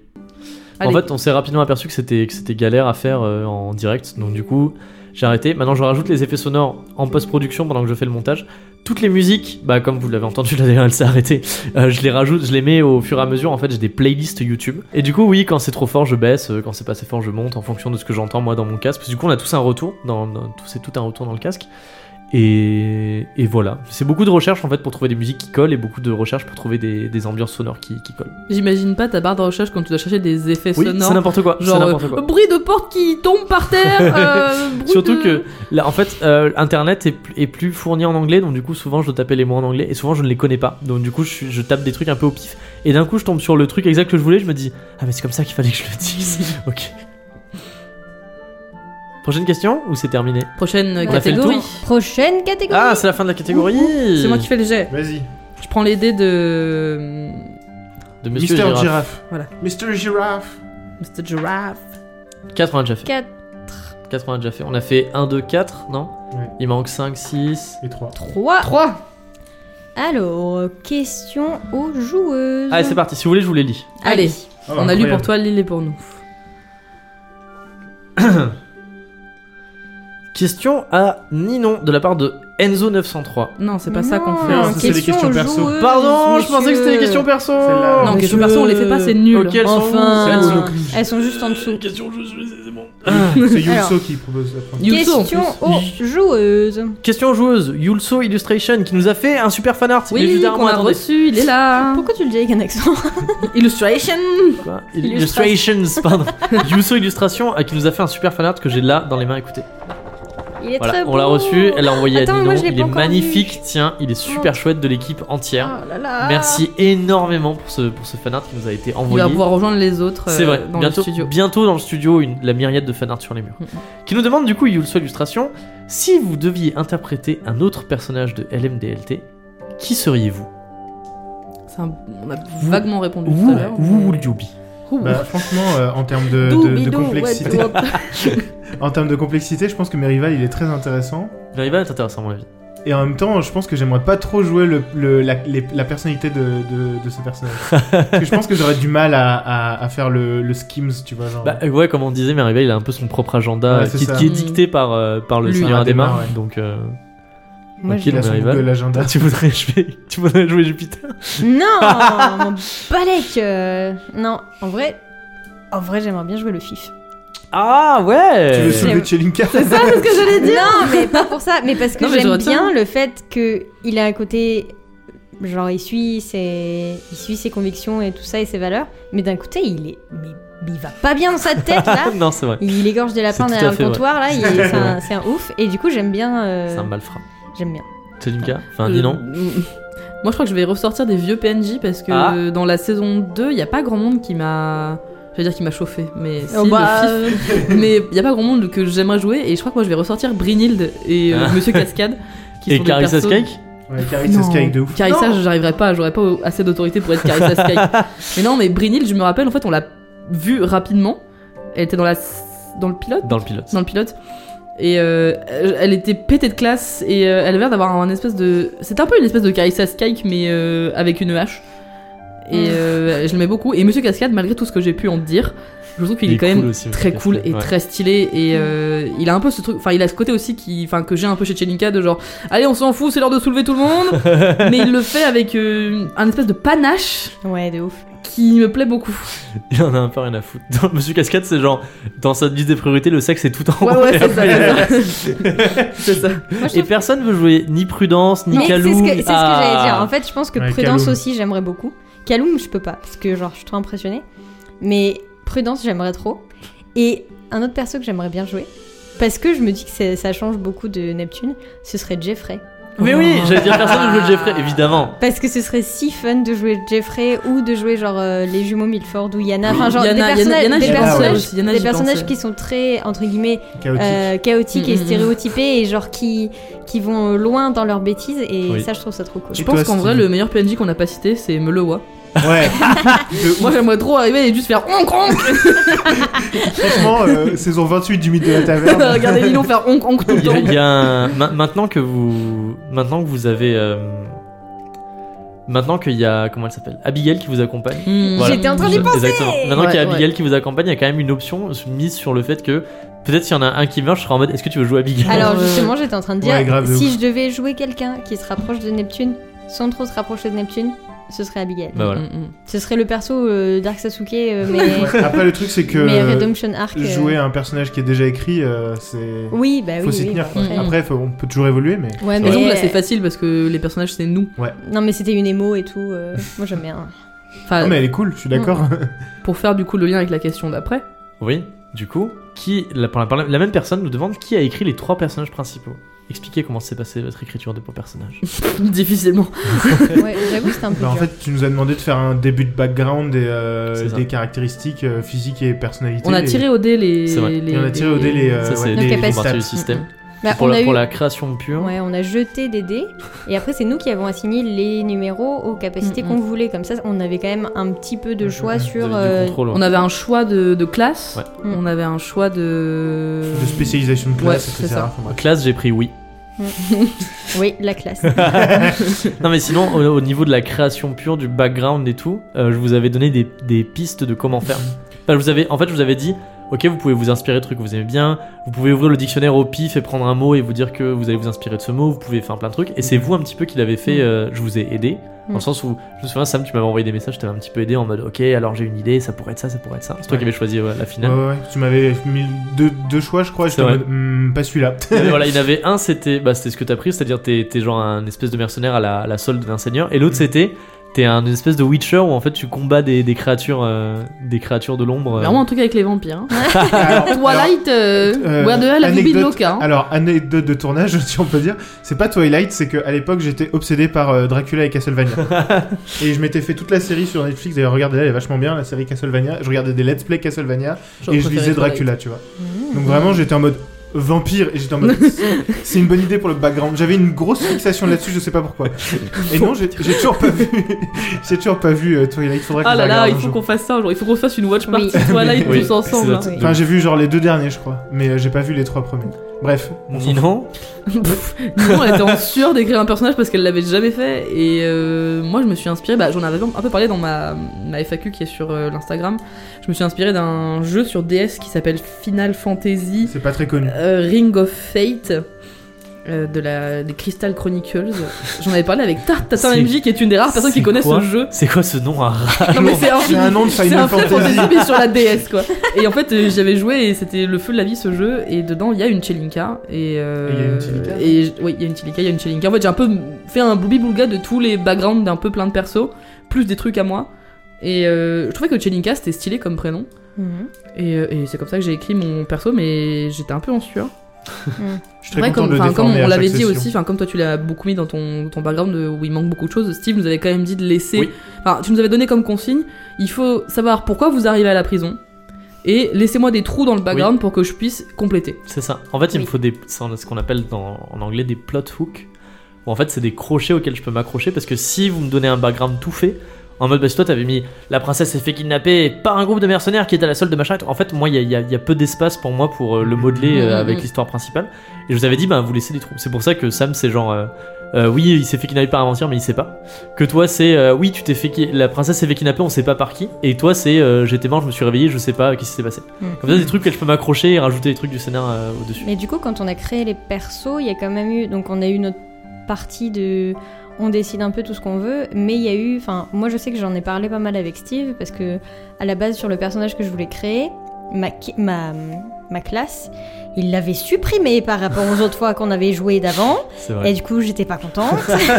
S2: Allez.
S1: En fait, on s'est rapidement aperçu que c'était que c'était galère à faire euh, en direct, donc du coup j'ai arrêté. Maintenant je rajoute les effets sonores en post-production pendant que je fais le montage. Toutes les musiques, bah comme vous l'avez entendu là d'ailleurs, elle s'est arrêtée. Euh, je les rajoute, je les mets au fur et à mesure. En fait, j'ai des playlists YouTube. Et du coup, oui, quand c'est trop fort, je baisse. euh, Quand c'est pas assez fort, je monte en fonction de ce que j'entends moi dans mon casque. Parce que du coup, on a tous un retour. Dans, dans- tout- c'est tout un retour dans le casque. Et, et voilà. C'est beaucoup de recherche en fait pour trouver des musiques qui collent et beaucoup de recherche pour trouver des, des ambiances sonores qui, qui collent.
S2: J'imagine pas ta barre de recherche quand tu dois chercher des effets
S1: Oui, c'est
S2: sonores.
S1: n'importe quoi. c'est
S2: Genre
S1: n'importe
S2: euh,
S1: quoi.
S2: bruit de porte qui tombe par terre. euh, bruit
S1: Surtout
S2: de-
S1: que, là, en fait, euh, Internet est, pl- est plus fourni en anglais, donc du coup, souvent, je dois taper les mots en anglais, et souvent, je ne les connais pas. Donc, du coup, je, suis- je tape des trucs un peu au pif, et d'un coup, je tombe sur le truc exact que je voulais, je me dis, ah, mais c'est comme ça qu'il fallait que je le dise. ok. Prochaine question, ou c'est terminé
S2: Prochaine
S1: On a fait le
S2: catégorie.
S4: Prochaine catégorie.
S1: Ah, c'est la fin de la catégorie
S2: C'est moi qui fais le
S1: Euh.
S2: jet.
S3: Vas-y.
S2: Je prends les dés de. euh,
S1: De Monsieur
S3: Mister
S1: Girafe.
S3: Giraffe.
S2: Voilà.
S3: Mister Giraffe.
S2: Mr. Giraffe.
S1: 4, on a déjà fait.
S4: Quatre,
S1: 4, on a déjà fait. On a fait 1, 2, 4, non
S3: Ouais.
S1: Il manque 5, 6.
S3: Et 3.
S4: trois.
S2: 3
S4: Alors, euh, question aux joueuses.
S1: Allez, c'est parti. Si vous voulez, je vous les lis.
S2: Allez,
S3: Ah,
S1: Ah,
S2: on a lu pour toi, Lille est pour nous.
S1: Question à Ninon de la part de Enzo 903.
S2: Non, c'est pas ça qu'on fait.
S3: Non, ça, c'est des questions perso.
S1: hein. Pardon, je pensais que c'était des questions perso.
S3: Celle-là.
S2: Non,
S1: Ok,
S2: question perso, on les fait pas, c'est nul.
S1: elles sont
S4: Enfin.
S1: où, celles-là
S4: Elles sont juste en dessous.
S1: Question joueuse, c'est bon.
S3: C'est Yuso
S4: Alors.
S3: qui propose la première.
S2: Yuso, en
S4: Question
S2: plus.
S4: aux joueuses.
S1: Question joueuse, Yulso Illustration qui nous a fait un super fan art.
S2: Oui,
S1: évidemment,
S2: qu'on a reçu, il est là.
S4: Pourquoi tu le dis avec un accent
S2: Illustration
S1: Quoi Illustrations, pardon. Yuso Illustration euh, qui nous a fait un super fan art que j'ai là dans les mains. Écoutez,
S4: Il est très
S1: voilà,
S4: beau.
S1: on l'a reçu, elle l'a envoyé
S4: Attends,
S1: à Ninon.
S4: moi, je l'ai
S1: Il
S4: pas
S1: est
S4: encore vu.
S1: magnifique, tiens, il est super chouette de l'équipe entière.
S4: Oh là là.
S1: Merci énormément pour ce, pour ce fan art qui nous a été
S2: Il
S1: envoyé.
S2: va pouvoir rejoindre les autres euh,
S1: C'est vrai,
S2: dans
S1: bientôt,
S2: le studio.
S1: bientôt dans le studio, une- la myriade de fanarts sur les murs.
S2: Mhm.
S1: Qui nous demande du coup, Yulso Illustration, si vous deviez interpréter un autre personnage de LMDLT, qui seriez-vous
S2: Mm. C'est un- On a vaguement répondu tout à
S1: Ou
S2: l'heure.
S1: ou Yubi
S2: Ouh.
S3: Bah, franchement, euh, en termes de,
S4: Doubidou,
S3: de- de
S4: ouais,
S3: complexité,
S4: doub.
S3: en termes de complexité, je pense que Merival il est très intéressant.
S1: Rival est intéressant à mon avis.
S3: Et en même temps, je pense que j'aimerais pas trop jouer le, le- la, les- la personnalité de, de, de ce personnage. Parce que je pense que j'aurais du mal à, à, à faire le, le skims, tu vois. Genre.
S1: Bah euh, ouais, comme on disait, Merival il a un peu son propre agenda
S3: Ouais,
S1: euh,
S3: c'est
S1: qui,
S3: ça.
S1: qui est
S2: Mm.
S1: dicté par, euh, par le
S2: Lui.
S1: Seigneur
S3: Ah,
S1: Adhémar,
S3: Adhémar, ouais.
S1: donc euh,
S4: Moi,
S1: Ok,
S4: je-
S3: il a son
S1: Merival.
S3: Google Agenda.
S1: ah, tu voudrais jouer, tu voudrais jouer Jupiter.
S4: Non, mon balèque. euh, Non, en vrai, en vrai, j'aimerais bien jouer le fif.
S1: Ah ouais.
S3: Tu veux
S4: J'aime.
S3: soulever Chelinka
S2: C'est ça, c'est ce que j'allais dire.
S4: Non, mais pas pour ça, mais parce que
S2: Non, mais
S4: j'aime
S2: j'aurais
S4: bien
S2: tort.
S4: le fait que il a un côté genre il suit ses il suit ses convictions et tout ça et ses valeurs, mais d'un côté, il est mais mais il va pas bien dans sa tête là.
S1: non, c'est
S2: Euh,
S1: vrai.
S4: Il égorge des lapins
S1: C'est tout à
S4: derrière le
S1: fait vrai.
S4: comptoir là, il-
S1: tout à fait
S4: c'est un, c'est un ouf et du coup j'aime bien euh,
S1: C'est un malfrat.
S4: j'aime bien.
S1: Chelinka, enfin
S2: Euh,
S1: Ninon.
S2: Moi, je crois que je vais ressortir des vieux PNJ parce que
S1: Ah.
S2: euh, dans la saison 2, il n'y a pas grand monde qui m'a. Je dire qui m'a chauffé, mais si,
S4: Oh,
S2: le
S4: bah,
S2: fif.
S1: euh.
S2: Mais il n'y a pas grand monde que j'aimerais jouer et je crois que moi je vais ressortir Brinild et euh,
S1: Ah.
S2: Monsieur Cascade. Qui
S1: Et
S2: sont des
S1: Carissa
S2: persos-
S1: Cake
S3: Ouais, Carrie, c'est
S2: Non.
S3: Sky de ouf.
S2: Carissa,
S3: Non.
S2: j'arriverai pas, j'aurais pas assez d'autorité pour être Carissa Sky. mais non, mais Brinild, je me rappelle, en fait, on l'a vue rapidement. Elle était dans, la... dans le pilote
S1: dans le pilote.
S2: dans le pilote. Et euh, elle elle était pétée de classe et euh, elle avait l'air d'avoir un espèce de. C'était un peu une espèce de Carissa Skyke mais euh, avec une hache. Et
S4: Mm.
S2: euh, je l'aimais beaucoup. Et Monsieur Cascade, malgré tout ce que j'ai pu en dire, je trouve qu'il
S1: Il
S2: est,
S1: est
S2: quand
S1: cool
S2: même
S1: aussi,
S2: très
S1: Monsieur
S2: cool
S1: Cascade,
S2: et
S1: ouais.
S2: très stylé. Et euh, il a un peu ce truc. Enfin, il a ce côté aussi qui, enfin, que j'ai un peu chez Chelinka de genre Allez, on s'en fout, c'est l'heure de soulever tout le monde. Mais il le fait avec euh, un espèce de panache
S4: Ouais, de ouf.
S2: qui me plaît beaucoup.
S1: Il en a un peu rien à foutre. Dans Monsieur Cascade, c'est genre, dans sa liste des priorités, le sexe est tout en
S2: Ouais,
S1: haut.
S2: ouais,
S1: et
S2: c'est
S1: après, il y a-
S2: ça. c'est ça.
S4: Moi, je
S1: Et
S4: trouve-
S1: personne veut jouer ni Prudence, ni
S4: Mais c'est ce que,
S1: Calou. Ah.
S4: c'est ce que j'allais
S2: ah.
S4: dire. En fait, je pense que
S3: Ouais,
S4: Prudence
S3: Kaloum.
S4: aussi, j'aimerais beaucoup. Kaloum, je peux pas, parce que genre, je suis trop impressionnée. Mais Prudence, j'aimerais trop. Et un autre perso que j'aimerais bien jouer, parce que je me dis que c'est- ça change beaucoup de Neptune, ce serait Jeffrey.
S1: Mais oui, j'allais dire personne ne joue Jeffrey, évidemment.
S4: Parce que ce serait si fun de jouer Jeffrey ou de jouer genre euh, les jumeaux Milford ou Yana. Enfin, genre
S2: Yana-
S4: des
S2: Yana-
S4: personnages,
S2: Yana,
S4: des
S2: j'y pense,
S4: personnages,
S2: ouais. Yana,
S4: des
S2: j'y pense,
S4: personnages
S2: ouais.
S4: qui sont très, entre guillemets,
S3: Chaotique.
S4: euh, chaotiques et
S2: Mhm.
S4: stéréotypés et genre qui, qui vont loin dans leurs bêtises. Et
S1: Oui.
S4: ça, je trouve ça trop cool.
S2: Je
S3: Et toi,
S2: pense qu'en
S3: Steve
S2: vrai, le meilleur PNJ qu'on n'a pas cité, c'est Melewa.
S3: Ouais. De
S2: Moi,
S3: ouf.
S2: j'aimerais trop arriver et juste faire honk honk
S3: Franchement, euh, saison 28 du mythe de la taverne.
S2: Regardez Lilon faire honk honk tout le
S1: Il y a,
S2: temps.
S1: il y a un- ma- maintenant que vous, maintenant que vous avez, euh, maintenant qu'il y a, comment elle s'appelle, Abigail qui vous accompagne.
S2: Hmm.
S1: Voilà.
S4: J'étais en train d'y penser.
S1: Exactement. Maintenant
S2: Ouais,
S1: qu'il y a
S2: ouais.
S1: Abigail qui vous accompagne, il y a quand même une option mise sur le fait que peut-être s'il y en a un qui meurt, je serai en mode, est-ce que tu veux jouer Abigail
S4: Alors
S2: Ouais.
S4: justement, j'étais en train de dire,
S3: euh, Ouais, grave de
S4: si
S3: ouf.
S4: je devais jouer quelqu'un qui se rapproche de Neptune, sans trop se rapprocher de Neptune, ce serait Abigail.
S1: Bah voilà.
S2: Mm, mm.
S4: Ce serait le perso euh, Dark Sasuke, euh, mais,
S3: Après, le truc, c'est que
S4: mais Redemption Arc. euh,
S3: jouer à un personnage qui est déjà écrit, euh, c'est.
S4: Oui, bah oui.
S3: faut s'y
S4: oui,
S3: tenir.
S4: bah,
S3: quoi.
S2: Mm.
S3: Après, faut- on peut toujours évoluer, mais.
S4: Ouais,
S2: Par contre, là, c'est
S4: mais... euh,
S2: facile parce que les personnages, c'est nous.
S4: Non, mais c'était une émo et tout. euh, Moi, j'aime bien.
S2: Enfin,
S3: Non, mais elle est cool, je
S2: Mm.
S3: suis d'accord.
S2: pour faire du coup le lien avec la question d'après.
S1: Oui. Du coup, qui, la, par la- par la- la même personne nous demande qui a écrit les trois personnages principaux. Expliquez comment s'est passée votre écriture des trois personnages.
S2: Difficilement.
S4: Ouais, j'avoue, c'était un peu
S3: Bah, en
S4: dur.
S3: fait, tu nous as demandé de faire un début de background et euh,
S1: C'est ça.
S3: des caractéristiques euh, physiques et personnalités.
S2: On a
S3: Et-
S2: tiré au dé les.
S1: C'est vrai.
S2: les-
S3: et on a tiré au dé les. euh,
S1: Ça, c'est
S3: ouais, les-
S4: Nos
S1: les
S3: les
S4: capacités.
S1: combats
S3: stats.
S1: du système.
S4: Bah,
S1: pour,
S4: on
S1: la,
S4: a
S1: pour
S4: eu-
S1: la création pure.
S4: Ouais, on a jeté des dés et après c'est nous qui avons assigné les numéros aux
S1: Mm,
S4: capacités
S2: Mhm.
S4: qu'on voulait. Comme ça, on avait quand même un petit peu de choix
S3: Mhm.
S1: Vous
S4: sur.
S1: avez
S4: euh,
S1: du contrôle. ouais.
S2: On avait un choix de, de classe.
S1: Ouais.
S2: On avait un choix de.
S3: De spécialisation de classe,
S2: Ouais, c'est
S3: etc.
S2: ça.
S3: Enfin, bref.
S1: Classe, j'ai pris oui.
S4: Oui, la classe.
S1: Non mais sinon au, au niveau de la création pure du background et tout, euh, je vous avais donné des, des pistes de comment faire. Enfin, je vous avais, en fait je vous avais dit ok, vous pouvez vous inspirer de trucs que vous aimez bien, vous pouvez ouvrir le dictionnaire au pif et prendre un mot et vous dire que vous allez vous inspirer de ce mot, vous pouvez faire plein de trucs. Et c'est vous un petit peu qui l'avez fait, euh, je vous ai aidé, dans
S4: Mm.
S1: le sens où, je me souviens, Sam, tu m'avais envoyé des messages, je t'avais un petit peu aidé en mode, ok, alors j'ai une idée, ça pourrait être ça, ça pourrait être ça. C'est toi qui
S3: Ouais.
S1: avais choisi ouais, la finale.
S3: Ouais, ouais, ouais. tu m'avais mis deux, deux choix, je crois, et
S1: C'est
S3: j'étais en
S1: vrai.
S3: mode, Hmm, pas celui-là.
S1: Il y avait- voilà, il y en avait un, c'était bah, c'était ce que t'as pris, c'est-à-dire t'es t'es genre un espèce de mercenaire à la, à la solde d'un seigneur, et l'autre
S3: Mm.
S1: c'était t'es un espèce de Witcher où en fait tu combats des, des créatures euh, des créatures de l'ombre. euh.
S2: Vraiment un truc avec les vampires. hein.
S3: Alors,
S2: Twilight, euh,
S3: euh,
S2: Where the Hell Have You Been,
S3: anecdote-
S2: Loca, hein.
S3: Alors, anecdote de tournage, si on peut dire, c'est pas Twilight, c'est qu'à l'époque j'étais obsédé par euh, Dracula et Castlevania. et je m'étais fait toute la série sur Netflix, d'ailleurs, regardez-la, elle est vachement bien, la série Castlevania. Je regardais des Let's Play Castlevania
S2: J'aurais
S3: et je
S2: préféré
S3: lisais
S2: Twilight. Mmh.
S3: Dracula, tu vois. Donc vraiment, j'étais en mode vampire et j'étais en mode c'est- c'est une bonne idée pour le background. J'avais une grosse fixation là-dessus, je sais pas pourquoi. Et non, j'ai j'ai toujours pas vu, j'ai toujours pas vu euh, Twilight. Faudrait que
S2: Ah
S3: je
S2: là
S3: la
S2: là,
S3: regarde
S2: il
S3: un
S2: faut
S3: jour.
S2: qu'on fasse ça, genre, il faut qu'on fasse une watch party
S4: Oui.
S2: Twilight
S1: Oui,
S2: tous ensemble. hein.
S1: c'est notre-
S3: Enfin, j'ai vu genre les deux derniers, je crois, mais euh, j'ai pas vu les trois premiers. Bref, on s'en fout.
S1: Ninon
S2: Pff, Ninon, elle était en sueur d'écrire un personnage parce qu'elle l'avait jamais fait. Et euh, moi, je me suis inspirée. Bah, j'en avais un peu parlé dans ma, ma FAQ qui est sur euh, l'Instagram. Je me suis inspirée d'un jeu sur DS qui s'appelle Final Fantasy
S3: c'est pas très connu.
S2: euh, Ring of Fate. euh, de la des Crystal Chronicles. J'en avais parlé avec Tata Tata
S1: C'est-
S2: MJ qui est une des rares personnes qui
S1: c'est
S2: connaît
S1: quoi
S2: ce jeu.
S1: C'est quoi ce nom à
S2: Non mais c'est
S3: C'est un nom de
S2: C'est un
S3: Final
S2: Final
S3: Fantasy.
S2: Fantasy mais sur la DS quoi. Et en fait euh, j'avais joué et c'était le feu de la vie ce jeu et dedans il y a une Chelinka et euh,
S3: Et il y a une Chelinka
S2: et j- oui il y a une Chelinka il y a une Chelinka. En fait j'ai un peu fait un booby boulga de tous les backgrounds d'un peu plein de persos plus des trucs à moi et euh, je trouvais que Chelinka c'était stylé comme prénom
S4: Mhm.
S2: et, euh, et c'est comme ça que j'ai écrit mon perso mais j'étais un peu en sueur.
S3: Je suis très
S2: Ouais,
S3: content
S2: comme,
S3: de le
S2: enfin, comme
S3: déformer à chaque
S2: on l'avait dit
S3: session.
S2: aussi, enfin, comme toi tu l'as beaucoup mis dans ton, ton background euh, où il manque beaucoup de choses, Steve nous avait quand même dit de laisser.
S1: Oui.
S2: Enfin, tu nous avais donné comme consigne il faut savoir pourquoi vous arrivez à la prison et laissez-moi des trous dans le background pour que je puisse compléter.
S1: C'est ça. En fait, il me
S4: Oui.
S1: faut des, c'est ce qu'on appelle dans- en anglais des plot hooks. Où en fait, c'est des crochets auxquels je peux m'accrocher parce que si vous me donnez un background tout fait, en mode, bah, si toi t'avais mis la princesse s'est fait kidnapper par un groupe de mercenaires qui était à la solde de machin, en fait, moi, il y a, il y a- il y a peu d'espace pour moi pour euh, le modeler euh,
S2: Mhm.
S1: avec l'histoire principale. Et je vous avais dit, bah, vous laissez des trous. C'est pour ça que Sam, c'est genre, euh, euh, oui, il s'est fait kidnapper par un vampire, mais il sait pas. Que toi, c'est, euh, oui, tu t'es fait, ki- la princesse s'est fait kidnapper, on sait pas par qui. Et toi, c'est, euh, j'étais mort, je me suis réveillé, je sais pas qu'est-ce qui s'est passé.
S4: Mhm.
S1: Comme ça, des trucs que je peux m'accrocher et rajouter des trucs du scénar euh, au-dessus.
S4: Mais du coup, quand on a créé les persos, il y a quand même eu. Donc, on a eu notre partie de. On décide un peu tout ce qu'on veut, mais il y a eu. Enfin, moi, je sais que j'en ai parlé pas mal avec Steve, parce que, à la base, sur le personnage que je voulais créer, ma, qui- ma, ma classe, il l'avait supprimé par rapport aux autres fois qu'on avait joué d'avant,
S1: C'est vrai.
S4: et du coup, j'étais pas contente.
S1: Il y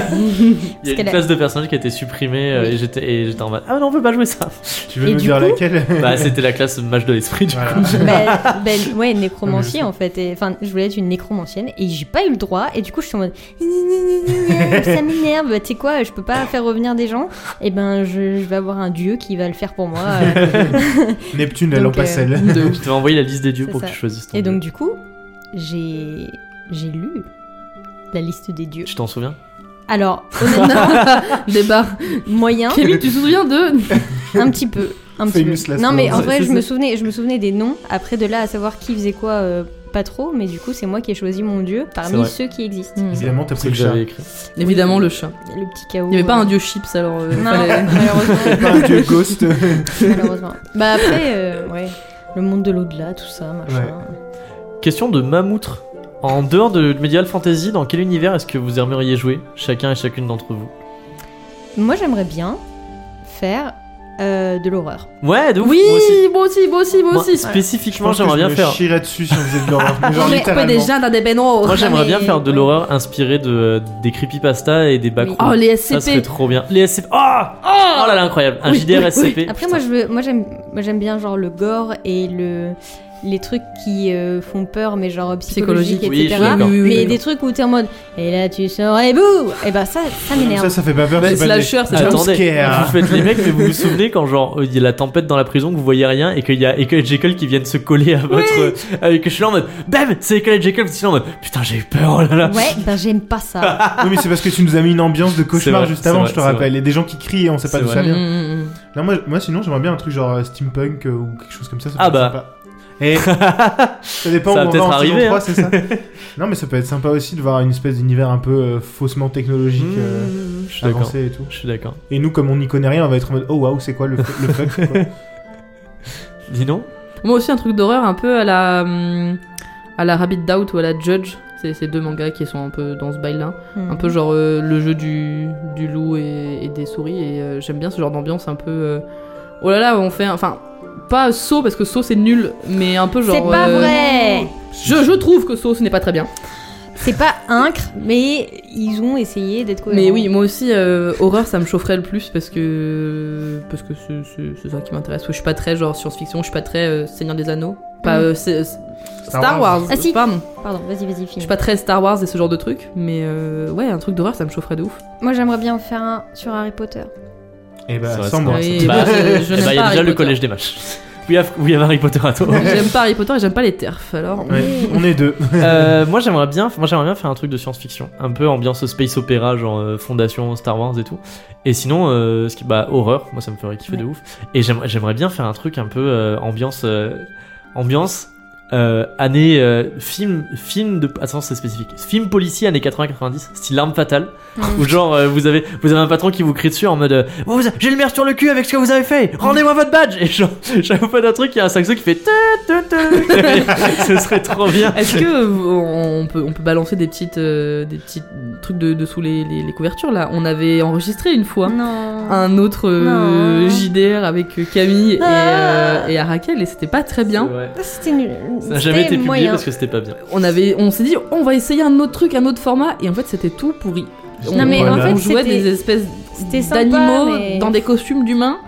S1: a une
S4: qu'elle a-
S1: classe de personnages qui a été supprimée euh,
S4: Oui.
S1: et j'étais et j'étais en mode Ah non, on veut pas jouer ça
S3: Tu veux
S4: Et
S3: nous
S4: du
S3: dire
S4: coup-
S3: laquelle
S1: Bah, c'était la classe mage de l'esprit du
S3: Voilà.
S1: coup.
S4: ben, ben, ouais, nécromancie
S3: Non,
S4: en fait. Et, Enfin, je voulais être une nécromancienne et j'ai pas eu le droit. Et du coup, je suis en mode ça m'énerve. Tu sais quoi, je peux pas faire revenir des gens. Et ben, je, je vais avoir un dieu qui va le faire pour moi. euh.
S3: Neptune, la
S4: Donc,
S3: lampe à
S4: euh,
S3: sel.
S2: De-
S1: Je t'avais envoyé la liste des dieux
S4: C'est
S1: pour
S4: ça.
S1: que tu choisisses ton
S4: Et donc,
S1: dieu.
S4: du coup, j'ai j'ai lu la liste des dieux.
S1: Tu t'en souviens
S4: Alors,
S2: Débat.
S4: moyen,
S2: Camille, tu te souviens de
S4: un petit peu, un petit
S3: Famous
S4: peu.
S3: last
S4: Non, mais en
S3: words.
S4: vrai,
S1: C'est
S4: je
S1: ça.
S4: me souvenais, je me souvenais des noms. Après, de là à savoir qui faisait quoi. euh, pas trop, mais du coup, c'est moi qui ai choisi mon dieu parmi
S1: vrai.
S4: ceux qui existent.
S1: Mmh.
S2: Mm.
S3: Évidemment, t'as pris
S1: C'est
S3: le
S1: que
S3: chat.
S1: j'avais écrit.
S2: Évidemment le chat.
S4: Le petit chaos.
S2: Il n'y avait pas
S4: euh,
S2: un dieu chips alors. euh,
S4: Non,
S2: fallait-
S4: malheureusement.
S3: Pas un dieu Ah, ghost.
S4: malheureusement. Bah après, euh, ouais, le monde de l'au-delà, tout ça, machin.
S3: Ouais.
S1: Question de Mamoutre. En dehors de Medieval Fantasy, dans quel univers est-ce que vous aimeriez jouer, chacun et chacune d'entre vous
S4: Moi, j'aimerais bien faire euh, de l'horreur.
S1: Ouais, de ouf,
S2: Oui,
S1: moi aussi.
S2: moi aussi, moi aussi, moi
S1: Moi,
S2: aussi.
S3: Je
S1: spécifiquement,
S3: pense que
S1: j'aimerais bien
S3: je
S1: faire.
S3: me chierais dessus si on faisait de l'horreur. Mais genre
S2: Couper
S4: Mais-
S3: littéralement.
S2: des gens dans des baignoires.
S1: Moi,
S4: Non,
S1: j'aimerais bien
S4: mais-
S1: faire de
S4: ouais.
S1: l'horreur inspirée de des creepypasta et des backrooms.
S2: Oh les
S1: Ça serait
S2: SCP.
S1: trop bien. Les SCP. Oh, oh là là, incroyable. Un
S2: Oui,
S1: JDR
S2: oui,
S1: SCP.
S4: Après, moi, je veux, moi, j'aime, moi, j'aime bien genre le gore et le les trucs qui euh, font peur, mais genre psychologiques,
S1: Psychologique. Oui,
S4: etc.
S1: je suis
S4: mais
S1: d'accord.
S2: Oui, oui, oui,
S4: des
S2: oui.
S4: trucs où t'es en mode, et là tu sors et bouh, et bah ça, ça m'énerve.
S3: Ça, ça fait pas peur.
S2: Bah,
S3: c'est pas des-
S2: slasher, c'est
S3: Jump
S2: pas-
S1: Attendez,
S3: scare.
S1: vous faites les mecs, mais vous vous souvenez quand genre euh, il y a la tempête dans la prison, que vous voyez rien et qu'il y a Ekel et Jekyll qui viennent se coller à votre, euh, et que je suis là en mode, bam, c'est Ekel et Jekyll, vous êtes là en mode, putain j'ai eu peur, oh là là.
S4: Ouais, bah j'aime pas ça.
S3: Oui, mais c'est parce que tu nous as mis une ambiance de cauchemar
S1: vrai,
S3: juste
S1: c'est
S3: avant,
S1: vrai,
S3: je te
S1: c'est
S3: rappelle. Et des gens qui crient et on sait pas
S1: C'est
S3: d'où ça
S1: vrai.
S3: vient.
S2: Mm, mm, mm.
S3: Non, moi, moi, sinon, j'aimerais bien un truc genre euh, steampunk euh, ou quelque chose comme ça. ça peut
S1: Ah
S3: être
S1: bah.
S3: sympa. Et ça dépend
S1: Ça va
S3: où on
S1: peut-être
S3: va en saison
S1: arriver, hein.
S3: 3, c'est ça Non, mais ça peut être sympa aussi de voir une espèce d'univers un peu euh, faussement technologique, euh,
S1: Mmh, je suis d'accord.
S3: avancé et tout.
S1: Je suis d'accord.
S3: Et nous, comme on n'y connaît rien, on va être en mode oh waouh, c'est quoi le, le fuck quoi.
S1: Dis non.
S2: Moi aussi, un truc d'horreur un peu à la, hum, à la Rabbit Doubt ou à la Judge. C'est ces deux mangas qui sont un peu dans ce bail-là.
S4: Hmm.
S2: Un peu genre euh, le jeu du, du loup et, et des souris. Et euh, j'aime bien ce genre d'ambiance un peu. euh, oh là là, on fait. un- Enfin, pas saut parce que saut c'est nul, mais un peu genre.
S4: C'est pas
S2: euh,
S4: vrai
S2: Je, je trouve que saut ce n'est pas très bien.
S4: C'est pas incre, mais ils ont essayé d'être cohérents.
S2: Mais oui, moi aussi, euh, horreur, ça me chaufferait le plus parce que parce que c'est- c'est c'est ça qui m'intéresse. Je suis pas très genre science-fiction, je suis pas très euh, Seigneur des Anneaux, pas
S4: Mhm.
S2: euh, c'est- c'est- Star,
S3: Wars.
S2: Wars.
S4: Ah si.
S2: Pardon,
S4: Pardon, vas-y, vas-y,
S2: je
S4: finis.
S2: suis pas très Star Wars et ce genre de truc, mais euh, ouais, un truc d'horreur, ça me chaufferait de ouf.
S4: Moi, j'aimerais bien en faire un sur Harry Potter.
S3: Et
S1: Ça
S3: bah,
S1: va,
S3: sans
S1: ça
S3: moi.
S1: va.
S3: ça.
S2: Oui,
S1: bah,
S2: je- je
S1: Eh bah, il y a
S2: n'aime pas
S1: déjà
S2: Harry
S1: le
S2: Potter.
S1: collège des matchs. We have, we have Harry Potter à toi.
S2: J'aime pas Harry Potter et j'aime pas les terfs, alors.
S3: Ouais, on est deux.
S1: Euh, moi j'aimerais bien, moi j'aimerais bien faire un truc de science-fiction, un peu ambiance space opéra, genre euh, fondation Star Wars et tout. Et sinon, euh, ce qui, bah horreur, moi ça me ferait kiffer de ouf. Et j'aimerais j'aimerais bien faire un truc un peu euh, ambiance, euh, ambiance euh, année euh, film, film de, attends c'est spécifique, film policier années 80-90, style l'arme fatale. Ou genre euh, vous avez vous avez un patron qui vous crie dessus en mode euh, Vous- j'ai le maire sur le cul avec ce que vous avez fait, rendez-moi votre badge. Et genre chaque fois d'un truc il y a un saxo qui fait Tu, tu, tu. ce serait trop bien.
S2: Est-ce que euh, on peut on peut balancer des petites euh, des petits trucs de, de sous les, les, les couvertures là On avait enregistré une fois.
S4: Non.
S2: un autre euh,
S4: Non.
S2: JDR avec euh, Camille et,
S4: Ah.
S2: euh, et Arakel et c'était pas très bien.
S1: C'est vrai.
S4: Ah, C'était nul.
S1: Ça n'a jamais été publié
S4: moyen.
S1: parce que c'était pas bien.
S2: On avait, on s'est dit on va essayer un autre truc, un autre format et en fait c'était tout pourri. On,
S4: Non, mais
S2: on-
S4: en
S2: on
S4: fait,
S2: jouait
S4: c'était-
S2: des espèces
S4: c'était sympa,
S2: d'animaux
S4: mais-
S2: dans des costumes d'humains.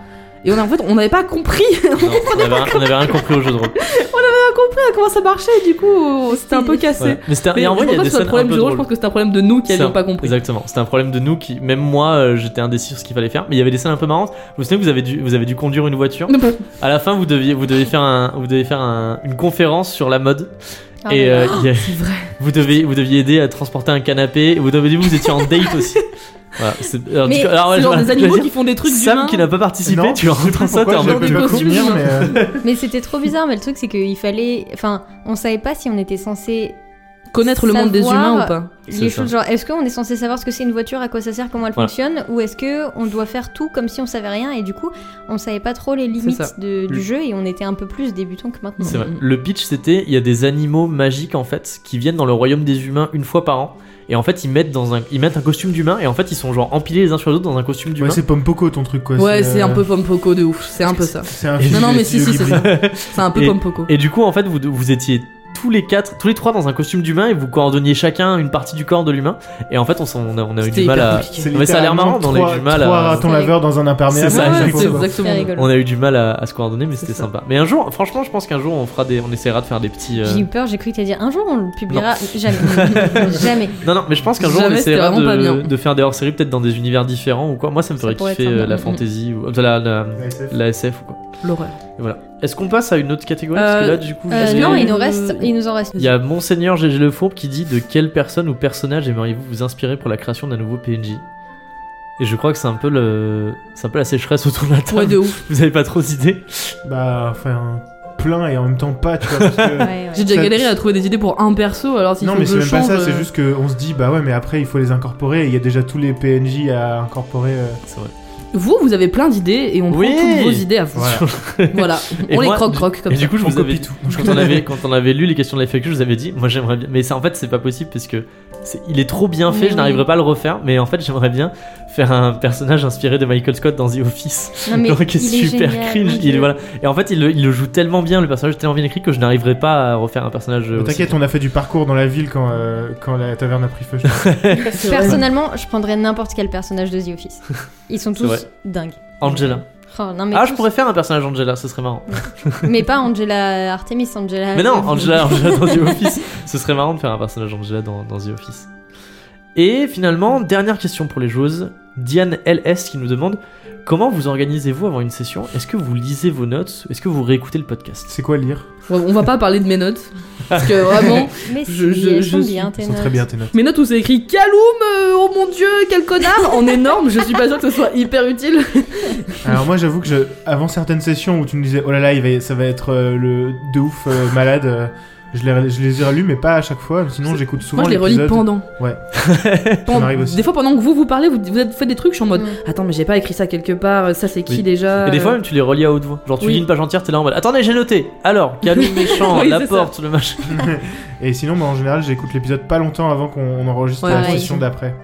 S2: Et on a- en fait, on n'avait pas compris, on
S1: Non, on, avait, rien- on avait rien compris au jeu de rôle.
S2: n'avait pas compris à comment ça marchait, et du coup, euh, c'était un peu cassé.
S1: Ouais. Mais c'était
S2: Mais
S1: et en
S2: je
S1: vrai, il y
S2: pense
S1: a
S2: pas que
S1: des
S2: c'est un
S1: scènes un
S2: problème
S1: peu
S2: du rôle, je
S1: drôles.
S2: pense que c'est un problème de nous qui
S1: C'est
S2: n'avions
S1: un-
S2: pas compris.
S1: Exactement, c'était un problème de nous qui, même moi, euh, j'étais indécis sur ce qu'il fallait faire, mais il y avait des scènes un peu marrantes. Vous vous souvenez que vous avez dû, vous avez dû conduire une voiture. À la fin, vous deviez, vous devez faire, un, vous devez faire un- une conférence sur la mode.
S4: Ah,
S1: et
S4: mais-
S1: euh, il y a-
S2: C'est vrai.
S1: vous, devez, vous deviez aider à transporter un canapé. et Vous deviez, vous étiez en date aussi. Voilà, c'est- alors,
S4: Mais
S1: du coup- alors, ouais,
S2: C'est genre
S1: voilà,
S2: des
S1: je
S2: animaux
S1: veux dire,
S2: qui font des trucs d'humains.
S1: Sam qui n'a pas participé,
S3: Non,
S1: tu rentres en ça, t'es en
S3: Pourquoi
S1: mode-
S3: je
S2: mode
S3: peux pas
S2: costume.
S3: convenir, mais, euh,
S4: Mais c'était trop bizarre, mais le truc c'est qu'il fallait. Enfin, on savait pas si on était censé.
S2: Connaître le monde des
S4: Savoir-
S2: humains ou pas
S1: C'est
S4: Les
S1: ça.
S4: choses, genre, est-ce qu'on est censé savoir ce que c'est une voiture, à quoi ça sert, comment elle
S1: Voilà.
S4: fonctionne, ou est-ce que on doit faire tout comme si on savait rien et du coup on savait pas trop les
S2: ça.
S4: limites de-
S1: Le-
S4: du jeu et on était un peu plus débutants que maintenant.
S1: C'est vrai.
S2: Mhm.
S1: Le pitch, c'était il y a des animaux magiques en fait qui viennent dans le royaume des humains une fois par an. Et en fait, ils mettent, dans un, ils mettent un costume d'humain et en fait, ils sont genre empilés les uns sur les autres dans un costume d'humain.
S3: ouais, c'est Pompoko ton truc quoi.
S2: Ouais, c'est
S3: euh,
S2: un peu Pompoko de ouf, c'est un peu ça.
S3: C'est un
S1: Non,
S3: film
S2: non,
S3: de
S2: mais si,
S3: Studio
S2: si, c'est
S3: Ghibli.
S2: ça. C'est un peu
S1: Et-
S2: Pompoko.
S1: et du coup, en fait, vous, vous étiez tous les quatre, tous les trois dans un costume d'humain et vous coordonniez chacun une partie du corps de l'humain. Et en fait, on, s'en- on a, on a eu
S2: C'était
S1: du mal
S2: hyper
S1: à.
S2: compliqué.
S3: C'est
S1: Mais ça a l'air marrant,
S3: littéralement
S1: mais on a
S3: trois-
S1: du mal à-
S3: Trois ratons
S4: C'est-
S3: laveurs dans un imperméable.
S1: C'est ça,
S3: je
S2: Ouais,
S3: pense.
S2: c'est
S1: exactement.
S4: C'est
S2: exactement.
S4: rigolo.
S1: On a eu du mal à, à se coordonner, mais c'était
S2: ça.
S1: sympa. Mais un jour, franchement, je pense qu'un jour, on fera des, on essaiera de faire des petits. euh,
S4: J'ai eu peur, j'ai cru que t'allais dire un jour on le publiera. Jamais. Jamais.
S1: Non, non, mais je pense qu'un jour on
S2: Jamais, c'était
S1: essaiera
S2: vraiment pas bien.
S1: de, de faire des hors-séries peut-être dans des univers différents ou quoi. Moi, ça me
S4: Ça
S1: ferait
S4: pourrait
S1: kiffer
S4: être
S1: euh,
S4: sympa.
S1: la fantasy ou la, la,
S3: Ouais, c'est-
S1: la SF ou quoi.
S2: L'horreur.
S1: Et voilà. Est-ce qu'on passe à une autre catégorie Parce que
S2: Euh,
S1: là, du coup,
S4: Euh,
S1: j'ai-
S4: non,
S2: que-
S4: il nous, reste, il nous en reste.
S1: il y a Monseigneur GG Le Fourbe qui dit De quelle personne ou personnage aimeriez-vous vous inspirer pour la création d'un nouveau PNJ Et je crois que c'est un peu le, c'est un peu la sécheresse autour de la table.
S2: Ouais, de ouf.
S1: Vous avez pas trop d'idées
S3: Bah, enfin, plein et en même temps pas, tu vois. parce que-
S4: Ouais, ouais.
S2: J'ai déjà
S3: Ça-
S2: galéré à trouver des idées pour un perso, alors si
S3: Non, mais c'est même pas ça,
S2: euh.
S3: c'est juste qu'on se dit, bah ouais, mais après il faut les incorporer. et Il y a déjà tous les PNJ à incorporer. euh.
S1: C'est vrai.
S2: Vous, vous avez plein d'idées et on
S1: Oui.
S2: prend toutes vos idées à vous.
S3: Voilà.
S2: Voilà.
S1: Et
S2: on les
S1: moi,
S2: croque-croque comme
S1: Et
S2: ça.
S1: du coup, je
S3: On
S1: vous avais
S3: copie tout.
S1: quand on avait quand on avait lu les questions de la FAQ, je vous avais dit, moi j'aimerais bien, mais ça en fait c'est pas possible parce que c'est- il est trop bien fait,
S4: Mais
S1: je
S4: oui.
S1: n'arriverai pas à le refaire, mais en fait j'aimerais bien faire un personnage inspiré de Michael Scott dans The Office,
S4: Non, mais
S1: Donc, qui est
S4: il est
S1: super
S4: génial,
S1: cringe,
S4: mon
S1: il est-
S4: Dieu.
S1: voilà, et en fait il, le- il le joue tellement bien, le personnage est tellement bien écrit que je n'arriverai pas à refaire un personnage.
S3: Mais
S1: aussi
S3: T'inquiète,
S1: bien.
S3: on a fait du parcours dans la ville quand, euh, quand la taverne a pris feu. je crois.
S2: C'est vrai.
S4: Personnellement, je prendrais n'importe quel personnage de The Office. Ils sont
S1: C'est vrai.
S4: tous dingues.
S1: Angela.
S4: Oh, non, mais,
S1: ah,
S4: tous-
S1: je pourrais faire un personnage Angela, ce serait marrant.
S4: mais pas Angela Artemis, Angela.
S1: Mais non, Angela, Angela dans The Office. Ce serait marrant de faire un personnage Angela dans, dans The Office. Et finalement, dernière question pour les joueuses. Diane LS qui nous demande Comment vous organisez-vous avant une session Est-ce que vous lisez vos notes Est-ce que vous réécoutez le podcast
S3: C'est quoi lire
S2: Ouais, On va pas parler de mes notes. Parce que vraiment,
S4: Mais
S2: Je-
S4: si,
S2: je-
S4: elles
S2: je
S4: sont
S2: suis-
S4: bien, tes
S3: Ils sont
S4: notes.
S3: très bien tes notes.
S2: mes notes où c'est écrit Kaloum, euh, oh mon dieu, quel connard, en énorme, je suis pas sûre que ce soit hyper utile.
S3: Alors moi j'avoue que je, avant certaines sessions où tu me disais oh là là il va, ça va être euh, le de ouf euh, malade, euh, Je les, je les ai relus, mais pas à chaque fois. Sinon, j'écoute souvent
S2: Moi, je les relis
S3: l'épisode.
S2: pendant.
S3: Ouais.
S2: Pendant-
S3: Ça m'arrive aussi.
S2: Des fois, pendant que vous vous parlez, vous, vous êtes- faites des trucs, je suis en mode
S4: Mm.
S2: Attends, mais j'ai pas écrit ça quelque part, ça c'est qui
S1: Oui.
S2: déjà
S1: Et
S4: Euh,
S1: des fois même tu les relis à haute voix. Genre tu
S2: Oui.
S1: lis une page entière, t'es là en mode Attendez, j'ai noté Alors, Calou méchant,
S2: Oui,
S1: la
S2: c'est ça.
S1: porte, le machin.
S3: Et sinon, moi, en général, j'écoute l'épisode pas longtemps avant qu'on on enregistre
S2: Ouais,
S3: la
S4: pareil.
S3: session d'après.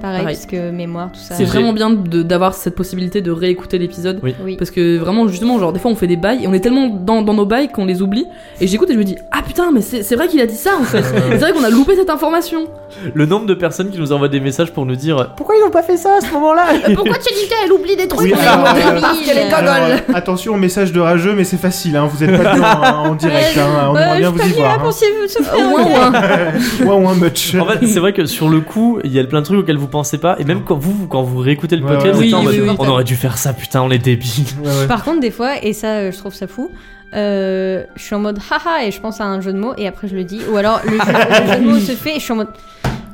S4: Pareil,
S2: Pareil.
S4: parce que mémoire, tout ça.
S2: C'est
S1: J'ai-
S2: vraiment bien de- d'avoir cette possibilité de réécouter l'épisode.
S4: Oui.
S2: Parce que vraiment, justement, genre, des fois on fait des bails et on est tellement dans, dans nos bails qu'on les oublie. Et j'écoute et je me dis Ah putain, mais c'est c'est vrai qu'il a dit ça en fait. c'est vrai qu'on a loupé cette information.
S1: Le nombre de personnes qui nous envoient des messages pour nous dire Pourquoi ils ont pas fait ça à ce moment-là
S4: Euh,
S2: Pourquoi Chelita elle oublie des
S3: Oui,
S4: qu'on a
S3: alors,
S4: eu en
S3: euh,
S4: 2000.
S2: qu'elle est
S3: alors,
S2: gogole.
S3: euh, attention au message de rageux, mais c'est facile, hein, vous êtes pas dedans hein, en direct, hein,
S4: Bah,
S3: on aimerait bien vous y voir. hein.
S2: Ouin, ouin.
S3: Ouin, ouin, much.
S1: En fait, c'est vrai que sur le coup, il y a plein de trucs auxquels vous pensez pas. Et même quand vous, vous- quand vous réécoutez le
S3: Ouais,
S1: podcast, vous
S2: ouais.
S1: êtes en
S2: Oui,
S1: mode,
S2: oui, oui.
S1: On aurait dû faire ça, putain, on est débiles.
S3: Ouais, ouais.
S4: Par contre, des fois, et ça, euh, je trouve ça fou, euh, je suis en mode haha et je pense à un jeu de mots et après je le dis. Ou alors le jeu, le jeu de mots se fait et je suis en mode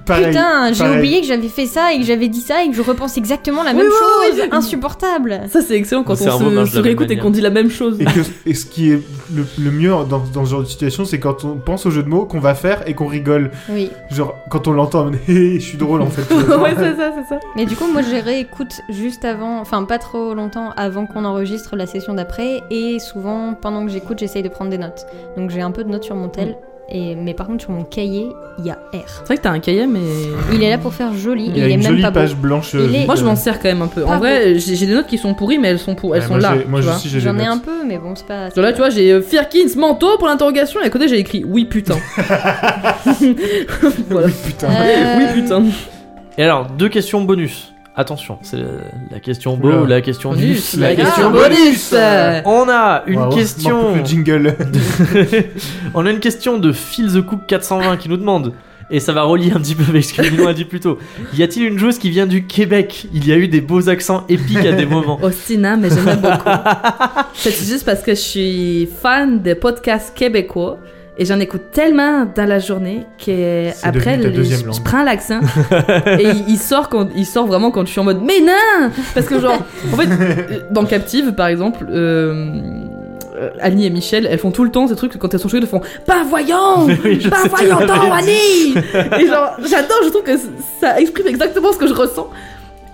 S3: Pareil.
S4: putain, j'ai
S3: pareil.
S4: oublié que j'avais fait ça et que j'avais dit ça et que je repense exactement la
S2: Oui,
S4: même
S2: oui,
S4: chose.
S2: oui.
S4: Insupportable.
S2: Ça c'est excellent quand
S1: Le cerveau
S2: on
S1: marche de
S2: se, se
S1: la même
S2: réécoute et
S1: manière.
S2: qu'on dit la même chose.
S3: Et, que, et ce qui est le, le mieux dans, dans ce genre de situation, c'est quand on pense au jeu de mots qu'on va faire et qu'on rigole.
S4: Oui.
S3: Genre, quand on l'entend, on est, Hé, je suis drôle en fait.
S2: ouais, c'est ça, c'est ça.
S4: Mais du coup, moi, je les réécoute juste avant, enfin pas trop longtemps avant qu'on enregistre la session d'après et souvent pendant que j'écoute, j'essaye de prendre des notes. Donc j'ai un peu de notes sur mon
S3: Mm.
S4: tel. Et, mais par contre, sur mon cahier, il y a R.
S2: C'est vrai que t'as un cahier, mais.
S4: Il est là pour faire joli,
S3: Il
S4: et
S3: y
S4: il
S3: a
S4: est
S3: une
S4: même
S3: jolie
S4: pas beau.
S3: page blanche. euh,
S4: Il est-
S3: vide.
S2: Moi je m'en sers quand même un peu. En
S4: Pas
S2: vrai, j'ai j'ai des notes qui sont pourries, mais elles sont, pour... elles
S3: Ouais,
S2: sont
S3: moi,
S2: là.
S3: j'ai- Moi
S2: tu vois.
S3: aussi, j'ai
S4: J'en
S3: des
S4: ai un
S3: notes.
S4: peu, mais bon, c'est pas.
S2: Genre là, tu vois, j'ai euh, Firkins, manteau pour l'interrogation, et à côté j'ai écrit oui putain. Voilà.
S3: Putain.
S4: Euh,
S2: Oui putain.
S1: Et alors, deux questions bonus. Attention, c'est la, la question
S3: Oula.
S1: beau, la question du.
S3: la
S1: question
S2: question
S3: bonus.
S2: Ah, bonus. Euh,
S1: On a une
S3: Waouh, manque
S1: question.
S3: plus Le jingle.
S1: On a une question de Phil the Cook 420 qui nous demande. Et ça va relier un petit peu avec ce que Milan a dit plus tôt. Y a-t-il une joueuse qui vient du Québec Il y a eu des beaux accents épiques à des moments.
S2: Ostina, mais j'aime beaucoup. C'est juste parce que je suis fan des podcasts québécois. Et j'en écoute tellement dans la journée que
S3: C'est
S2: après
S3: devenu ta
S2: le-
S3: deuxième
S2: je, je
S3: langue.
S2: prends l'accent et il, il sort quand il sort vraiment quand je suis en mode mais non parce que genre en fait euh, dans Captive par exemple euh, euh, Annie et Michel elles font tout le temps ces trucs quand elles sont chez elles font pas voyant
S1: Oui, je
S2: pas
S1: sais,
S2: voyant
S1: on l'avait
S2: donc Annie et genre j'adore je trouve que c- ça exprime exactement ce que je ressens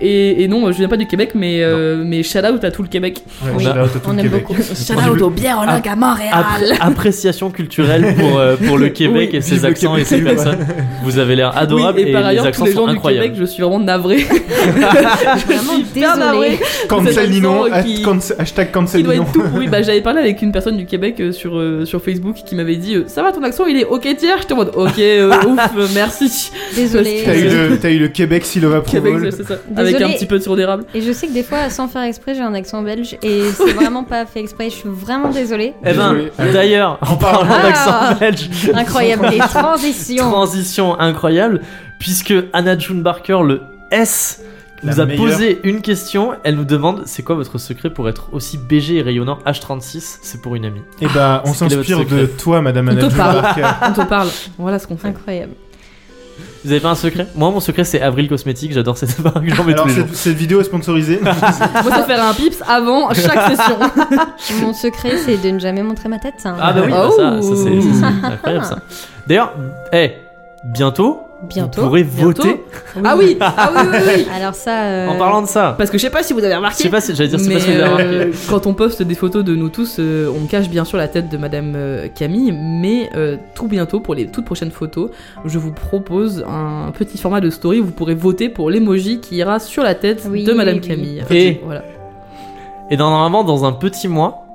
S2: et, et non je viens pas du Québec mais euh, mais shout out à tout le Québec
S3: Ouais,
S1: On
S3: shout
S1: a-
S3: out à tout
S4: on
S3: le
S4: aime
S3: Québec.
S4: beaucoup.
S2: shout
S3: out
S2: out aux biérologues à Montréal
S1: Appré- appréciation culturelle pour, euh, pour le Québec
S2: Oui,
S1: et
S3: vive
S1: ses
S3: le
S1: accents
S3: Québec,
S1: et ses
S3: ouais.
S1: personnes. Vous avez l'air adorable
S2: Oui, et, par ailleurs
S1: les
S2: tous
S1: accents
S2: les
S1: sont
S2: gens du Québec
S1: incroyables.
S2: je suis vraiment navrée
S4: Vraiment
S2: hyper navrée
S4: désolée.
S2: C'est
S3: Cancel Ninon.
S2: l'accent qui-
S3: at- cance- Hashtag
S2: qui
S3: cancel
S2: doit
S3: Ninon.
S2: être tout pourri. Bah, j'avais parlé avec une personne du Québec euh, sur, euh, sur Facebook qui m'avait dit euh, Ça va ton accent, il est ok tiers J'étais en mode Ok, euh, ouf, euh, merci.
S4: Désolée.
S3: T'as eu le- t'as eu le Québec Silova
S2: Québec,
S3: Provol.
S2: c'est ça. Avec un petit peu de sirop d'érable.
S4: Et je sais que des fois, sans faire exprès, j'ai un accent belge et c'est vraiment pas fait exprès. Je suis vraiment désolée.
S1: Eh ben,
S3: Désolé. Allez.
S1: d'ailleurs, en parlant
S4: Ah.
S1: d'accent belge,
S4: Incroyable, les transitions.
S1: transition incroyable, puisque Anna June Barker, le S,
S3: La
S1: nous a
S3: meilleure.
S1: posé une question. Elle nous demande c'est quoi votre secret pour être aussi BG et rayonnant H36 C'est pour une amie.
S3: Et bah, on
S1: c'est quel est votre
S3: s'inspire de
S1: secret
S3: toi, Madame
S2: On te
S3: Anna June
S2: parle.
S3: Barker.
S2: On te parle. Voilà ce qu'on fait.
S4: Incroyable.
S1: Vous avez pas un secret Moi, mon secret, c'est Avril Cosmétique. J'adore cette marque, j'en mets tous
S3: Alors,
S1: les jours.
S3: cette cette vidéo est sponsorisée.
S2: Moi, ça faire un pips avant chaque session.
S4: Mon secret, c'est de ne jamais montrer ma tête. hein. ça.
S1: Ah bah oui, bah
S2: Oh.
S1: ça, ça, c'est ça, c'est incroyable ça. D'ailleurs, eh, bientôt, vous
S4: Euh, Bientôt.
S1: pourrez
S2: bientôt.
S1: voter.
S2: Ah oui, ah oui, oui, oui.
S4: Alors ça. euh,
S1: En parlant de ça,
S2: Parce que je sais pas si vous avez
S1: je
S2: remarqué.
S1: sais pas si j'allais dire, c'est
S2: mais
S1: pas ce que vous avez remarqué.
S2: euh, quand on poste des photos de nous tous, euh, on cache bien sûr la tête de Madame euh, Camille, mais euh, tout bientôt pour les toutes prochaines photos, je vous propose un petit format de story où vous pourrez voter pour l'emoji qui ira sur la tête
S4: Oui,
S2: de Madame
S4: oui.
S2: Camille.
S1: Et-
S2: voilà.
S1: Et dans- normalement, dans un petit mois,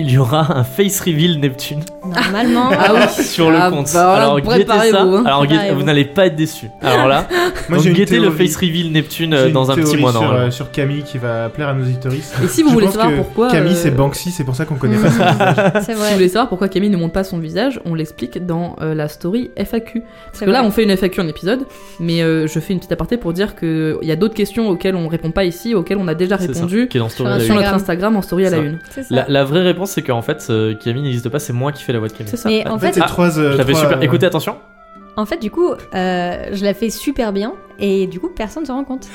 S1: il y aura un face reveal Neptune
S4: Normalement.
S2: Ah oui.
S1: sur le
S2: Ah
S1: compte.
S2: bah,
S1: Alors guettez ça.
S2: préparez-vous, hein.
S1: Alors guettez-
S4: Préparez-vous.
S1: vous n'allez pas être déçus. Alors là,
S3: Moi,
S1: donc,
S3: j'ai une
S1: guettez le
S3: théorie.
S1: face reveal Neptune euh,
S3: J'ai une
S1: dans un petit
S3: théorie
S1: mois
S3: sur,
S1: normalement.
S3: euh, sur Camille qui va plaire à nos auditoristes.
S2: Et si vous
S3: Je
S2: voulez
S3: pense
S2: savoir
S3: que
S2: pourquoi,
S3: Camille
S2: euh,
S3: c'est Banksy, c'est pour ça qu'on connaît
S4: Mm.
S3: pas son visage.
S4: C'est
S2: Si vous
S4: vrai.
S2: voulez savoir pourquoi Camille ne montre pas son visage, on l'explique dans euh, la story FAQ. Parce
S4: C'est
S2: que là,
S4: vrai.
S2: on fait une FAQ en épisode, mais euh, je fais une petite aparté pour dire qu'il y a d'autres questions auxquelles on répond pas ici, auxquelles on a déjà
S1: C'est ça,
S2: répondu
S1: qui est dans Story
S4: Sur
S1: d'ailleurs.
S2: sur notre
S4: Instagram.
S2: Instagram en story à la
S1: Ça.
S2: une.
S4: C'est ça.
S1: La, la vraie réponse, c'est qu'en fait, euh, Camille n'existe pas, c'est moi qui fais la voix de Camille.
S2: C'est ça.
S4: Mais en
S3: En fait,
S4: fait,
S3: c'est trois. euh,
S1: Je la fais
S3: trois,
S1: super.
S3: euh,
S1: Écoutez, attention.
S4: en fait, du coup, euh, je la fais super bien et du coup personne ne se rend compte.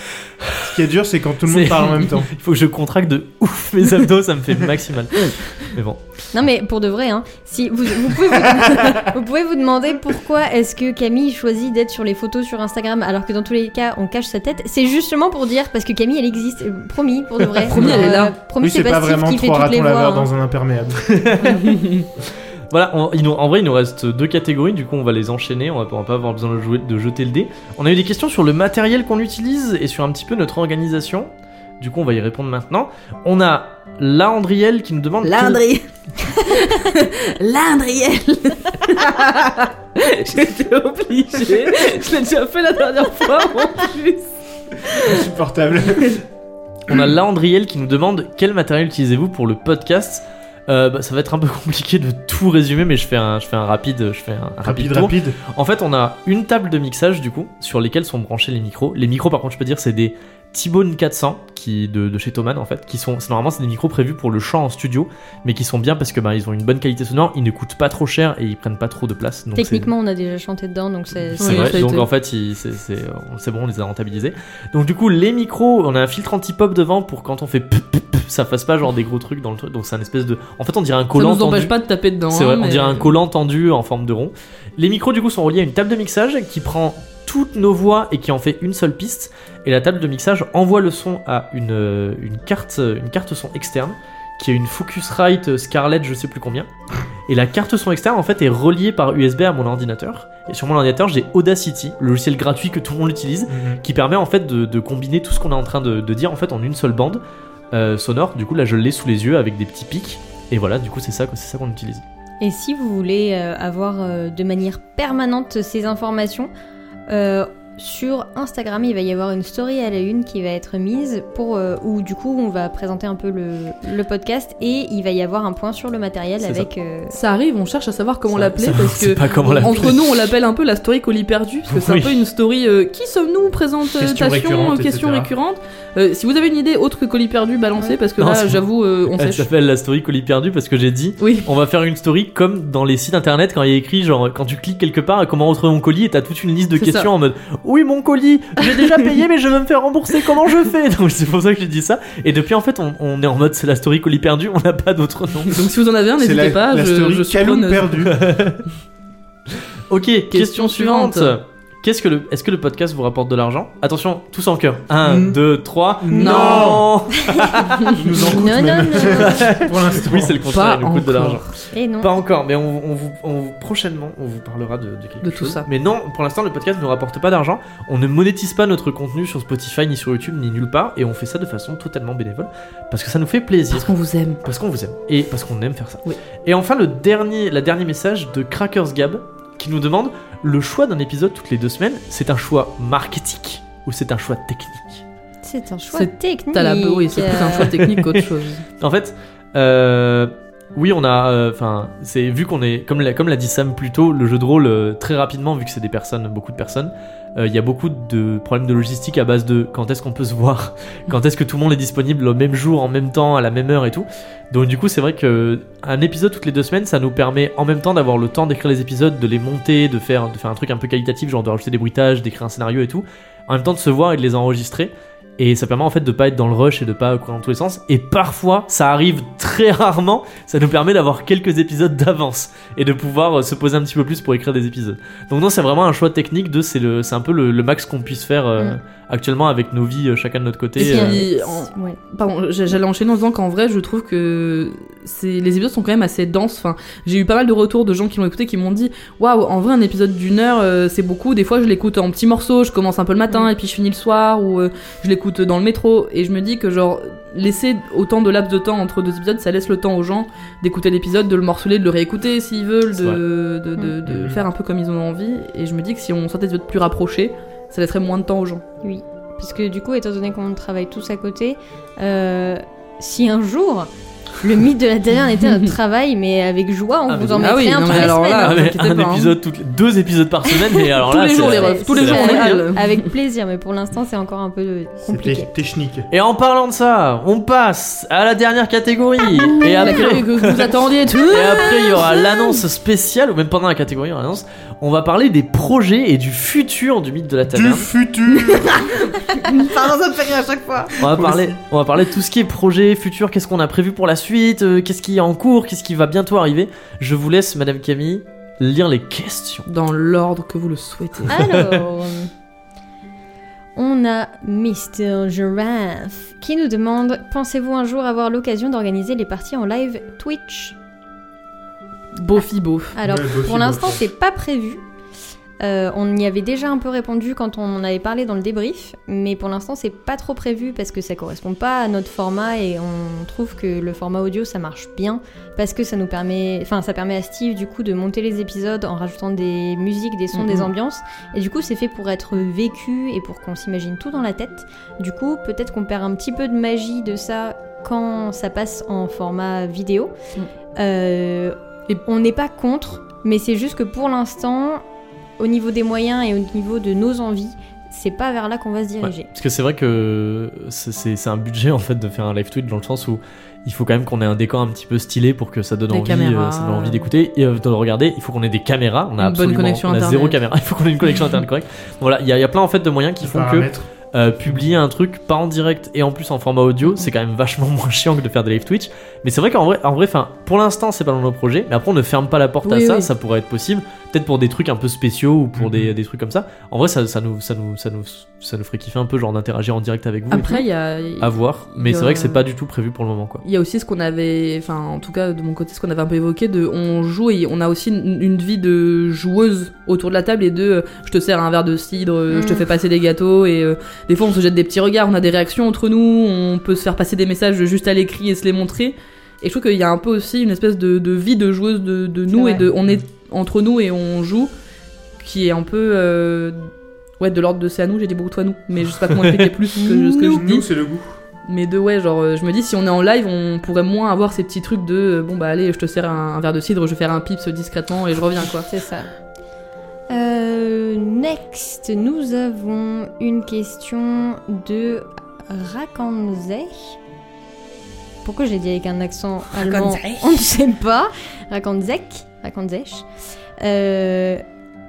S3: Ce qui est dur, c'est quand tout le
S1: C'est-
S3: monde parle en même temps.
S1: Il faut que je contracte de ouf mes abdos, ça me fait maximal. Mais bon.
S4: Non mais pour de vrai, hein, si vous, vous pouvez vous, vous pouvez vous demander pourquoi est-ce que Camille choisit d'être sur les photos sur Instagram alors que dans tous les cas on cache sa tête, c'est justement pour dire parce que Camille elle existe, euh, promis pour de vrai.
S2: Ah,
S4: euh,
S2: Promis, elle est là.
S4: Promis
S3: Oui, c'est pas
S4: Steve
S3: vraiment
S4: qui fait
S3: trois
S4: toutes les
S3: ratons
S4: voix.
S3: laveurs
S4: hein.
S3: dans un imperméable.
S1: Voilà, on- il nous- en vrai, il nous reste deux catégories, du coup, on va les enchaîner, on va, on va pas avoir besoin de, jouer- de jeter le dé. On a eu des questions sur le matériel qu'on utilise et sur un petit peu notre organisation. Du coup, on va y répondre maintenant. On a Laandriel qui nous demande. quel-
S2: L'Andriel L'Andriel J'étais obligée. Je l'ai déjà fait la dernière fois en plus.
S3: Insupportable.
S1: On a Laandriel qui nous demande quel matériel utilisez-vous pour le podcast Euh, bah, ça va être un peu compliqué de tout résumer, mais je fais un, je fais un rapide, je fais un rapide,
S3: Rapide,
S1: tour.
S3: rapide.
S1: En fait, on a une table de mixage du coup sur lesquelles sont branchés les micros. Les micros, par contre, je peux dire, c'est des T-Bone 400 qui de, de chez Thomann en fait, qui sont c'est- normalement c'est des micros prévus pour le chant en studio, mais qui sont bien parce que bah, ils ont une bonne qualité sonore, ils ne coûtent pas trop cher et ils prennent pas trop de place. Donc c'est-
S4: Techniquement on a déjà chanté dedans donc c'est...
S1: c'est
S2: Oui,
S1: vrai.
S2: ça a
S1: Donc
S2: été.
S1: en fait, il- c'est c'est- euh, c'est bon, on les a rentabilisés. Donc du coup, les micros, on a un filtre anti-pop devant pour quand on fait pop, pop, pop, ça fasse pas genre des gros trucs dans le truc. Donc c'est un espèce de. En fait, on dirait un
S2: Ça
S1: collant.
S2: nous empêche
S1: tendu.
S2: pas de taper dedans.
S1: C'est vrai,
S2: hein,
S1: on
S2: mais-
S1: dirait un collant tendu en forme de rond. Les micros, du coup, sont reliés à une table de mixage qui prend toutes nos voix et qui en fait une seule piste. Et la table de mixage envoie le son à une, euh, une, carte, une carte son externe qui est une Focusrite Scarlett, je sais plus combien. Et la carte son externe, en fait, est reliée par USB à mon ordinateur. Et sur mon ordinateur, j'ai Audacity, le logiciel gratuit que tout le monde utilise qui permet en fait de, de combiner tout ce qu'on est en train de, de dire en fait en une seule bande euh, sonore. Du coup, là, je l'ai sous les yeux avec des petits pics. Et voilà, du coup, c'est ça, que- c'est ça qu'on utilise.
S4: Et si vous voulez euh, avoir euh, de manière permanente ces informations, euh, sur Instagram, il va y avoir une story à la une qui va être mise pour euh, où du coup on va présenter un peu le, le podcast et il va y avoir un point sur le matériel
S1: C'est
S4: avec. euh,
S2: Ça arrive, on cherche à savoir comment
S1: Ça-
S2: l'appeler
S1: ça-
S2: parce
S1: c'est
S2: que.
S1: pas comment l'appeler.
S2: Entre nous, on l'appelle un peu la story colis perdu, parce que c'est
S1: Oui.
S2: un peu une story euh, qui sommes-nous, présentation,
S3: Questions récurrentes,
S2: questions
S3: etc.
S2: récurrentes. Euh, si vous avez une idée autre que colis perdu, balancez, parce que
S1: Non,
S2: là,
S1: c'est-
S2: j'avoue, euh, on
S1: Elle
S2: sèche.
S1: s'appelle la story colis perdu parce que j'ai dit
S2: Oui,
S1: on va faire une story comme dans les sites internet quand il y a écrit genre quand tu cliques quelque part comment retrouver mon colis et t'as toute une liste de
S2: C'est
S1: questions
S2: ça.
S1: en mode oui mon colis j'ai déjà payé mais je veux me faire rembourser comment je fais donc c'est pour ça que j'ai dit ça et depuis en fait on, on est en mode c'est la story colis perdu on n'a pas d'autre nom
S2: donc si vous en avez un,
S3: C'est
S2: n'hésitez
S3: la,
S2: pas,
S3: la
S2: je, euh,
S3: story
S2: je suis
S3: Calou
S2: preneuse.
S3: perdu.
S1: ok question, suivante,
S2: suivante.
S1: Qu'est-ce que le, est-ce que le podcast vous rapporte de l'argent Attention, tous en cœur. 1,
S3: Mm.
S1: 2, 3.
S2: Non.
S3: Il nous en coûte
S4: Non, non,
S3: même.
S4: non.
S3: Pour l'instant.
S1: Oui, c'est le contraire,
S2: Pas
S1: il nous coûte de
S2: encore.
S1: l'argent.
S4: Et non.
S1: Pas encore, mais on, on vous, on vous- prochainement, on vous parlera de, de quelque
S2: De tout
S1: chose.
S2: ça.
S1: Mais non, pour l'instant, le podcast ne rapporte pas d'argent. On ne monétise pas notre contenu sur Spotify, ni sur YouTube, ni nulle part. Et on fait ça de façon totalement bénévole. Parce que ça nous fait plaisir.
S2: Parce qu'on vous aime.
S1: Parce qu'on vous aime. Et parce qu'on aime faire ça.
S2: Oui.
S1: Et enfin, le dernier, la dernier message de Crackers Gab qui nous demande le choix d'un épisode toutes les deux semaines, c'est un choix marketing ou c'est un choix technique
S4: C'est un choix
S2: C'est-
S4: technique. Euh,
S2: T'as la oui, c'est plus un choix technique qu'autre chose.
S1: En fait, euh, oui, on a. euh, Enfin, c'est vu qu'on est. Comme l'a, comme l'a dit Sam plus tôt, le jeu de rôle, euh, très rapidement, vu que c'est des personnes, beaucoup de personnes, euh, il y a beaucoup de problèmes de logistique à base de quand est-ce qu'on peut se voir, quand est-ce que tout le monde est disponible au même jour, en même temps, à la même heure et tout. Donc, du coup, c'est vrai que un épisode toutes les deux semaines, ça nous permet en même temps d'avoir le temps d'écrire les épisodes, de les monter, de faire, de faire un truc un peu qualitatif, genre de rajouter des bruitages, d'écrire un scénario et tout. En même temps, de se voir et de les enregistrer. Et ça permet en fait de pas être dans le rush et de pas courir dans tous les sens. Et parfois, ça arrive très rarement, ça nous permet d'avoir quelques épisodes d'avance et de pouvoir euh, se poser un petit peu plus pour écrire des épisodes. Donc non, c'est vraiment un choix technique de c'est le c'est un peu le, le max qu'on puisse faire euh,
S4: Mm.
S1: actuellement avec nos vies euh, chacun de notre
S2: Et
S1: côté.
S2: puis,
S1: euh,
S2: en-
S4: Ouais.
S2: Pardon, j- j'allais enchaîner en disant qu'en vrai, je trouve que c'est les épisodes sont quand même assez denses. Enfin, j'ai eu pas mal de retours de gens qui l'ont écouté qui m'ont dit Waouh, en vrai, un épisode d'une heure, euh, c'est beaucoup. Des fois, je l'écoute en petits morceaux, je commence un peu le matin et puis je finis le soir, ou euh, je l'écoute dans le métro. Et je me dis que, genre, laisser autant de laps de temps entre deux épisodes, ça laisse le temps aux gens d'écouter l'épisode, de le morceler, de le réécouter s'ils veulent,
S1: C'est
S2: de, de, de- de
S3: Mhm.
S2: faire un peu comme ils en ont envie. Et je me dis que si on sortait des épisodes plus rapprochés, ça laisserait moins de temps aux gens.
S4: Oui, parce que du coup, étant donné qu'on travaille tous à côté, euh, si un jour le mythe de la taverne était notre travail, mais avec joie, on
S1: Ah, mais
S4: vous en
S1: de-
S4: mettrait
S2: Ah oui,
S4: un
S2: non,
S4: toutes
S2: mais
S4: les
S2: alors
S4: semaines.
S2: là,
S1: Ah, mais
S2: vous inquiétez
S1: un
S2: pas, hein.
S1: épisode toutes- deux épisodes par semaine, mais alors
S2: Tous
S1: là,
S2: les
S1: c'est
S2: jours,
S1: la-
S2: les refs,
S4: C'est-
S2: tous les
S4: c'est
S2: jours,
S4: la
S2: on est
S4: folie,
S2: hal.
S4: hein. Avec plaisir, mais pour l'instant, c'est encore un peu compliqué.
S3: C'était technique.
S1: Et en parlant de ça, on passe à la dernière catégorie. Et
S2: Ah, La
S1: après,
S2: catégorie que vous attendiez, tout.
S1: et après, il y aura l'annonce spéciale, ou même pendant la catégorie, on annonce. On va parler des projets et du futur du mythe de la
S3: Du
S1: taverne.
S3: futur
S4: Pardon, ça me fait rire à chaque fois.
S1: On va parler, on va parler de tout ce qui est projet, futur, qu'est-ce qu'on a prévu pour la suite, euh, qu'est-ce qui est en cours, qu'est-ce qui va bientôt arriver. Je vous laisse, Madame Camille, lire les questions.
S2: Dans l'ordre que vous le souhaitez.
S4: Alors, on a Mr. Giraffe qui nous demande Pensez-vous un jour avoir l'occasion d'organiser les parties en live Twitch
S2: Beaufi, beauf.
S4: Alors,
S3: Ouais, Buffy,
S4: pour l'instant,
S3: Buffy.
S4: c'est pas prévu. Euh, on y avait déjà un peu répondu quand on en avait parlé dans le débrief, mais pour l'instant, c'est pas trop prévu parce que ça correspond pas à notre format et on trouve que le format audio ça marche bien parce que ça nous permet, enfin, ça permet à Steve du coup de monter les épisodes en rajoutant des musiques, des sons,
S2: Mhm.
S4: des ambiances et du coup, c'est fait pour être vécu et pour qu'on s'imagine tout dans la tête. Du coup, peut-être qu'on perd un petit peu de magie de ça quand ça passe en format vidéo.
S2: Mm.
S4: Euh, et on n'est pas contre, mais c'est juste que pour l'instant, au niveau des moyens et au niveau de nos envies, c'est pas vers là qu'on va se diriger.
S1: Ouais, parce que c'est vrai que c'est- c'est c'est un budget en fait de faire un live tweet dans le sens où il faut quand même qu'on ait un décor un petit peu stylé pour que ça donne
S2: Des
S1: envie,
S2: caméras.
S1: euh, ça donne envie d'écouter et euh, de le regarder. Il faut qu'on ait des caméras, on a
S2: Une bonne
S1: absolument
S2: connexion
S1: on a zéro
S2: Internet.
S1: caméra, il faut qu'on ait une connexion internet correcte. Voilà, il y, a- il y a plein en fait de moyens qui font que
S3: Paramètres.
S1: euh, publier un truc pas en direct et en plus en format audio, c'est quand même vachement moins chiant que de faire des live Twitch. Mais c'est vrai qu'en vrai, en vrai, enfin, pour l'instant c'est pas dans nos projets, mais après on ne ferme pas la porte à
S2: Oui,
S1: ça,
S2: oui.
S1: ça pourrait être possible, peut-être pour des trucs un peu spéciaux ou pour des, des trucs comme ça. En vrai, ça, ça nous, ça nous, ça nous, ça nous ferait kiffer un peu genre d'interagir en direct avec vous. et
S2: Après,
S1: tout.
S2: il y a.
S1: à voir, mais
S2: il y
S1: c'est
S2: a-
S1: vrai que c'est pas du tout prévu pour le moment quoi.
S2: Il y a aussi ce qu'on avait, enfin en tout cas de mon côté, ce qu'on avait un peu évoqué de on joue et on a aussi une, une vie de joueuse autour de la table et de euh, je te sers un verre de cidre, euh, je te
S4: Mm.
S2: fais passer des gâteaux et euh, des fois on se jette des petits regards, on a des réactions entre nous, on peut se faire passer des messages juste à l'écrit et se les montrer. Et je trouve qu'il y a un peu aussi une espèce de, de vie de joueuse de, de nous et
S4: vrai.
S2: de on est entre nous et on joue qui est un peu euh, ouais de l'ordre de c'est à nous, j'ai dit beaucoup toi nous, mais je sais pas comment expliquer plus ce que je- ce que je dis.
S3: Nous, c'est le goût.
S2: Mais de ouais, genre, euh, je me dis, si on est en live, on pourrait moins avoir ces petits trucs de euh, bon, bah allez, je te sers un, un verre de cidre, je vais faire un pips discrètement et je reviens quoi.
S4: C'est ça. Euh, next, nous avons une question de Rakanzeh. Pourquoi je l'ai dit avec un accent allemand
S2: Rakanzeh.
S4: On ne sait pas. Rakanzek, Rakanzech, euh,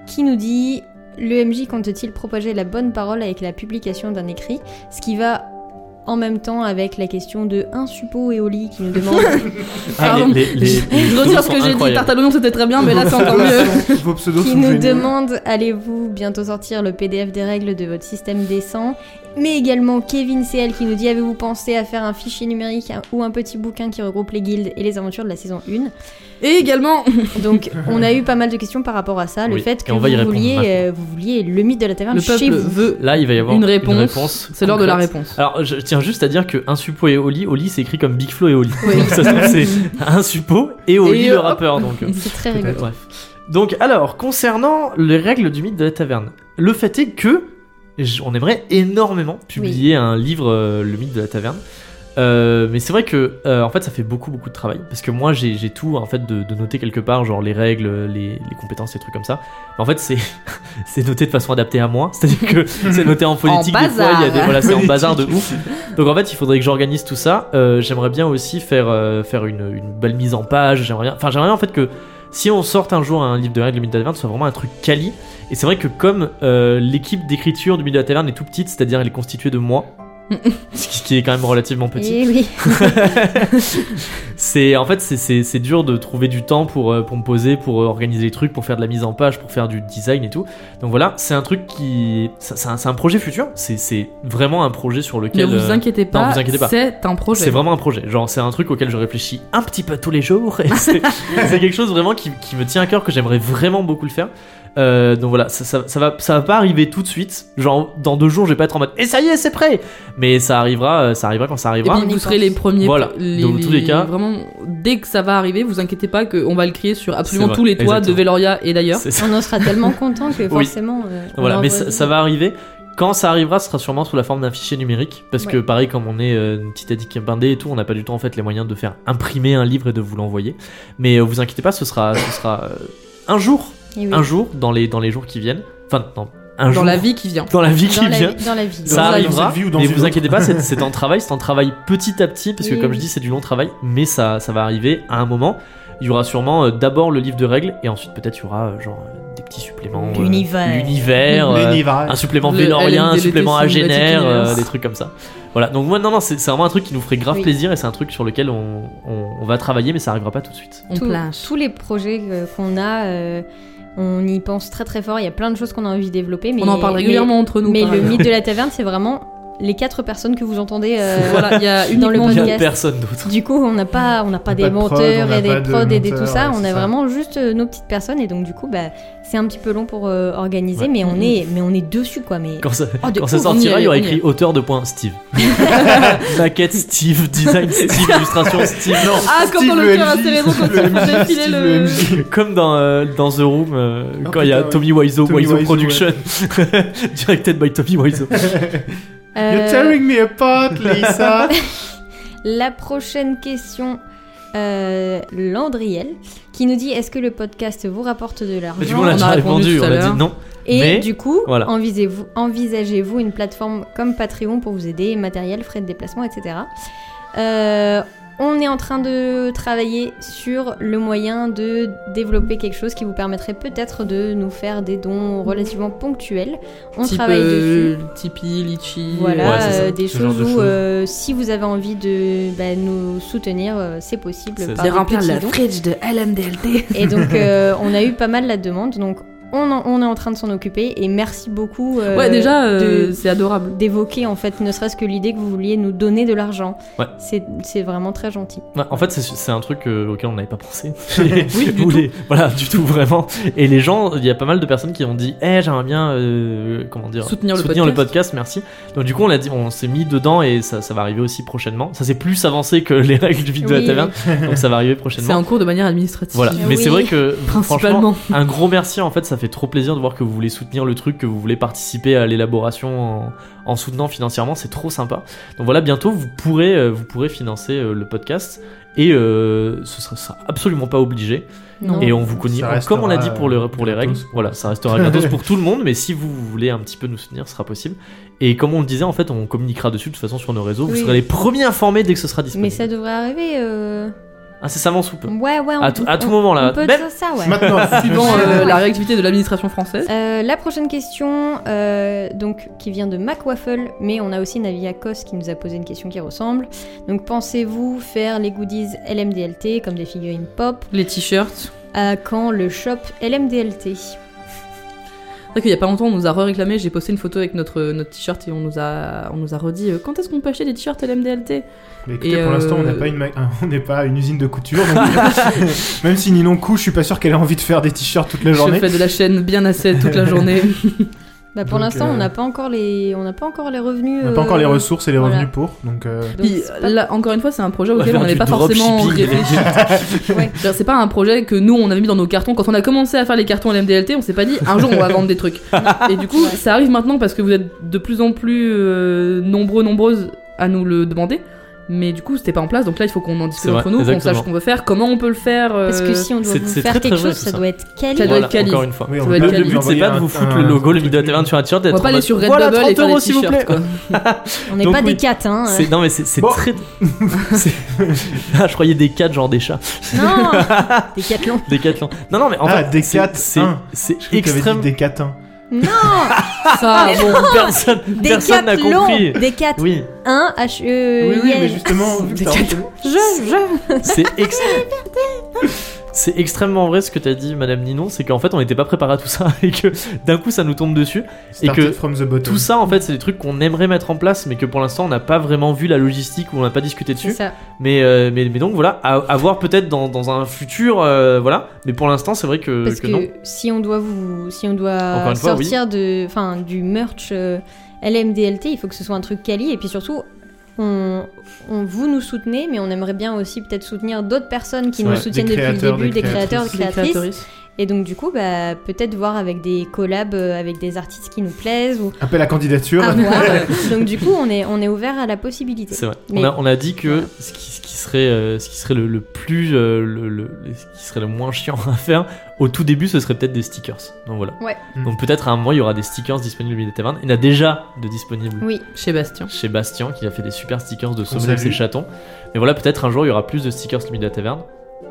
S4: qui nous dit Le MJ compte-t-il propager la bonne parole avec la publication d'un écrit Ce qui va en même temps avec la question de Un suppo et Oli qui nous demande
S2: Ah,
S1: Ah,
S2: Pardon. Je retire ce que j'ai dit, tarte à l'oignon c'était très bien, mais là c'est encore mieux.
S3: Vos pseudos
S4: qui
S3: sont
S4: nous
S3: géniaux.
S4: demande allez-vous bientôt sortir le PDF des règles de votre système décent mais également Kevin CL qui nous dit avez-vous pensé à faire un fichier numérique hein, ou un petit bouquin qui regroupe les guildes et les aventures de la saison 1
S2: Et également,
S4: donc on a eu pas mal de questions par rapport à ça le
S1: Oui,
S4: fait
S1: et
S4: que
S1: on
S4: vous
S1: va y répondre
S4: vouliez,
S1: maintenant.
S4: euh, vous vouliez le mythe de la taverne
S2: le
S4: chez
S2: peuple
S4: vous
S2: veut
S1: Là, il va y avoir
S2: une réponse.
S1: Une réponse
S2: C'est l'heure de la
S1: concrète. Ah,
S2: réponse.
S1: Alors, je tiens juste à dire que Insupo et Oli, Oli c'est écrit comme Big Flo et Oli.
S2: Oui.
S1: Donc, ça se trouve, c'est Insupo et Oli
S2: Et
S1: le
S2: hop.
S1: rappeur. Donc, euh,
S4: c'est très rigolo
S1: bref. Donc, alors, concernant les règles du mythe de la taverne, le fait est que j- on aimerait énormément publier un livre, euh, le mythe de la taverne. Euh, mais c'est vrai que euh, en fait ça fait beaucoup beaucoup de travail parce que moi j'ai j'ai tout en fait de, de noter quelque part genre les règles les, les compétences les trucs comme ça mais en fait c'est c'est noté de façon adaptée à moi c'est à dire que c'est noté en phonétique des fois il y a des
S2: bazar.
S1: voilà c'est en
S3: Phonétique.
S1: bazar de ouf donc en fait il faudrait que j'organise tout ça Euh, j'aimerais bien aussi faire euh, faire une, une belle mise en page j'aimerais bien enfin j'aimerais bien en fait que si on sort un jour un livre de règles du Mythe de la Taverne, ce soit vraiment un truc quali. Et c'est vrai que comme euh, l'équipe d'écriture du Mythe de la Taverne est tout petite, c'est-à-dire elle est constituée de moi, ce qui- ce qui est quand même relativement petit,
S4: et Eh oui
S1: c'est en fait c'est- c'est c'est dur de trouver du temps pour euh, pour me poser, pour euh, organiser les trucs, pour faire de la mise en page, pour faire du design et tout. Donc voilà, c'est un truc qui ça- c'est un, c'est un projet futur. C'est c'est vraiment un projet sur
S2: Ne
S1: lequel
S2: vous
S1: euh,
S2: inquiétez pas,
S1: vous inquiétez pas.
S2: c'est un projet.
S1: c'est vraiment un projet. Genre c'est un truc auquel je réfléchis un petit peu tous les jours. et C'est c'est quelque chose vraiment qui, qui me tient à cœur que j'aimerais vraiment beaucoup le faire. Euh, donc voilà, ça, ça, ça va ça va pas arriver tout de suite. Genre dans deux jours, je vais pas être en mode et ça y est, c'est prêt. Mais ça arrivera, euh, ça arrivera quand ça
S2: Et
S1: arrivera.
S2: puis
S4: On y
S2: Eh vous serez
S4: pense.
S2: les premiers.
S1: Voilà.
S2: les-
S1: Dans tous les cas.
S2: Vraiment, dès que ça va arriver, vous inquiétez pas qu'on va le crier sur absolument
S1: vrai,
S2: tous les toits de
S1: exactement.
S2: Veloria et d'ailleurs.
S1: C'est ça.
S4: on en sera tellement content que forcément euh, on
S1: Voilà, mais
S4: l'envoie-
S1: ça, ça va arriver. Quand ça arrivera, ce sera sûrement sous la forme d'un fichier numérique, parce que
S4: Ouais.
S1: pareil, comme on est euh, une petite addict bandée et tout, on n'a pas du tout en fait les moyens de faire imprimer un livre et de vous l'envoyer. Mais euh, vous inquiétez pas, ce sera, ce sera euh, un jour,
S4: Eh oui.
S1: un jour dans les dans les jours qui viennent. Enfin, non, un
S2: Dans
S1: jour
S2: la vie qui vient.
S1: dans la vie qui
S4: dans, la,
S1: vient.
S4: vie- dans la vie.
S1: hein. Ça
S3: Dans- dans
S1: arrivera,
S3: cette vie ou dans
S1: mais
S3: une
S1: vous
S3: autre.
S1: inquiétez pas, c'est c'est un travail, c'est un travail petit à petit, parce que
S4: Oui,
S1: comme
S4: oui.
S1: je dis, c'est du long travail, mais ça, ça va arriver à un moment. Il y aura sûrement euh, d'abord le livre de règles, et ensuite peut-être il y aura euh, genre euh, des petits suppléments. euh,
S4: L'univers.
S1: L'univers. euh,
S3: L'univers.
S1: un supplément
S2: Le
S1: vélorien, un
S2: LMDLT
S1: supplément
S2: Cinematic
S1: agénaire,
S2: Universe.
S1: euh, des trucs comme ça. Voilà, donc moi, non, non, c'est c'est vraiment un truc qui nous ferait grave
S4: Oui.
S1: plaisir et c'est un truc sur lequel on, on- on va travailler, mais ça arrivera pas tout de suite.
S2: On
S4: Tous-
S2: plage.
S4: Tous les projets euh, qu'on a, euh, on y pense très très fort. Il y a plein de choses qu'on a envie de développer. Mais
S2: On en parle
S4: mais-
S2: régulièrement entre nous.
S4: Mais
S2: par
S4: le
S2: exemple.
S4: mythe de la taverne, c'est vraiment les quatre personnes que vous entendez. euh,
S2: Voilà, il y a
S4: Dans le
S2: uniquement
S1: Il y a
S4: podcast.
S1: personne d'autre.
S4: Du coup, on n'a pas, on n'a pas
S3: On a
S4: des
S3: pas de prod,
S4: monteurs
S3: on a pas
S4: et des
S3: de
S4: prods et des tout
S3: monteurs,
S4: ça.
S3: ouais,
S4: on
S3: c'est
S4: a
S3: ça.
S4: vraiment juste euh, nos petites personnes et donc du coup, bah, c'est un petit peu long pour euh, organiser,
S1: Ouais.
S4: mais on
S2: Mm-hmm.
S4: est, mais on est dessus quoi. Mais
S1: Quand ça,
S4: Oh, de
S1: quand ça
S4: ouf, on y
S1: sortira,
S2: est,
S1: il y aura
S2: on y
S1: écrit
S2: est.
S1: auteur de point Steve. Maquette Steve, design Steve, illustration Steve. Non,
S2: Ah, quand on le cœur a ses raisons, quand
S3: le
S2: on
S3: MJ,
S2: fait filer
S3: Steve,
S2: le.
S3: le MJ.
S1: Comme dans, euh, dans The Room, euh,
S3: Oh,
S1: quand il y a
S3: putain, ouais.
S1: Tommy Wiseau,
S3: Tommy
S1: Wiseau
S3: Wiseau,
S1: Production, directed by Tommy Wiseau.
S4: Euh,
S3: You're tearing me apart, Lisa.
S4: la prochaine question. euh, Landriel qui nous dit est-ce que le podcast vous rapporte de
S1: Mais
S2: Bah,
S1: du coup,
S4: l'argent
S1: on l'a
S2: on a
S1: déjà
S2: répondu
S1: répondu,
S2: tout
S1: on
S2: à
S1: a
S2: l'heure.
S1: dit non.
S4: Et
S1: Mais,
S4: du coup,
S1: voilà.
S4: envisez-vous- envisagez-vous une plateforme comme Patreon pour vous aider, matériel, frais de déplacement, etc. Euh, on est en train de travailler sur le moyen de développer quelque chose qui vous permettrait peut-être de nous faire des dons relativement ponctuels. On
S2: type,
S4: travaille dessus.
S2: euh, Tipeee, Litchi.
S4: Voilà,
S1: Ouais, c'est ça.
S4: euh, des
S3: Ce genre
S4: choses
S3: de
S4: où
S3: choses.
S4: euh, si vous avez envie de bah, nous soutenir, euh, c'est possible.
S1: C'est
S4: par
S1: ça.
S4: des
S2: de remplir
S4: petits
S2: la
S4: dons.
S2: fridge de LMDLT.
S4: Et donc, euh, on a eu pas mal la demande. Donc, on, en- on est en train de s'en occuper. Et merci beaucoup. euh,
S2: Ouais, déjà, euh,
S4: de-
S2: c'est adorable.
S4: d'évoquer en fait ne serait-ce que l'idée que vous vouliez nous donner de l'argent.
S1: Ouais.
S4: C'est c'est vraiment très gentil.
S1: Ouais, en fait, c'est- c'est un truc euh, auquel on n'avait pas pensé.
S2: Oui, du
S1: Ou
S2: tout.
S1: les- Voilà, du tout, vraiment. Et les gens, il y a pas mal de personnes qui ont dit Eh, j'aimerais bien, euh, comment dire,
S2: Soutenir le
S1: podcast. merci. Donc, du coup, on l'a dit, on s'est mis dedans et ça, ça va arriver aussi prochainement. Ça, c'est plus avancé que les règles du vide de
S4: Oui.
S1: la taverne, donc ça va arriver
S2: C'est
S1: prochainement.
S2: en cours de manière administrative. euh,
S1: Voilà, mais
S4: Oui.
S1: c'est vrai que franchement,
S2: Principalement.
S1: un gros merci en fait, ça fait trop plaisir de voir que vous voulez soutenir le truc, que vous voulez participer à l'élaboration en, en soutenant financièrement, c'est trop sympa. Donc voilà, bientôt vous pourrez, euh, vous pourrez financer euh, le podcast et euh, ce sera, sera absolument pas obligé.
S4: Non.
S1: Et on vous connaît,
S3: Ça
S1: comme on l'a dit
S3: restera,
S1: pour, le,
S3: euh,
S1: pour les règles,
S3: gratos.
S1: voilà, ça restera gratos pour tout le monde, mais si vous voulez un petit peu nous soutenir, ce sera possible. Et comme on le disait, en fait, on communiquera dessus de toute façon sur nos réseaux, vous
S4: Oui.
S1: serez les premiers informés dès que ce sera disponible. Ah,
S4: Mais ça devrait arriver. euh,
S1: Incessamment sous peu.
S4: Ouais, ouais. On,
S1: À tout- à tout
S4: on-
S1: moment, là.
S4: On peut
S1: Même-
S4: dire ça, ouais.
S3: Maintenant,
S2: Suivant
S4: Ouais,
S2: euh,
S4: ouais.
S2: la réactivité de l'administration française.
S4: Euh, la prochaine question, euh, donc qui vient de MacWaffle, mais on a aussi Navia Kos qui nous a posé une question qui ressemble. Donc, pensez-vous faire les goodies LMDLT comme des figurines pop
S2: Les t-shirts.
S4: à quand le shop LMDLT
S2: C'est vrai qu'il y a pas longtemps, on nous a réclamé. J'ai posté une photo avec notre euh, notre t-shirt et on nous a on nous a redit euh, quand est-ce qu'on peut acheter des t-shirts LMDLT.
S3: Mais écoutez,
S2: Et,
S3: pour l'instant, on
S2: euh,
S3: n'a pas une ma- on n'est pas une usine de couture. donc- Même si Ninon Cou, je suis pas sûr qu'elle ait envie de faire des t-shirts toute la
S2: Je
S3: journée.
S2: fais de la chaîne bien assez toute la journée.
S4: bah, Pour
S3: Donc,
S4: l'instant,
S3: euh,
S4: on n'a pas encore les, on n'a pas encore les revenus.
S3: On n'a pas encore les
S4: euh,
S3: ressources et les
S4: voilà.
S3: revenus pour, donc euh,
S4: donc
S2: Puis,
S4: c'est pas-
S2: là, encore une fois, c'est un projet
S1: va
S2: auquel
S1: faire
S2: on n'est
S1: du
S2: pas forcément
S1: dropshipping.
S2: réfléchi.
S4: Ouais.
S2: C'est-à-dire, C'est pas un projet que nous on avait mis dans nos cartons. Quand on a commencé à faire les cartons à l'MDLT, on s'est pas dit un jour on va vendre des trucs. Et du coup,
S4: Ouais.
S2: ça arrive maintenant parce que vous êtes de plus en plus euh, nombreux, nombreuses à nous le demander. Mais du coup, c'était pas en place. Donc là, il faut qu'on en
S1: C'est
S2: discute
S1: vrai,
S2: entre nous, qu'on
S1: exactement.
S2: sache ce qu'on veut faire, comment on peut le faire. euh,
S4: Parce que si on doit
S1: c'est-
S4: vous
S1: c'est
S4: faire
S1: très, très
S4: quelque
S1: vrai,
S4: chose,
S1: tout
S4: ça
S1: ça.
S4: doit être quali.
S2: Ça doit
S1: Voilà,
S2: être quali.
S1: Encore une fois.
S3: oui,
S2: Ça
S3: on peut
S2: doit être
S3: pas
S2: quali.
S3: lui
S1: Le but, c'est
S3: envoyer
S1: pas de
S3: un-
S1: vous foutre le
S3: un-
S1: logo,
S3: un
S1: le
S3: truc
S1: vidéo
S3: mignon.
S1: taverne sur un t-shirt et
S2: On va
S1: être en
S2: pas aller
S1: mode,
S2: sur Redbubble
S1: Voilà,
S2: et
S1: 30
S2: faire des
S1: euros s'il vous plaît.
S2: t-shirts, quoi.
S4: On n'est
S1: Donc
S4: pas
S1: oui.
S4: des quatre, hein.
S1: C'est- Non, mais c'est c'est
S3: Bon.
S1: très. c'est- Ah, je croyais des 4 genre des chats.
S4: Non Des quatre longs.
S1: Des 4 Non, non, mais en
S3: Ah,
S1: fait.
S3: des
S1: c'est-
S3: quatre,
S1: C'est
S3: hein.
S1: c'est
S3: Je croyais que t'avais
S1: extrême.
S3: dit des catins.
S4: Non
S2: Ça, bon.
S1: Personne
S4: Des
S1: personne n'a
S4: quatre longs
S1: compris.
S4: Des quatre.
S1: Oui,
S4: 1 H E
S3: oui, oui,
S4: I,
S3: mais
S4: L.
S3: justement, vu que
S2: Euh, Des
S3: t'as-
S4: Je, je.
S1: c'est ex- C'est extrêmement vrai ce que t'as dit, Madame Ninon, c'est qu'en fait on n'était pas préparé à tout ça et que d'un coup ça nous tombe dessus.
S3: started
S1: que
S3: from the bottom.
S1: Tout ça en fait c'est des trucs qu'on aimerait mettre en place mais que pour l'instant on n'a pas vraiment vu la logistique ou on n'a pas discuté
S4: C'est
S1: dessus.
S4: ça.
S1: Mais, euh, mais, mais donc voilà, à, à voir peut-être dans, dans un futur, euh, voilà. Mais pour l'instant c'est vrai que,
S4: Parce
S1: Euh, que non.
S4: que si on doit vous, si on
S1: Encore
S4: doit
S1: une fois,
S4: sortir de, enfin, du merch euh, LMDLT, il faut que ce soit un truc quali. Et puis surtout, on, on- vous nous soutenez, mais on aimerait bien aussi peut-être soutenir d'autres personnes qui
S1: C'est
S4: nous
S1: vrai.
S4: soutiennent
S3: Des
S4: depuis le
S3: créateurs,
S4: début,
S3: des
S4: des créateurs, des
S2: Les
S4: créatrices.
S2: créatrices.
S4: Et donc, du coup, bah, peut-être voir avec des collabs, euh, avec des artistes qui nous plaisent ou
S3: Appel à candidature.
S2: Ah,
S4: à voir. donc, du coup, on est, on est ouvert à la possibilité.
S1: C'est vrai.
S4: Mais-
S1: On, a, on a dit que
S4: Voilà.
S1: ce, qui, ce qui serait, euh, ce qui serait le, le plus. euh, le, le- le- ce qui serait le moins chiant à faire, au tout début, ce serait peut-être des stickers. Donc voilà.
S4: Ouais.
S3: Mm.
S1: Donc peut-être à un moment, il y aura des stickers disponibles au milieu des tavernes. Il y en a déjà de disponibles
S4: Oui,
S2: Chez
S4: Mm.
S2: Bastien.
S1: chez Bastien qui a fait des super stickers de
S3: Qu'on
S1: Sommel et ses
S3: salue.
S1: chatons. Mais voilà, peut-être un jour il y aura plus de stickers que le milieu de la taverne.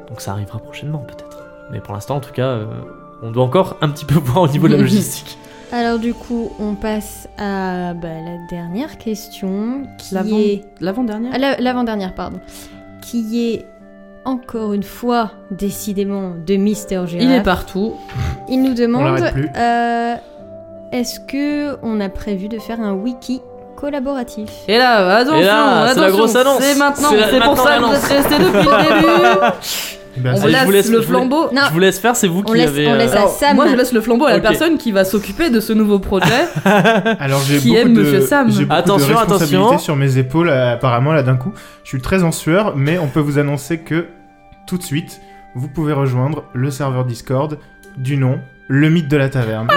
S1: Donc ça arrivera prochainement peut-être. Mais pour l'instant, en tout cas, euh, on doit encore un petit peu voir au niveau de la logistique.
S4: Alors du coup, on passe à bah, la dernière question, qui
S2: L'avant-
S4: est
S2: L'avant-dernière
S4: ah, la- l'avant-dernière, pardon, qui est encore une fois décidément de Mister Gérard.
S2: Il est partout.
S4: Il nous
S3: On
S4: demande,
S3: l'arrête plus.
S4: euh, est-ce que on a prévu de faire un wiki collaboratif
S2: Et là, attention,
S1: Et là, c'est la
S2: attention,
S1: grosse annonce.
S2: C'est maintenant,
S1: C'est la-
S2: c'est
S1: maintenant
S2: pour ça que vous
S1: l'annonce.
S2: êtes restés depuis le début.
S3: Bah,
S2: On
S1: ça,
S3: c'est-
S1: je vous
S2: laisse
S1: laisse- je
S2: le
S1: vous laisse-
S2: flambeau.
S4: Non,
S1: Je vous laisse faire, c'est vous
S4: On
S1: qui
S4: laisse-
S1: avez. euh,
S4: on laisse à-
S2: Alors,
S4: Sam.
S2: moi, je laisse le flambeau à la
S1: Ok.
S2: personne qui va s'occuper de ce nouveau projet.
S3: Alors j'ai
S2: Qui
S3: beaucoup
S2: aime
S3: de,
S2: Monsieur Sam.
S3: j'ai beaucoup de
S1: Attention,
S3: responsabilités
S1: attention.
S3: sur mes épaules euh, apparemment là d'un coup. Je suis très en sueur, mais on peut vous annoncer que tout de suite, vous pouvez rejoindre le serveur Discord du nom Le Mythe de la Taverne.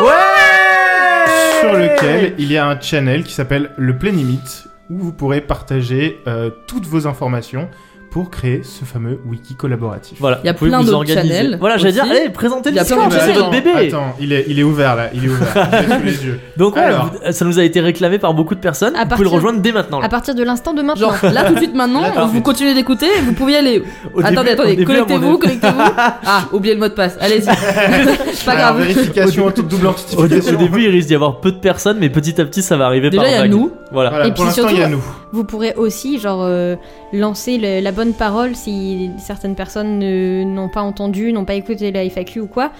S3: sur lequel il y a un channel qui s'appelle le Plein Limite où vous pourrez partager euh, toutes vos informations pour créer ce fameux wiki collaboratif.
S1: Voilà,
S2: Il y a
S1: vous pouvez
S2: plein
S1: vous
S2: d'autres
S1: organiser.
S2: channels
S1: Voilà, j'allais dire,
S2: aussi.
S1: allez, présentez
S2: Il
S1: le
S2: y a plein
S1: Discord,
S2: de
S1: c'est
S2: channels.
S1: Ah, votre bébé.
S3: Attends, il est, il est ouvert là, il est ouvert. Je l'ai sous les yeux.
S1: Donc, ouais,
S3: Alors.
S1: vous- ça nous a été réclamé par beaucoup de personnes.
S4: À
S1: Vous pouvez le
S4: partir-
S1: rejoindre dès maintenant. là.
S4: À partir de l'instant de maintenant.
S2: Genre, là, tout de suite, maintenant,
S3: Là, tout de
S2: vous
S3: suite.
S2: continuez d'écouter, vous pouvez y aller.
S1: Au début-
S2: attendez,
S1: au
S2: attendez,
S1: début, à mon
S2: connectez-vous,
S1: avis-
S2: connectez-vous. Ah, oubliez le mot de passe, allez-y. C'est pas
S3: Alors,
S2: grave.
S3: Vérification, double
S1: Au, dé-
S3: authentification.
S1: au début, il risque d'y avoir peu de personnes, mais petit à petit, ça va arriver
S2: Déjà,
S1: par
S2: il y a
S1: vague.
S2: nous.
S1: Voilà.
S3: Voilà,
S4: Et
S3: pour
S4: puis
S3: l'instant, il y a
S4: surtout,
S3: nous.
S4: Vous pourrez aussi genre euh, lancer le- la bonne parole si certaines personnes ne- n'ont pas entendu, n'ont pas écouté la FAQ ou quoi.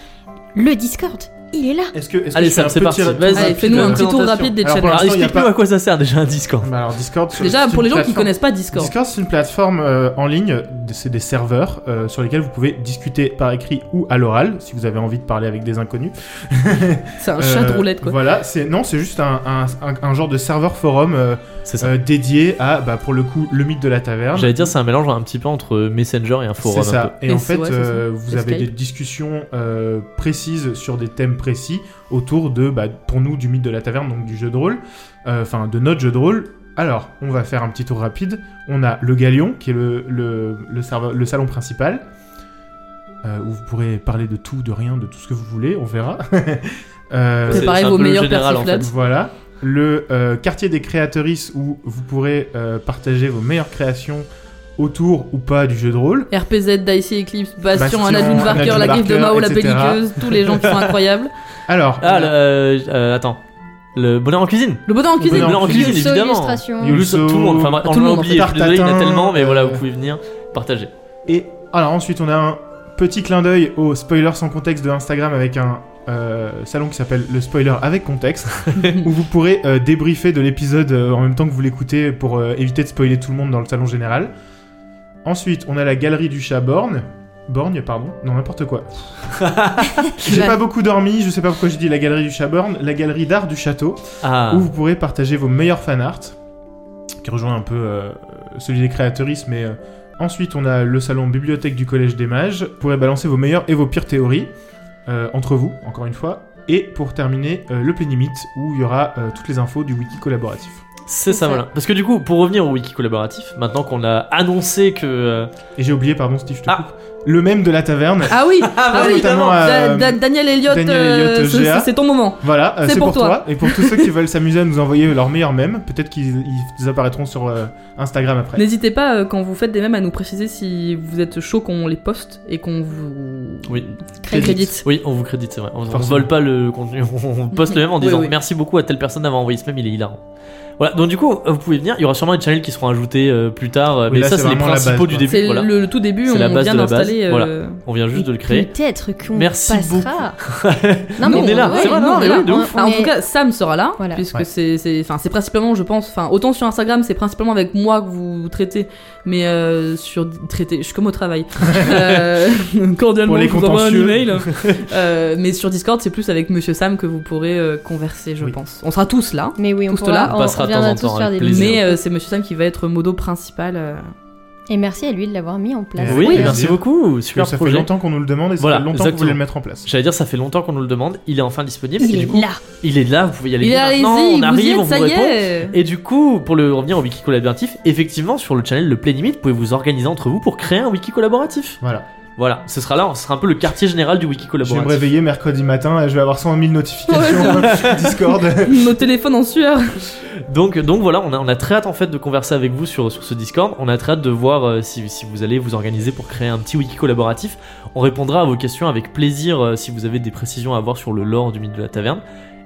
S4: Le Discord, il est là.
S3: Est-ce que, est-ce que
S1: Allez,
S3: je fais
S1: Sam,
S3: un
S1: c'est
S3: petit
S1: parti.
S3: retour
S1: Vas-y,
S2: Allez,
S3: rapide
S2: fais-nous
S3: de
S2: un
S3: la
S2: petit tour
S3: présentation
S2: rapide des
S3: Alors,
S2: channels.
S3: pour
S1: Alors,
S3: l'instant, il y a
S1: explique-nous
S3: pas-
S1: à quoi ça sert déjà un hein. Discord.
S3: Bah alors Discord. sur-
S2: Déjà,
S3: c'est
S2: pour
S3: une
S2: les gens qui
S3: plateforme-
S2: connaissent pas Discord.
S3: Discord, c'est une plateforme euh, en ligne, de- c'est des serveurs euh, sur lesquels vous pouvez discuter par écrit ou à l'oral, si vous avez envie de parler avec des inconnus.
S2: C'est un chat de
S3: Euh,
S2: roulette, quoi.
S3: Voilà, c'est non, c'est juste un, un- un- un genre de serveur forum euh,
S1: C'est ça.
S3: euh, dédié à, bah, pour le coup, le mythe de la taverne.
S1: J'allais dire, c'est un mélange un petit peu entre euh, Messenger et un forum.
S3: C'est
S1: un
S3: ça. Et,
S2: Et
S3: en
S2: c'est-
S3: fait,
S2: ouais, c'est ça.
S3: euh, vous
S2: Et
S3: avez
S2: Skype.
S3: des discussions euh, précises sur des thèmes précis autour de, bah, pour nous, du mythe de la taverne, donc du jeu de rôle, Euh, enfin de notre jeu de rôle. Alors, on va faire un petit tour rapide. On a le Galion, qui est le, le, le serveur- le salon principal, euh, où vous pourrez parler de tout, de rien, de tout ce que vous voulez, on verra. Euh,
S1: C'est-
S2: Préparez
S1: c'est un
S2: vos
S1: peu le
S2: meilleurs
S1: général, en
S2: persiflates.
S3: voilà. Le euh, quartier des créatrices où vous pourrez euh, partager vos meilleures créations autour ou pas du jeu de rôle.
S2: RPZ, Dicey Eclipse, Bastion,
S3: Bastion,
S2: Anna June
S3: Anna
S2: Barker,
S3: June
S2: la griffe de
S3: Barker,
S2: Mao, la
S3: etc..
S2: pelliqueuse, tous les gens qui sont incroyables.
S3: Alors,
S1: peu. Ah, le, euh, euh, attends. Le bonheur en cuisine.
S2: Le bonheur en
S1: Le
S2: cuisine.
S3: Bonheur en
S1: bonheur en cuisine,
S4: Yulso
S1: évidemment.
S4: Illustration.
S3: Yul- Yulso,
S1: Yulso, tout le monde. Enfin, bref,
S2: tout
S1: on
S2: le
S1: l'a
S2: monde, en
S1: oublié.
S3: fait.
S1: Je suis désolé, il y en a
S3: Tartatin,
S1: tellement, mais voilà,
S3: euh,
S1: vous pouvez venir partager.
S3: Et alors ensuite on a un petit clin d'œil au spoiler sans contexte de Instagram avec un euh, salon qui s'appelle le spoiler avec contexte où vous pourrez euh, débriefer de l'épisode euh, en même temps que vous l'écoutez pour euh, éviter de spoiler tout le monde dans le salon général. Ensuite on a la galerie du chat Borgne. Borgne, pardon, non n'importe quoi. J'ai
S2: Ouais.
S3: pas beaucoup dormi, je sais pas pourquoi j'ai dit la galerie du chat Borgne, la galerie d'art du château
S1: Ah,
S3: où vous pourrez partager vos meilleurs fanarts, qui rejoint un peu euh, celui des créatrices, mais euh, ensuite on a le salon bibliothèque du Collège des Mages, vous pourrez balancer vos meilleures et vos pires théories, euh, entre vous, encore une fois, et pour terminer, euh, le Plénimite, où il y aura euh, toutes les infos du wiki collaboratif.
S1: c'est ça,
S4: ça.
S1: voilà. Parce que du coup, pour revenir au wiki collaboratif, maintenant qu'on a annoncé que. euh,
S3: Et j'ai oublié, pardon Steve, je te
S1: Ah.
S3: coupe, le même de la taverne,
S2: Ah oui, ah oui,
S3: notamment,
S2: Da-
S3: bah euh,
S2: Da- Daniel Elliott,
S3: Daniel
S2: euh,
S3: Elliott,
S2: c'est-
S3: GA.
S2: c'est- c'est ton moment.
S3: voilà, euh,
S2: C'est
S3: c'est
S2: pour
S3: pour, toi. Et pour tous ceux qui veulent s'amuser à nous envoyer leurs meilleurs mèmes, peut-être qu'ils ils apparaîtront sur euh, Instagram après.
S2: N'hésitez pas euh, quand vous faites des mèmes à nous préciser si vous êtes chaud qu'on les poste et qu'on vous
S1: Oui.
S2: crée crédit.
S1: Oui, on vous crédite, c'est vrai. On, on
S3: Forcément.
S1: vole pas le contenu, on poste le même en
S2: Oui,
S1: disant
S2: oui.
S1: merci beaucoup à telle personne d'avoir envoyé ce même, il est hilarant. Voilà, donc du coup, euh, vous pouvez venir. Il y aura sûrement des channels qui seront ajoutés euh, plus tard, euh,
S3: Oui,
S1: mais
S3: là,
S1: ça,
S3: c'est
S1: c'est les
S3: vraiment la base,
S1: principaux du
S3: quoi.
S1: début.
S2: C'est
S1: Voilà.
S2: le, le tout début, on
S1: C'est la base
S2: vient
S1: de la base,
S2: d'installer. euh,
S1: voilà. On vient juste de le créer.
S4: Peut-être qu'on
S1: Merci
S4: passera.
S1: Non, mais on est là,
S4: ouais,
S1: c'est vrai,
S4: nous,
S1: non,
S4: on
S1: mais
S4: est là.
S1: oui, de
S4: On-
S1: ouf.
S4: on
S2: Ah, en
S4: est-
S2: tout cas, Sam sera là,
S4: Voilà.
S2: puisque
S3: Ouais.
S2: c'est, c'est, enfin, c'est principalement, je pense, enfin, autant sur Instagram, c'est principalement avec moi que vous vous traitez, mais euh, sur traiter, je suis comme au travail. euh, cordialement,
S3: Pour les
S2: je vous envoie un
S3: contentieux.
S2: email. Euh, mais sur Discord, c'est plus avec Monsieur Sam que vous pourrez euh, converser, je
S3: Oui.
S2: pense. On sera tous là,
S4: Mais oui, on
S2: Tout
S4: pourra,
S2: cela
S4: on,
S1: passera
S4: on
S1: de temps
S4: viendra
S1: en
S4: tous
S1: temps
S4: faire des
S1: avec plaisir.
S4: bisous.
S2: mais euh, c'est Monsieur Sam qui va être modo principal. euh,
S4: Et merci à lui de l'avoir mis en place.
S1: Oui,
S3: Oui,
S1: merci
S3: plaisir.
S1: beaucoup, super
S3: ça fait
S1: projet.
S3: longtemps qu'on nous le demande et ça
S1: Voilà,
S3: fait longtemps qu'on voulait
S1: exactement.
S3: le mettre en place.
S1: J'allais dire, ça fait longtemps qu'on nous le demande, il est enfin disponible.
S4: Il
S1: et
S4: est
S1: du coup,
S4: là.
S1: il est là, vous pouvez y aller.
S2: Il est
S1: dès
S2: allez-y,
S1: maintenant, on
S2: vous
S1: arrive,
S2: y êtes,
S1: on vous
S2: ça y
S1: répond.
S2: est.
S1: Et du coup, pour le revenir au wiki collaboratif, effectivement, sur le channel Le Play Limit, vous pouvez vous organiser entre vous pour créer un wiki collaboratif.
S3: Voilà.
S1: Voilà, ce sera là, ce sera un peu le quartier général du wiki
S3: Je vais me
S1: collaboratif.
S3: réveiller mercredi matin et je vais avoir 100 000 notifications Discord.
S2: Nos téléphones en sueur.
S1: Donc, donc voilà, on a, on a très hâte en fait de converser avec vous sur, sur ce Discord. On a très hâte de voir euh, si, si vous allez vous organiser pour créer un petit wiki collaboratif. On répondra à vos questions avec plaisir euh, si vous avez des précisions à avoir sur le lore du mythe de la taverne.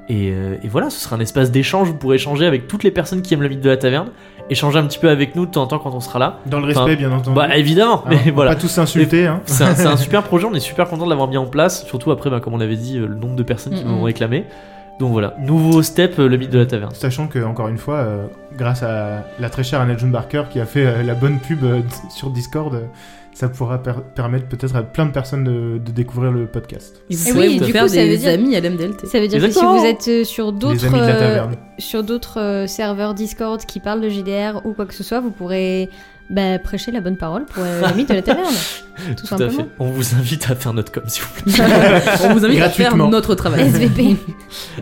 S1: Et, euh, et voilà, ce sera un espace d'échange. Vous pourrez échanger avec toutes les personnes qui aiment le mythe de la taverne, échanger un petit peu avec nous de temps en temps quand on sera là.
S3: Dans le respect,
S1: Enfin,
S3: bien entendu.
S1: Bah évidemment,
S3: Hein,
S1: mais
S3: on va
S1: voilà.
S3: Pas tous s'insulter. Hein.
S1: C'est un, c'est un super projet, on est super content de l'avoir mis en place, surtout après, bah, comme on l'avait dit, euh, le nombre de personnes qui
S2: Mm,
S1: nous l'ont
S2: mm.
S1: réclamé. Donc voilà, nouveau step, euh, le mythe de la taverne.
S3: Sachant que, encore une fois, euh, grâce à la très chère Anna June Barker qui a fait euh, la bonne pub euh, sur Discord, euh, ça pourra per- permettre peut-être à plein de personnes de, de découvrir le podcast.
S2: Et vous
S1: Et
S2: pourrez
S1: oui,
S2: vous
S4: Eh du
S2: faire
S4: coup, ça
S2: des
S4: veut dire-
S2: amis à l'MDLT.
S4: Ça veut dire
S1: Exactement.
S4: que si vous êtes euh, sur
S3: Les
S4: d'autres
S3: amis de la
S4: euh,
S3: taverne.
S4: sur d'autres euh, serveurs Discord qui parlent de JDR ou quoi que ce soit, vous pourrez bah, prêcher la bonne parole pour euh, l'ami de la taverne. Tout,
S1: Tout à
S4: simplement.
S1: fait. On vous invite à faire notre com, s'il vous plaît.
S2: On vous invite à faire
S3: Gratuitement.
S2: notre travail.
S4: SVP.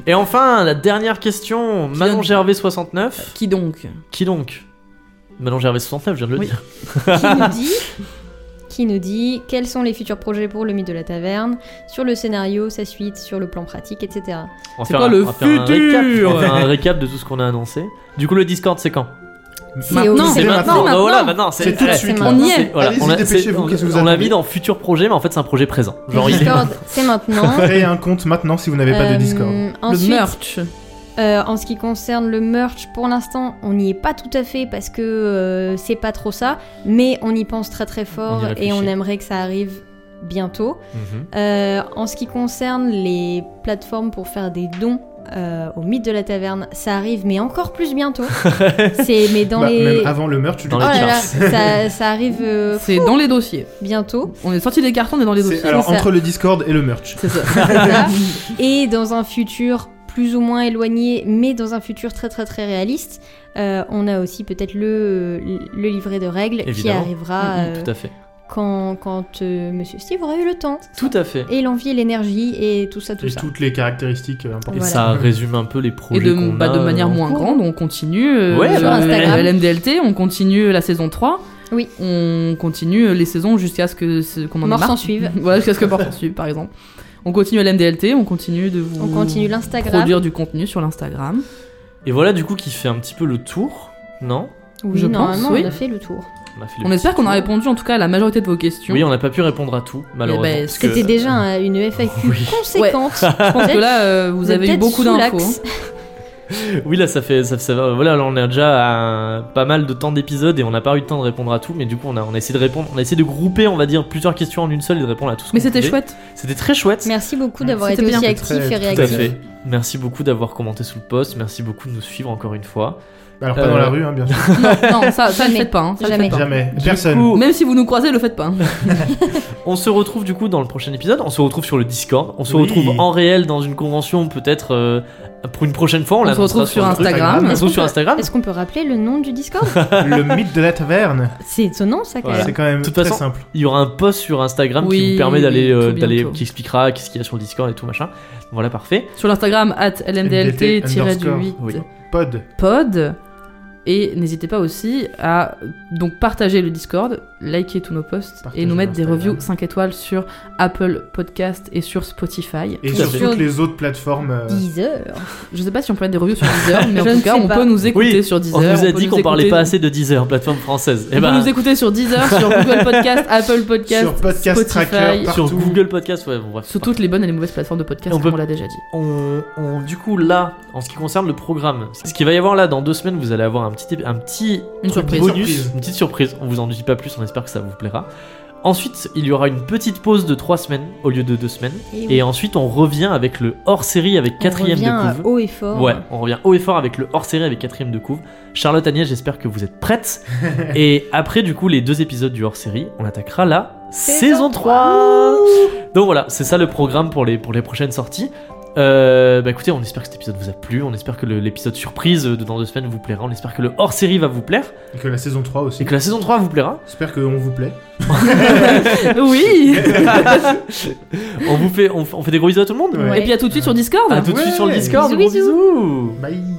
S1: Et enfin, la dernière question, Manon
S2: donne-
S1: Gervais69.
S2: Qui donc
S1: Qui donc Manon Gervais69, je viens de le
S2: Oui.
S1: dire.
S4: qui nous dit qui nous dit quels sont les futurs projets pour le mythe de la taverne, sur le scénario, sa suite, sur le plan pratique, etc.
S1: On va
S2: C'est
S1: faire
S2: quoi
S1: un-
S2: le
S1: on va faire un
S2: futur
S1: récap- on va faire un récap de tout ce qu'on a annoncé. Du coup, le Discord, c'est quand
S4: C'est
S2: Maintenant,
S4: au-
S2: c'est maintenant.
S1: Bah voilà, maintenant, c'est
S3: C'est tout de
S1: ouais,
S3: suite.
S4: c'est
S3: là.
S4: maintenant.
S2: On y est.
S1: voilà,
S3: Allez-y,
S1: on l'a-
S3: dépêchez-vous,
S1: c'est- on-
S3: qu'est-ce que vous
S1: on l'a
S3: attendez
S1: mis dans futur projet, mais en fait, c'est un projet présent. Genre,
S4: Le
S1: il est-
S4: Discord, c'est maintenant.
S3: Créez un compte maintenant si vous n'avez pas
S4: Euh,
S3: de Discord.
S4: ensuite,
S2: Le merch.
S4: euh, en ce qui concerne le merch, pour l'instant, on n'y est pas tout à fait parce que euh, c'est pas trop ça, mais on y pense très très fort
S1: On y
S4: et
S1: réfléchit.
S4: on aimerait que ça arrive bientôt.
S1: Mhm.
S4: Euh, en ce qui concerne les plateformes pour faire des dons euh, au mythe de la taverne, ça arrive, mais encore plus bientôt. c'est mais dans
S3: Bah,
S4: les
S3: Même avant le meurtre, tu
S1: Dans
S4: Oh
S3: le
S1: les
S4: là là,
S1: charts.
S4: ça, ça arrive euh,
S2: C'est dans les dossiers.
S4: bientôt.
S2: On est sorti des cartons, on est dans les dossiers.
S3: C'est- Alors,
S4: ça.
S3: entre le Discord et le merch.
S2: C'est ça.
S4: Et dans un futur plus ou moins éloigné, mais dans un futur très très très réaliste, euh, on a aussi peut-être le, le livret de règles qui
S1: Évidemment.
S4: arrivera
S1: Mhm,
S4: euh,
S1: Tout à fait.
S4: quand, quand euh, Monsieur Steve aura eu le temps.
S1: Tout à fait.
S4: Et l'envie et l'énergie et tout ça, tout
S3: Et
S4: ça.
S3: toutes les caractéristiques euh,
S1: Et
S3: importantes.
S4: Voilà.
S1: ça résume un peu les
S2: Et
S1: projets
S2: de,
S1: qu'on
S2: bah,
S1: a,
S2: de manière
S1: euh,
S2: moins
S4: cours.
S2: grande, on continue euh,
S1: Ouais,
S2: euh,
S1: sur
S4: Instagram.
S2: le LMDLT, on continue la saison 3.
S4: Oui.
S2: On continue les saisons jusqu'à ce que ce- qu'on en ait
S4: Mort
S2: marre.
S4: s'en suive.
S2: voilà, jusqu'à ce que mort s'en suive, par exemple. On continue LMDLT, on continue de vous
S4: On continue l'Instagram.
S2: produire du contenu sur l'Instagram.
S1: Et voilà, du coup, qui fait un petit peu le tour, non
S4: Oui,
S2: je pense,
S4: normalement,
S2: oui.
S4: on a fait le tour.
S1: On, a fait le
S2: On
S1: petit
S2: espère qu'on a
S1: tour.
S2: répondu en tout cas à la majorité de vos questions.
S1: Oui, on n'a pas pu répondre à tout, malheureusement.
S2: ben,
S1: parce que-
S4: C'était déjà un- une FAQ
S1: Oui.
S4: conséquente.
S2: Je pense que là, euh, vous avez eu beaucoup d'infos. hein.
S1: Oui, là, ça fait. Ça, ça va- voilà, là, on a déjà à pas mal de temps d'épisode et on n'a pas eu le temps de répondre à tout, mais du coup, on a, on a essayé de répondre. On a essayé de grouper, on va dire, plusieurs questions en une seule et de répondre à tout ce
S2: Mais
S1: qu'on
S2: c'était
S1: pouvait.
S2: chouette.
S1: C'était très chouette.
S4: Merci beaucoup d'avoir
S2: C'était
S4: été aussi
S2: bien.
S4: actif
S3: Très-
S4: et
S1: Tout à
S4: réactif.
S1: fait. Merci beaucoup d'avoir commenté sous le post. Merci beaucoup de nous suivre encore une fois.
S3: Alors, pas dans
S1: Euh,
S3: la rue, hein, bien sûr.
S2: Non, non, ça, ça le
S4: Jamais.
S2: faites pas. hein, ça le
S4: Jamais.
S2: faites pas.
S3: Jamais.
S1: Du
S3: Personne.
S1: coup,
S2: Même si vous nous croisez, le faites pas. hein.
S1: on se retrouve du coup dans le prochain épisode. On se retrouve sur le Discord. On se
S3: Oui.
S1: retrouve en réel dans une convention, peut-être euh, pour une prochaine fois. On,
S2: On se
S1: l'annoncera
S2: retrouve sur
S1: le truc.
S2: Instagram.
S1: On se
S4: Est-ce qu'on
S1: retrouve sur
S4: peut-
S1: Instagram.
S4: Est-ce qu'on peut rappeler le nom du Discord
S3: le mythe de la taverne.
S4: C'est étonnant ça quand
S1: Voilà.
S3: C'est quand même
S1: De toute
S3: très
S1: façon-
S3: simple.
S1: Il y aura un post sur Instagram qui
S2: Oui,
S1: vous permet
S2: oui,
S1: d'aller, euh,
S2: tout
S1: d'aller,
S2: bientôt.
S1: qui expliquera qu'est-ce qu'il y a sur le Discord et tout machin. Voilà, parfait.
S2: Sur l'Instagram, at
S3: LMDLT underscore,
S2: LMDLT-8.
S1: oui.
S3: Pod.
S2: pod. Et n'hésitez pas aussi à donc partager le Discord, liker tous nos posts
S3: Partagez
S2: et nous mettre des
S3: l'Instagram.
S2: reviews 5 étoiles sur Apple Podcast et sur Spotify.
S3: Et
S1: Tout à
S3: sur
S1: fait.
S3: toutes les autres plateformes. euh,
S4: 10 heures.
S2: Je sais pas si on peut mettre des reviews sur Deezer, mais en
S4: Je ne
S2: tout cas,
S4: sais
S2: on
S4: pas.
S2: peut nous écouter
S1: Oui,
S2: sur Deezer.
S1: on nous a
S2: peut
S1: dit qu'on parlait
S2: écouter-
S1: pas assez de Deezer, plateforme française.
S2: On
S1: Et
S2: peut
S1: ben,
S2: nous écouter sur Deezer, sur Google Podcast, Apple Podcast,
S3: sur Podcast
S2: Spotify,
S3: Tracker.
S1: sur
S3: partout.
S1: Google Podcast, ouais, bon, bref.
S2: sur toutes les bonnes et les mauvaises plateformes de podcast,
S1: On
S2: comme
S1: peut-
S2: on l'a déjà dit.
S1: on, euh, on- du coup là, en ce qui concerne le programme, ce qu'il va y avoir là dans deux semaines, vous allez avoir un petit, ép- un petit
S2: Une
S1: truc
S2: surprise.
S1: bonus,
S3: Surprise.
S1: une petite surprise. On vous en dit pas plus, on espère que ça vous plaira. Ensuite, il y aura une petite pause de trois semaines au lieu de deux semaines, et ensuite on revient avec le hors série avec quatrième de couve.
S4: haut et fort.
S1: Ouais, on revient haut et fort avec le hors série avec quatrième de couve. Charlotte Agnès, j'espère que vous êtes prête. et après, du coup, les deux épisodes du hors série, on attaquera la saison 3. Donc voilà, c'est ça le programme pour les, pour les prochaines sorties. Euh, bah écoutez, on espère que cet épisode vous a plu, on espère que le- l'épisode surprise euh, de dans deux semaines vous plaira, on espère que le hors série va vous plaire,
S3: Et que la saison 3 aussi.
S1: et que la saison 3 vous plaira.
S3: J'espère qu'on vous plaît.
S2: Oui
S1: on vous fait, on, f- on fait des gros bisous à tout le monde.
S3: Ouais.
S2: Et puis à tout de suite sur Discord
S1: À tout de suite sur le
S3: Ouais.
S1: Discord.
S4: Bisous,
S1: gros
S4: bisous.
S1: bisous.
S3: Bye